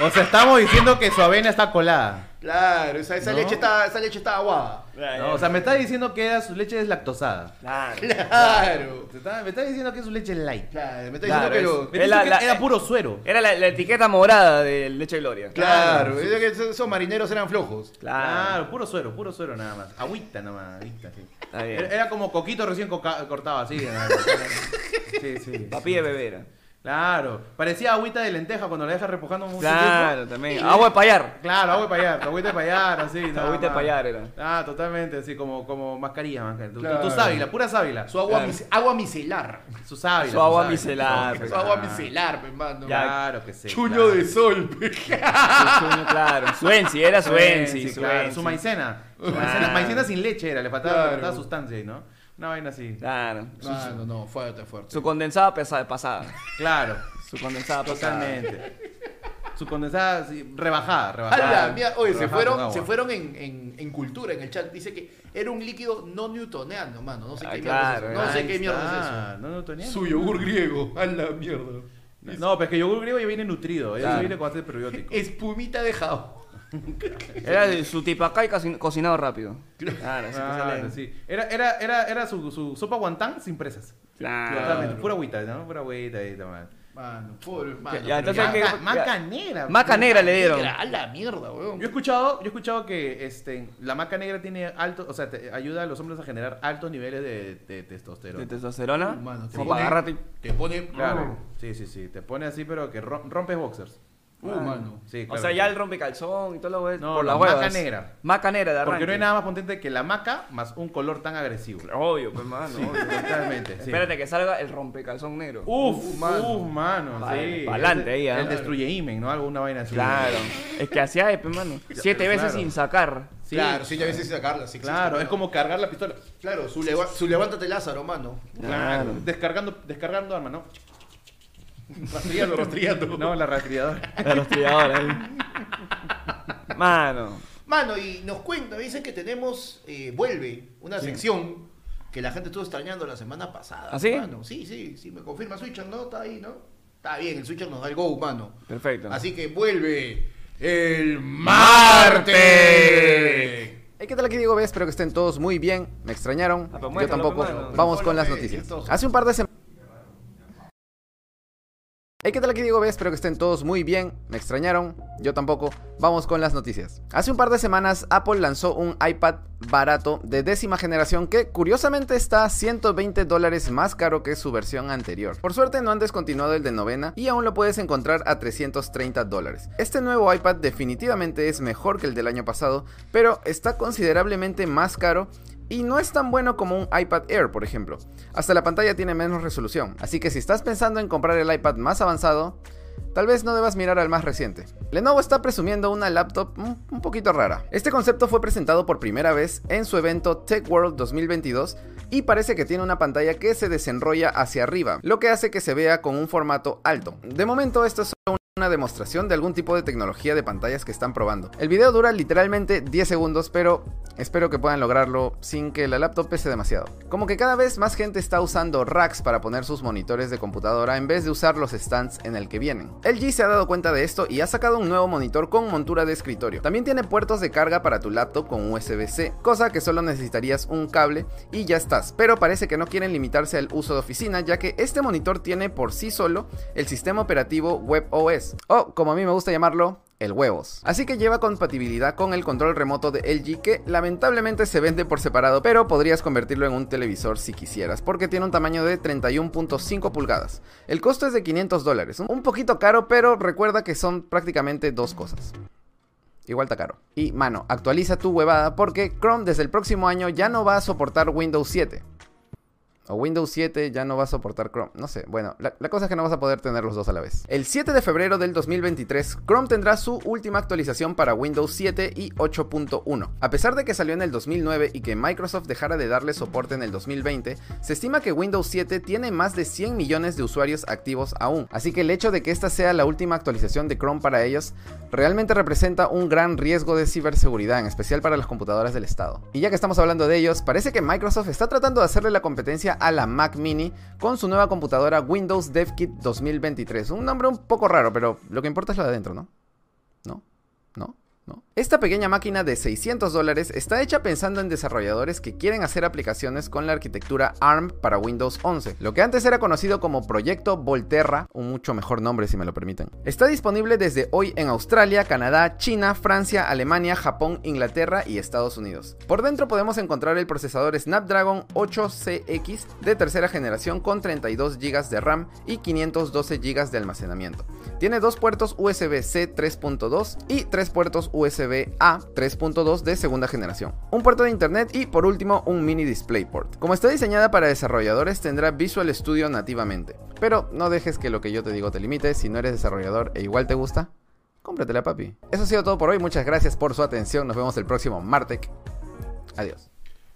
[SPEAKER 2] O sea, estamos diciendo que su avena está colada.
[SPEAKER 3] Claro, esa, esa
[SPEAKER 2] ¿No?
[SPEAKER 3] leche está, esa leche está aguada.
[SPEAKER 2] No, o sea, me está diciendo que era- su leche es lactosada.
[SPEAKER 1] Claro.
[SPEAKER 3] Claro.
[SPEAKER 2] Se está- me está diciendo que su leche es light.
[SPEAKER 3] Claro, me está
[SPEAKER 1] Claro,
[SPEAKER 3] diciendo que
[SPEAKER 1] es-
[SPEAKER 3] lo-
[SPEAKER 2] Me
[SPEAKER 1] Es la-
[SPEAKER 2] dice que
[SPEAKER 1] la-
[SPEAKER 2] era puro suero.
[SPEAKER 1] Era la, la etiqueta morada de Leche Gloria.
[SPEAKER 3] Claro, me dice que esos- esos marineros eran flojos.
[SPEAKER 1] Claro.
[SPEAKER 2] Claro, puro suero, puro suero nada más. Agüita nada más, agüita, sí.
[SPEAKER 1] Está bien.
[SPEAKER 2] Era, era como coquito recién coca- cortado así. nada más. Sí, sí.
[SPEAKER 1] Papi de bebera.
[SPEAKER 2] Claro, parecía agüita de lenteja cuando la dejas repujando mucho
[SPEAKER 1] Claro,
[SPEAKER 2] tiempo.
[SPEAKER 1] también. Agua de payar.
[SPEAKER 2] Claro, agua de payar, tu agüita de payar, así. nada
[SPEAKER 1] agüita de
[SPEAKER 2] más.
[SPEAKER 1] payar era.
[SPEAKER 2] Ah, totalmente, así como, como mascarilla, mascarilla. Tu-
[SPEAKER 3] Claro.
[SPEAKER 2] Tu, sábila, pura sábila.
[SPEAKER 3] Su
[SPEAKER 2] Su,
[SPEAKER 3] agua,
[SPEAKER 1] Claro.
[SPEAKER 3] mis- agua micelar.
[SPEAKER 2] su sábila.
[SPEAKER 1] Su agua
[SPEAKER 2] sábila.
[SPEAKER 1] micelar,
[SPEAKER 2] Su
[SPEAKER 1] pues.
[SPEAKER 3] Su agua micelar, pe, mano.
[SPEAKER 1] Ya,
[SPEAKER 2] Claro que sí.
[SPEAKER 3] Chuño
[SPEAKER 2] claro.
[SPEAKER 3] de sol, pe.
[SPEAKER 1] Sueño, claro. Suensi, era Suensi.
[SPEAKER 2] Sí, claro,
[SPEAKER 1] Suensi.
[SPEAKER 2] Su maicena. Su
[SPEAKER 1] Claro.
[SPEAKER 2] maicena. maicena sin leche era, le faltaba, le
[SPEAKER 3] Claro.
[SPEAKER 2] faltaba sustancia ahí, ¿no? Una vaina así.
[SPEAKER 1] Claro.
[SPEAKER 3] Mano, no, fuerte, fuerte.
[SPEAKER 1] Su condensada pesa- pasada.
[SPEAKER 2] Claro,
[SPEAKER 1] Su condensada pasada.
[SPEAKER 2] totalmente. Su condensada sí, rebajada, rebajada.
[SPEAKER 3] Ala, mira, Ah, oye, se
[SPEAKER 2] Rebajada con
[SPEAKER 3] fueron,
[SPEAKER 2] agua.
[SPEAKER 3] se fueron en, en- en cultura, en el chat. Dice que era un líquido no newtoniano, mano. No sé
[SPEAKER 1] Ah,
[SPEAKER 3] qué
[SPEAKER 1] claro,
[SPEAKER 3] mierda es eso. No sé
[SPEAKER 2] Ahí
[SPEAKER 3] qué mierda
[SPEAKER 2] está. No, no
[SPEAKER 3] es
[SPEAKER 2] tenía.
[SPEAKER 3] eso. Su yogur griego, a la mierda.
[SPEAKER 2] No, pero es que yogur griego ya viene nutrido, ya
[SPEAKER 1] Claro.
[SPEAKER 2] viene con hacer probiótico.
[SPEAKER 3] Espumita de jabón.
[SPEAKER 1] Era de su tipacay casi- cocinado rápido. Claro, así que
[SPEAKER 2] Claro,
[SPEAKER 1] sale-
[SPEAKER 2] sí. Era, era, era, era su, su sopa guantán sin presas.
[SPEAKER 1] Claro.
[SPEAKER 2] Totalmente, pura agüita, ¿no? Pura agüita ahí, toma.
[SPEAKER 3] Mano, pobre, mano.
[SPEAKER 1] ya,
[SPEAKER 3] pero
[SPEAKER 1] entonces hay que-
[SPEAKER 2] Maca,
[SPEAKER 1] ya.
[SPEAKER 2] maca negra.
[SPEAKER 1] Maca negra le dieron.
[SPEAKER 3] A la mierda, weón.
[SPEAKER 2] Yo he escuchado, yo he escuchado que este, la maca negra tiene alto, o sea, te ayuda a los hombres a generar altos niveles de, de testosterona.
[SPEAKER 1] De testosterona.
[SPEAKER 3] Mano, te
[SPEAKER 1] Como
[SPEAKER 3] pone-
[SPEAKER 1] para agarrarte.
[SPEAKER 3] Te pone.
[SPEAKER 2] Claro. Sí, sí, sí. Te pone así, pero que rom- rompes boxers.
[SPEAKER 3] Uh, mano.
[SPEAKER 2] Sí,
[SPEAKER 1] O
[SPEAKER 2] claro.
[SPEAKER 1] sea, ya el rompecalzón y todo lo
[SPEAKER 2] No,
[SPEAKER 1] por
[SPEAKER 2] no,
[SPEAKER 1] las huevas.
[SPEAKER 2] maca negra.
[SPEAKER 1] Maca negra de arranque.
[SPEAKER 2] Porque no hay nada más potente que la maca más un color tan agresivo.
[SPEAKER 1] Obvio, pues, mano. obvio.
[SPEAKER 2] Totalmente. sí.
[SPEAKER 1] Espérate que salga el rompecalzón negro.
[SPEAKER 2] Uf,
[SPEAKER 3] mano.
[SPEAKER 2] uf, mano.
[SPEAKER 1] Pa-
[SPEAKER 2] sí. Eh,
[SPEAKER 1] pa'lante ahí, ¿ah?
[SPEAKER 2] El destruye imen, ¿no? Alguna vaina así.
[SPEAKER 1] Claro. Es que hacía eso, hermano. Siete
[SPEAKER 2] claro.
[SPEAKER 1] veces sin sacar.
[SPEAKER 2] Sí,
[SPEAKER 3] Claro, sí, ya ves si sacarla. sí,
[SPEAKER 2] Claro,
[SPEAKER 3] sí,
[SPEAKER 2] es como cargar la pistola.
[SPEAKER 3] Claro, su, leva- su levántate Lázaro, mano.
[SPEAKER 1] Claro.
[SPEAKER 2] Descargando, descargando arma, ¿no?
[SPEAKER 3] Rastriando, rastriando.
[SPEAKER 2] No, la rastreadora.
[SPEAKER 1] A los trilladores. Mano.
[SPEAKER 3] Mano, y nos cuenta, dicen que tenemos, eh, vuelve, una sección que la gente estuvo extrañando la semana pasada.
[SPEAKER 1] ¿Ah, sí?
[SPEAKER 3] Mano. Sí, sí, sí, me confirma Switcher, ¿no? Está ahí, ¿no? Está bien, el Switcher nos da el go, mano.
[SPEAKER 1] Perfecto.
[SPEAKER 3] Así que vuelve el martes.
[SPEAKER 5] Hey, ¿Qué tal aquí Diego B? Espero que estén todos muy bien. ¿Me extrañaron?
[SPEAKER 1] Ah, pero
[SPEAKER 5] Yo
[SPEAKER 1] muéstralo,
[SPEAKER 5] tampoco.
[SPEAKER 1] pues, mano.
[SPEAKER 5] Vamos
[SPEAKER 3] Pero
[SPEAKER 5] con las
[SPEAKER 3] ponlo, pues,
[SPEAKER 5] noticias.
[SPEAKER 3] chistoso.
[SPEAKER 5] Hace un par de semanas... Hey, ¿qué tal aquí Diego B? Espero que estén todos muy bien. ¿Me extrañaron? Yo tampoco. Vamos con las noticias. Hace un par de semanas Apple lanzó un iPad barato de décima generación que curiosamente está a 120 dólares más caro que su versión anterior. Por suerte no han descontinuado el de novena y aún lo puedes encontrar a 330 dólares. Este nuevo iPad definitivamente es mejor que el del año pasado, pero está considerablemente más caro y no es tan bueno como un iPad Air, por ejemplo. Hasta la pantalla tiene menos resolución, así que si estás pensando en comprar el iPad más avanzado, tal vez no debas mirar al más reciente. Lenovo está presumiendo una laptop un un poquito rara. Este concepto fue presentado por primera vez en su evento Tech World 2022 y parece que tiene una pantalla que se desenrolla hacia arriba, lo que hace que se vea con un formato alto. De momento esto es solo una demostración de algún tipo de tecnología de pantallas que están probando. El video dura literalmente 10 segundos, pero espero que puedan lograrlo sin que la laptop pese demasiado. Como que cada vez más gente está usando racks para poner sus monitores de computadora en vez de usar los stands en el que vienen. LG se ha dado cuenta de esto y ha sacado un nuevo monitor con montura de escritorio. También tiene puertos de carga para tu laptop con USB-C, cosa que solo necesitarías un cable y ya estás. Pero parece que no quieren limitarse al uso de oficina, ya que este monitor tiene por sí solo el sistema operativo WebOS, o como a mí me gusta llamarlo, el huevos. Así que lleva compatibilidad con el control remoto de LG que lamentablemente se vende por separado, pero podrías convertirlo en un televisor si quisieras, porque tiene un tamaño de 31.5 pulgadas. El costo es de 500 dólares, un poquito caro, pero recuerda que son prácticamente dos cosas. Igual está caro. Y mano, actualiza tu huevada porque Chrome desde el próximo año ya no va a soportar Windows 7. O Windows 7 ya no va a soportar Chrome. No sé. Bueno, la, la cosa es que no vas a poder tener los dos a la vez. El 7 de febrero del 2023, Chrome tendrá su última actualización para Windows 7 y 8.1. A pesar de que salió en el 2009 y que Microsoft dejara de darle soporte en el 2020, se estima que Windows 7 tiene más de 100 millones de usuarios activos aún. Así que el hecho de que esta sea la última actualización de Chrome para ellos realmente representa un gran riesgo de ciberseguridad, en especial para las computadoras del Estado. Y ya que estamos hablando de ellos, parece que Microsoft está tratando de hacerle la competencia a la Mac Mini con su nueva computadora Windows DevKit 2023. Un nombre un poco raro, pero lo que importa es lo de adentro, ¿no? ¿No? ¿No? ¿No? Esta pequeña máquina de 600 dólares está hecha pensando en desarrolladores que quieren hacer aplicaciones con la arquitectura ARM para Windows 11, lo que antes era conocido como Proyecto Volterra, un mucho mejor nombre si me lo permiten. Está disponible desde hoy en Australia, Canadá, China, Francia, Alemania, Japón, Inglaterra y Estados Unidos. Por dentro podemos encontrar el procesador Snapdragon 8CX de tercera generación con 32 GB de RAM y 512 GB de almacenamiento. Tiene dos puertos USB-C 3.2 y tres puertos USB A 3.2 de segunda generación, un puerto de internet y por último un mini DisplayPort. Como está diseñada para desarrolladores tendrá Visual Studio nativamente, pero no dejes que lo que yo te digo te limite, si no eres desarrollador e igual te gusta, cómpratela papi. Eso ha sido todo por hoy, muchas gracias por su atención, nos vemos el próximo Martec. Adiós.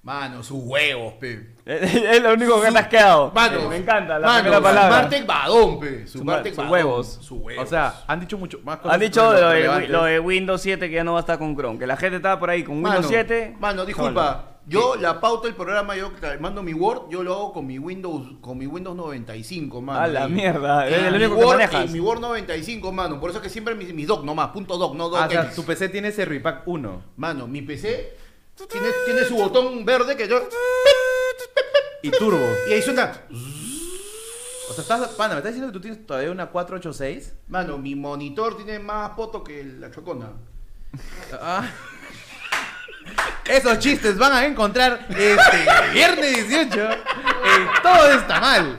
[SPEAKER 3] Mano, sus huevos, pe.
[SPEAKER 1] es lo único que te has quedado.
[SPEAKER 3] Mano,
[SPEAKER 1] me encanta la
[SPEAKER 3] mano,
[SPEAKER 1] primera
[SPEAKER 3] su
[SPEAKER 1] palabra.
[SPEAKER 3] Bartek Badón, pe. Su,
[SPEAKER 1] Su ma-
[SPEAKER 3] Bartek
[SPEAKER 1] sus
[SPEAKER 3] Badón,
[SPEAKER 1] huevos.
[SPEAKER 3] Sus huevos.
[SPEAKER 2] O sea, han dicho mucho más cosas.
[SPEAKER 1] Han dicho lo de,
[SPEAKER 2] relevantes.
[SPEAKER 1] lo de Windows 7 que ya no va a estar con Chrome. Que la gente estaba por ahí con Windows
[SPEAKER 3] Mano,
[SPEAKER 1] 7.
[SPEAKER 3] Mano, disculpa. Yo la pauta del programa, yo tra- mando mi Word, yo lo hago con mi Windows, con mi Windows 95, mano.
[SPEAKER 1] A la
[SPEAKER 3] Y-
[SPEAKER 1] mierda,
[SPEAKER 3] y
[SPEAKER 1] es el
[SPEAKER 3] mi
[SPEAKER 1] único que
[SPEAKER 3] Word-
[SPEAKER 1] manejas.
[SPEAKER 3] y mi Word 95, mano. Por eso es que siempre mis, mis doc nomás, punto doc, no doc.
[SPEAKER 2] Ah, o sea,
[SPEAKER 3] X.
[SPEAKER 2] tu PC tiene Servipack 1.
[SPEAKER 3] Mano, mi PC tiene, tiene su botón verde que yo.
[SPEAKER 2] Y Turbo.
[SPEAKER 3] Y ahí suena.
[SPEAKER 2] O sea, estás, pana, ¿me estás diciendo que tú tienes todavía una 486?
[SPEAKER 3] Mano, mi monitor tiene más poto que la chocona.
[SPEAKER 2] Esos chistes van a encontrar este viernes 18 en Todo Está Mal.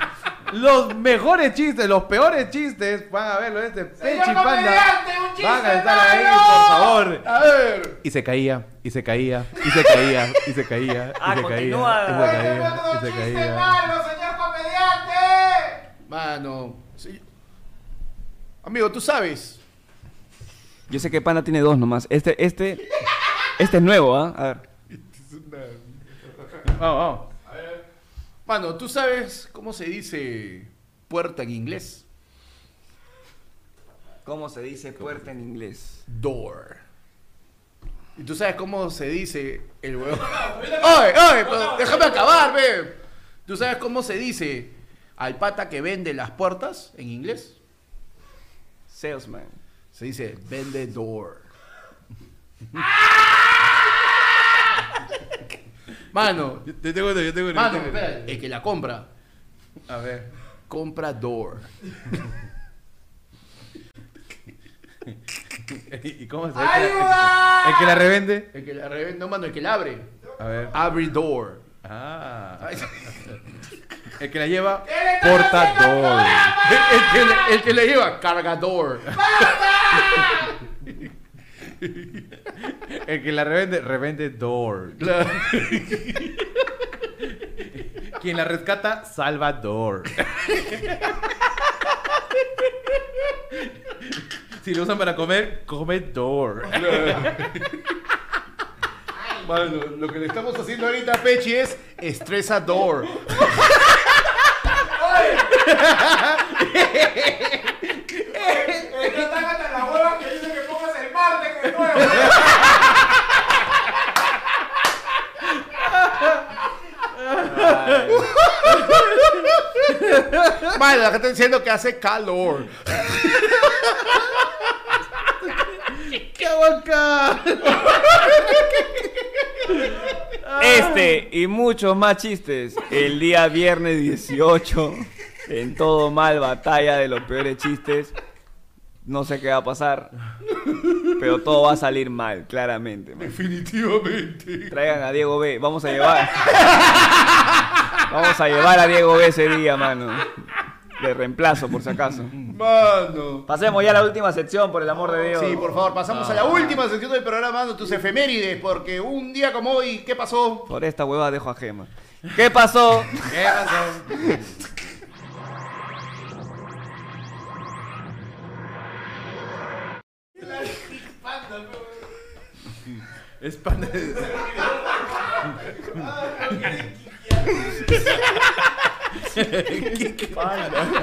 [SPEAKER 2] Los mejores chistes, los peores chistes, van a verlo en este Pechi Panda. Van a estar ahí, por favor.
[SPEAKER 3] A ver.
[SPEAKER 2] Y se caía, y se caía, y se caía, y se caía, y
[SPEAKER 1] Ah,
[SPEAKER 2] se
[SPEAKER 1] continúa.
[SPEAKER 2] caía, y se caía, y se caía.
[SPEAKER 3] señor comediante! Mano. sí. Amigo, tú sabes.
[SPEAKER 1] Yo sé que Panda tiene dos nomás. Este, este, este es nuevo, ¿ah? A ver.
[SPEAKER 2] Vamos, vamos.
[SPEAKER 3] Mano, tú sabes cómo se dice puerta en inglés.
[SPEAKER 1] ¿Cómo se dice puerta en inglés?
[SPEAKER 3] Door. Y tú sabes cómo se dice el huevo. ¡Oye, oye! pero déjame acabar, ve. ¿Tú sabes cómo se dice al pata que vende las puertas en inglés?
[SPEAKER 1] Salesman.
[SPEAKER 3] Se dice vendedor. Mano,
[SPEAKER 2] Yo tengo uno, yo tengo uno.
[SPEAKER 3] mano, espérate, el que la compra,
[SPEAKER 2] A ver.
[SPEAKER 3] comprador.
[SPEAKER 2] ¿Y cómo se ¡Ayuda! El que la revende.
[SPEAKER 3] El que la revende, no, mano, el que la abre,
[SPEAKER 2] A ver.
[SPEAKER 3] abridor.
[SPEAKER 2] Ah. El que la lleva, portador.
[SPEAKER 3] El, el que, le- el que le lleva, cargador.
[SPEAKER 2] El que la revende, revende door.
[SPEAKER 3] Claro.
[SPEAKER 2] Quien la rescata, Salvador. Si lo usan para comer, comedor.
[SPEAKER 3] Mano, lo que le estamos haciendo ahorita a Pechi es estresador.
[SPEAKER 6] Está tan hasta la hueva que dice que pongas el martes de nuevo.
[SPEAKER 3] Vale, la gente diciendo que hace calor.
[SPEAKER 4] ¡Qué boca!
[SPEAKER 1] Este y muchos más chistes el día viernes 18 en todo mal batalla de los peores chistes. No sé qué va a pasar, pero todo va a salir mal, claramente. man.
[SPEAKER 3] Definitivamente.
[SPEAKER 1] Traigan a Diego B, vamos a llevar. Vamos a llevar a Diego B ese día, mano. De reemplazo, por si acaso.
[SPEAKER 3] Mano.
[SPEAKER 1] Pasemos ya a la última sección, por el amor de Dios.
[SPEAKER 3] Sí, por favor, pasamos
[SPEAKER 6] Ah.
[SPEAKER 3] a la última sección del programa, de tus efemérides, porque un día como hoy, ¿qué pasó?
[SPEAKER 1] Por esta hueva dejo a Gema. ¿Qué pasó?
[SPEAKER 2] ¿Qué pasó? Es panda.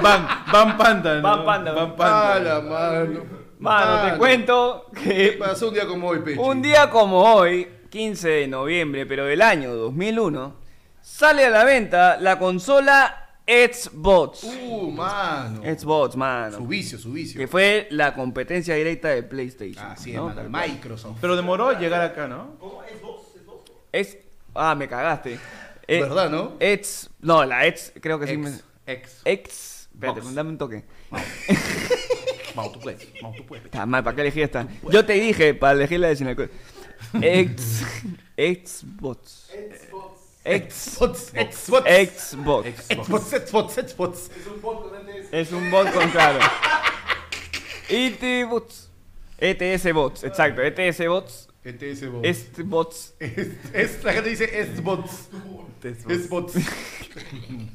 [SPEAKER 2] Van, van panda. ¿no?
[SPEAKER 1] Van panda.
[SPEAKER 2] Van
[SPEAKER 3] A
[SPEAKER 2] panda.
[SPEAKER 3] la mano.
[SPEAKER 1] Mano, te
[SPEAKER 3] Mano.
[SPEAKER 1] cuento
[SPEAKER 3] ¿Qué
[SPEAKER 1] que
[SPEAKER 3] pasó un día como hoy, Pecho?
[SPEAKER 1] Un día como hoy, 15 de noviembre, pero del año 2001, sale a la venta la consola Xbox.
[SPEAKER 3] Uh, mano.
[SPEAKER 1] Xbox, mano.
[SPEAKER 3] Su vicio, su vicio.
[SPEAKER 1] Que fue la competencia directa de PlayStation.
[SPEAKER 2] Ah,
[SPEAKER 3] Así
[SPEAKER 1] ¿no?
[SPEAKER 3] Ah, es, mano. Microsoft.
[SPEAKER 4] Pero demoró llegar acá, ¿no?
[SPEAKER 1] Es... Ah, me cagaste. Eh,
[SPEAKER 3] ¿Verdad, no?
[SPEAKER 1] Ex... No, la ex, creo que sí. me-
[SPEAKER 2] Ex. Ex.
[SPEAKER 1] Ex... Espérate, dame un toque.
[SPEAKER 2] Mau, tú puedes. Mau, tú puedes.
[SPEAKER 1] Está mal, ¿para qué elegí esta? Yo te dije para elegir la de sin alcohol. Ex... Xbox. Ex...
[SPEAKER 3] Xbox, Xbox.
[SPEAKER 1] Xbox.
[SPEAKER 3] Xbox, Xbox, Xbox.
[SPEAKER 1] Es un bot con claro. ET bots. ETS bots, exacto. ETS bots.
[SPEAKER 3] ETS bots.
[SPEAKER 1] Est bots.
[SPEAKER 3] Es- es- la gente dice Xbox. Xbox.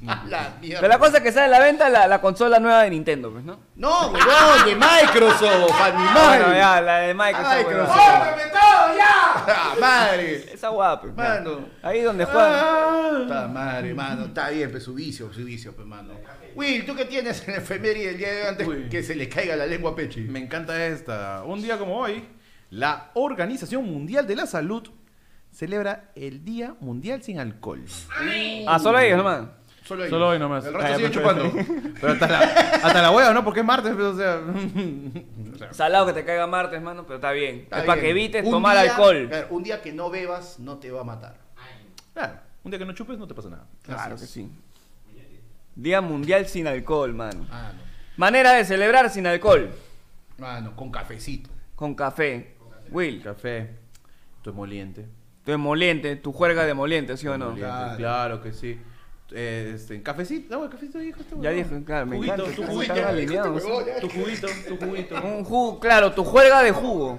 [SPEAKER 3] A la mierda.
[SPEAKER 1] Pero la cosa es que sale a la venta la, la consola nueva de Nintendo, pues, ¿no?
[SPEAKER 3] No, huevón, de Microsoft, animal.
[SPEAKER 1] Bueno, ya, la de Microsoft.
[SPEAKER 3] Microsoft.
[SPEAKER 1] weón.
[SPEAKER 6] ¡Cómprame todo ya!
[SPEAKER 3] Ta madre.
[SPEAKER 1] Esa guapa, pues,
[SPEAKER 3] Mano.
[SPEAKER 1] Ahí donde juegan.
[SPEAKER 3] Ta madre, mano. Está bien, pues su vicio, su vicio, pues, mano. Will, ¿tú qué tienes en la efeméride el día de hoy antes
[SPEAKER 4] Uy.
[SPEAKER 3] que se le caiga la lengua a Pechi?
[SPEAKER 4] Me encanta esta. Un día como hoy, la Organización Mundial de la Salud celebra el Día Mundial sin Alcohol.
[SPEAKER 1] Ah, solo ellos, hermano.
[SPEAKER 3] Solo hoy.
[SPEAKER 4] Solo hoy nomás.
[SPEAKER 3] El resto
[SPEAKER 4] Ah, ya,
[SPEAKER 3] sigue
[SPEAKER 4] perfecto.
[SPEAKER 3] chupando.
[SPEAKER 4] Pero hasta la, hasta la hueva, ¿no? Porque es martes, pero, o sea.
[SPEAKER 1] Salado que te caiga martes, mano, pero está bien.
[SPEAKER 3] Está
[SPEAKER 1] es para
[SPEAKER 3] bien.
[SPEAKER 1] que evites
[SPEAKER 3] Un
[SPEAKER 1] tomar
[SPEAKER 3] día-
[SPEAKER 1] alcohol.
[SPEAKER 3] claro, un día que no bebas no te va a matar.
[SPEAKER 4] Claro, un día que no chupes no te pasa nada.
[SPEAKER 1] Claro que sí. Día mundial sin alcohol, mano.
[SPEAKER 3] Mano,
[SPEAKER 1] Manera de celebrar sin alcohol.
[SPEAKER 3] mano, con cafecito.
[SPEAKER 1] Con café. Will.
[SPEAKER 4] Café, tu emoliente.
[SPEAKER 1] Tu emoliente, tu juerga de emoliente, ¿sí o no?
[SPEAKER 4] emoliente, Claro. que sí. Eh, Este, cafecito, agua, cafecito, hijo. este
[SPEAKER 1] Ya
[SPEAKER 4] huevón.
[SPEAKER 1] dije, claro, me
[SPEAKER 4] Juguito,
[SPEAKER 1] encanta.
[SPEAKER 4] tu
[SPEAKER 1] estás
[SPEAKER 4] juguito,
[SPEAKER 1] tan
[SPEAKER 4] ya,
[SPEAKER 1] alineado, sí.
[SPEAKER 4] Tu juguito, tu juguito,
[SPEAKER 1] Un jugo, claro, tu juerga de jugo.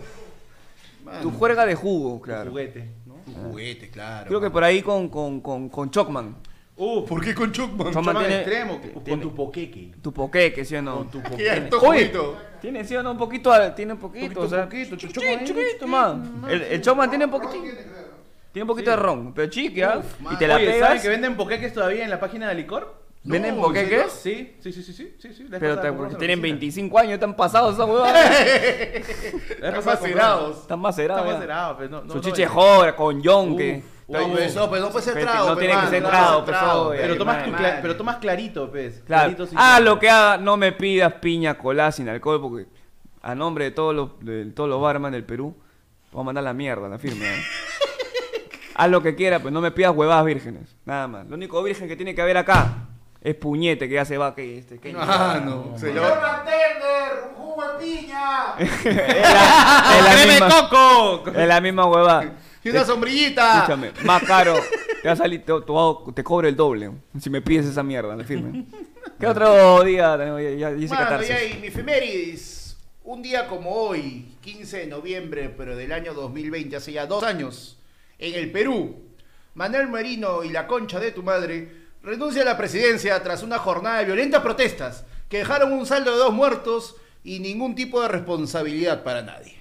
[SPEAKER 3] Mano,
[SPEAKER 1] Tu juerga de jugo,
[SPEAKER 4] tu
[SPEAKER 1] claro.
[SPEAKER 4] juguete, ¿no?
[SPEAKER 3] tu juguete, claro.
[SPEAKER 1] Ah. Creo que por ahí con, con, con, con Chocman.
[SPEAKER 4] Uh,
[SPEAKER 3] ¿Por qué con Chuckman?
[SPEAKER 1] Chocman
[SPEAKER 4] chama de
[SPEAKER 1] tiene-
[SPEAKER 4] extremo, con
[SPEAKER 1] tiene-
[SPEAKER 4] tu poqueque.
[SPEAKER 1] Tu poqueque, ¿sí o no?
[SPEAKER 4] Con tu
[SPEAKER 3] ¿Qué ya
[SPEAKER 4] poqueque.
[SPEAKER 3] esto
[SPEAKER 1] Oye.
[SPEAKER 3] juguito?
[SPEAKER 1] Tiene, ¿sí o no? Un poquito, al- tiene un poquito,
[SPEAKER 4] Poquito,
[SPEAKER 1] o sea.
[SPEAKER 4] poquito,
[SPEAKER 1] chiquito,
[SPEAKER 4] Chocman, ¿eh?
[SPEAKER 1] chiquito, man. El, el Chocman tiene un poquitín. Tiene un poquito de ron, pero chique, ¿ah? Y te la
[SPEAKER 4] Oye, ¿saben
[SPEAKER 1] pegas.
[SPEAKER 4] que venden poqueques todavía en la página de licor?
[SPEAKER 1] ¿Venden
[SPEAKER 3] No,
[SPEAKER 1] poqueques?
[SPEAKER 3] ¿en
[SPEAKER 4] Sí, sí, sí, sí, sí, sí, sí. la
[SPEAKER 1] Pero
[SPEAKER 4] vez pasada
[SPEAKER 1] te-
[SPEAKER 4] compramos
[SPEAKER 1] porque
[SPEAKER 4] en la
[SPEAKER 1] tienen
[SPEAKER 4] oficina.
[SPEAKER 1] 25 años, están pasados esa huevada.
[SPEAKER 4] La vez
[SPEAKER 3] Están
[SPEAKER 4] pasada compramos.
[SPEAKER 3] macerados.
[SPEAKER 1] Están macerados.
[SPEAKER 4] Está
[SPEAKER 1] ya.
[SPEAKER 4] macerado, pero no, eh. Uh, no,
[SPEAKER 1] Su
[SPEAKER 4] no,
[SPEAKER 1] chiche
[SPEAKER 4] ya.
[SPEAKER 1] joder, con yonque.
[SPEAKER 3] Está bien, pues, no, pues, no puede ser
[SPEAKER 1] Pero
[SPEAKER 3] trago.
[SPEAKER 1] no
[SPEAKER 3] pues,
[SPEAKER 1] tiene que
[SPEAKER 3] mano,
[SPEAKER 1] ser
[SPEAKER 3] no
[SPEAKER 1] trago,
[SPEAKER 3] puede ser
[SPEAKER 1] pues, obvio.
[SPEAKER 4] Pero tomas, tu
[SPEAKER 1] Madre,
[SPEAKER 4] cla- pero tomas clarito, pez.
[SPEAKER 1] Claro.
[SPEAKER 4] Clarito sin
[SPEAKER 1] Ah,
[SPEAKER 4] alcohol.
[SPEAKER 1] lo que haga, no me pidas piña colada sin alcohol, porque a nombre de todos los, de todos los barman del Perú, vamos a mandar la mierda, la firma. ¿eh? Haz lo que quiera, pero no me pidas huevadas vírgenes. Nada más. Lo único virgen que tiene que haber acá es puñete que ya se va que este. que-
[SPEAKER 3] Ah, no. Se
[SPEAKER 6] Yo
[SPEAKER 3] lo-
[SPEAKER 6] bartender, un jugo de piña.
[SPEAKER 1] Es la, es la
[SPEAKER 4] ¡Creme
[SPEAKER 1] misma,
[SPEAKER 4] coco!
[SPEAKER 1] es la misma huevada.
[SPEAKER 3] Y una sombrillita.
[SPEAKER 1] Escúchame, más caro. Te va a salir, te, te va a- te cobro el doble si me pides esa mierda, la firma. ¿Qué otro día tenemos? Ya, ya hice
[SPEAKER 3] Mano,
[SPEAKER 1] catarsis.
[SPEAKER 3] ya y mi efemérides. Un día como hoy, 15 de noviembre, pero del año 2020, hace ya dos años, en el Perú, Manuel Merino y la concha de tu madre renuncia a la presidencia tras una jornada de violentas protestas que dejaron un saldo de dos muertos y ningún tipo de responsabilidad para nadie.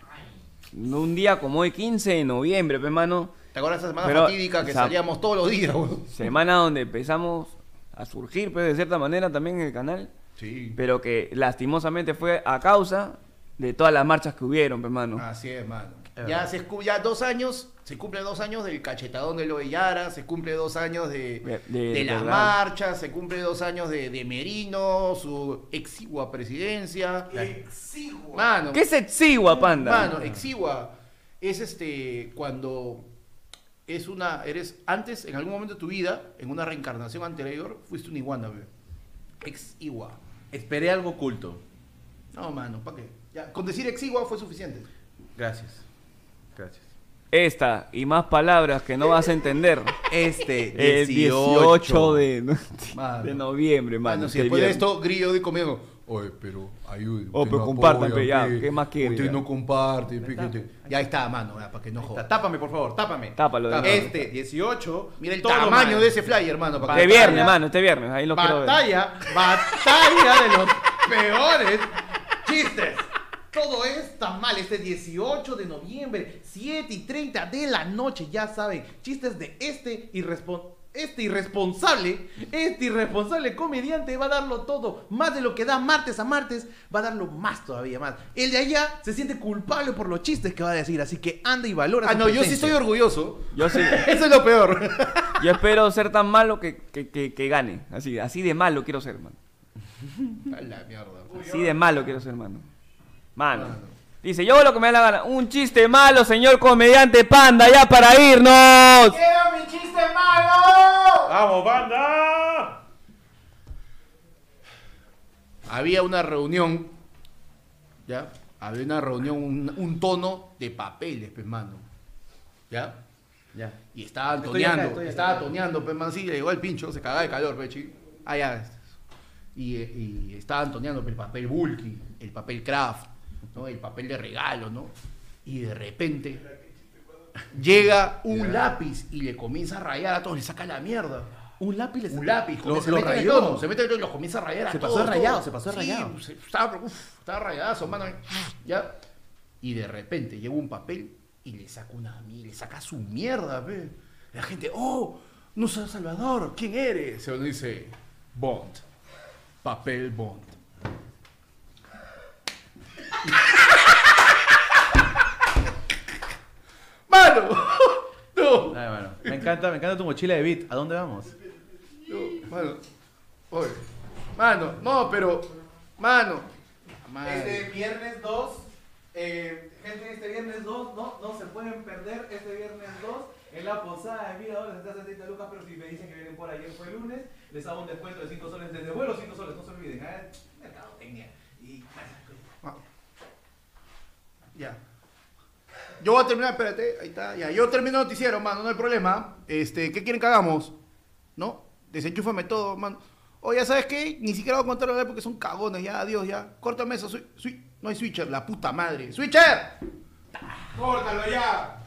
[SPEAKER 1] Un día como hoy, 15 de noviembre, pe, mano.
[SPEAKER 3] ¿Te acuerdas de esa semana
[SPEAKER 1] Pero,
[SPEAKER 3] fatídica que
[SPEAKER 1] o sea,
[SPEAKER 3] salíamos todos los días, güey?
[SPEAKER 1] Semana donde empezamos a surgir, pues, de cierta manera también en el canal.
[SPEAKER 3] Sí.
[SPEAKER 1] pero que lastimosamente fue a causa de todas las marchas que hubieron, pues, hermano.
[SPEAKER 3] Así es, mano. Ya
[SPEAKER 4] verdad.
[SPEAKER 3] se escu- ya dos años, se cumplen dos años del cachetadón de Loellara, se cumple dos años de,
[SPEAKER 1] De-
[SPEAKER 3] de,
[SPEAKER 1] de-
[SPEAKER 3] las
[SPEAKER 1] verdad.
[SPEAKER 3] marchas, se cumple dos años de, de Merino, su exigua presidencia.
[SPEAKER 6] Exigua.
[SPEAKER 3] Mano,
[SPEAKER 1] ¿Qué es exigua, panda?
[SPEAKER 3] Mano, exigua es este cuando es una eres antes en algún momento de tu vida en una reencarnación anterior fuiste una iguana, be. Exigua.
[SPEAKER 4] Esperé algo oculto.
[SPEAKER 3] No, mano, ¿para qué? Ya, con decir exigua fue suficiente.
[SPEAKER 4] Gracias. Gracias.
[SPEAKER 1] Esta y más palabras que no vas a entender.
[SPEAKER 4] Este
[SPEAKER 1] El 18 de,
[SPEAKER 3] Mano.
[SPEAKER 1] de noviembre, mano.
[SPEAKER 3] Mano, si
[SPEAKER 1] que
[SPEAKER 3] después de
[SPEAKER 1] viernes.
[SPEAKER 3] esto grillo de conmigo.
[SPEAKER 6] Oye, pero ayúdenme.
[SPEAKER 1] Oh, pero compartan, pe, ya, ¿qué más quiere,
[SPEAKER 6] Usted
[SPEAKER 1] ya?
[SPEAKER 6] no comparte, pe, que te-
[SPEAKER 3] Ya está, mano, para que no
[SPEAKER 4] Tá-
[SPEAKER 3] jodas.
[SPEAKER 4] Tápame, por favor, tápame.
[SPEAKER 1] Tápalo, de nuevo.
[SPEAKER 4] Este 18.
[SPEAKER 3] Mira el
[SPEAKER 4] todo
[SPEAKER 3] tamaño
[SPEAKER 4] mal.
[SPEAKER 3] de ese flyer, hermano. pa' que-
[SPEAKER 1] De viernes, mano, este viernes. Ahí lo quiero ver.
[SPEAKER 4] Batalla, batalla de los peores chistes. Todo está mal. Este 18 de noviembre, 7 y 30 de la noche, ya saben. Chistes de este irrespon- Este irresponsable, este irresponsable comediante va a darlo todo, más de lo que da martes a martes, va a darlo más todavía más. El de allá se siente culpable por los chistes que va a decir, así que anda y valora.
[SPEAKER 3] Ah,
[SPEAKER 4] su
[SPEAKER 3] no, yo sí
[SPEAKER 4] presencia.
[SPEAKER 3] estoy orgulloso.
[SPEAKER 1] Yo sí.
[SPEAKER 3] Eso es lo peor.
[SPEAKER 1] Yo espero ser tan malo que, que, que- que gane. Así, así de malo quiero ser, mano.
[SPEAKER 3] A la mierda.
[SPEAKER 1] Así de malo quiero ser, mano. Mano. Dice, yo lo que me da la gana. Un chiste malo, señor comediante panda, ya para irnos.
[SPEAKER 6] ¡Quiero mi chiste malo!
[SPEAKER 2] ¡Vamos, banda!
[SPEAKER 3] Había una reunión, ¿ya? Había una reunión, un, un tono de papeles, pues, mano. ¿Ya?
[SPEAKER 4] Ya.
[SPEAKER 3] Y estaba
[SPEAKER 4] Estoy acá,
[SPEAKER 3] toneando,
[SPEAKER 4] estoy acá.
[SPEAKER 3] estaba toneando, pues, man, sí, le llegó el pincho, se cagaba de calor, pues, chico. Ah, ya. Y, y estaban toneando pues, el papel bulky, el papel craft, ¿no? El papel de regalo, ¿no? Y de repente llega un lápiz y le comienza a rayar a todos, le saca la mierda.
[SPEAKER 4] Un lápiz le
[SPEAKER 3] un lápiz,
[SPEAKER 4] Lo,
[SPEAKER 3] comienza- se
[SPEAKER 4] lo
[SPEAKER 3] mete en el
[SPEAKER 4] rayó.
[SPEAKER 3] tono, se mete en el tono y los comienza a rayar a
[SPEAKER 4] Se pasó
[SPEAKER 3] todos,
[SPEAKER 4] de rayado,
[SPEAKER 3] todos.
[SPEAKER 4] se pasó de
[SPEAKER 3] Sí,
[SPEAKER 4] rayado.
[SPEAKER 3] se- estaba, uf, estaba rayadazo, mano, ya. Y de repente llega un papel y le saca una mi- le saca su mierda, pe. La gente, oh, no soy Salvador, ¿quién eres? Se dice Bond, papel Bond. Mano, no.
[SPEAKER 4] Ay, Ah, bueno, me encanta, me encanta tu mochila de beat. ¿A dónde vamos?
[SPEAKER 3] No, mano. Oye. Mano, no, pero. Mano.
[SPEAKER 4] Este viernes 2, eh, gente, este viernes 2, no, no se pueden perder este viernes 2 en la posada de Miradores, está 70 lucas, pero si me dicen que vienen por ayer fue el lunes, les hago un descuento de 5 soles desde vuelo, 5 soles, no se olviden, ¿eh? mercadotecnia. Y pues,
[SPEAKER 3] Ya. Yo voy a terminar, espérate, ahí está, ya. Yo termino el noticiero, mano, no hay problema. Este, ¿qué quieren que hagamos? ¿No? Desenchúfame todo, mano. O ya sabes qué, ni siquiera voy a contar la verdad porque son cagones, ya, adiós, ya. Córtame eso, swi- swi- no hay switcher, la puta madre. ¡Switcher!
[SPEAKER 6] ¡Córtalo ya!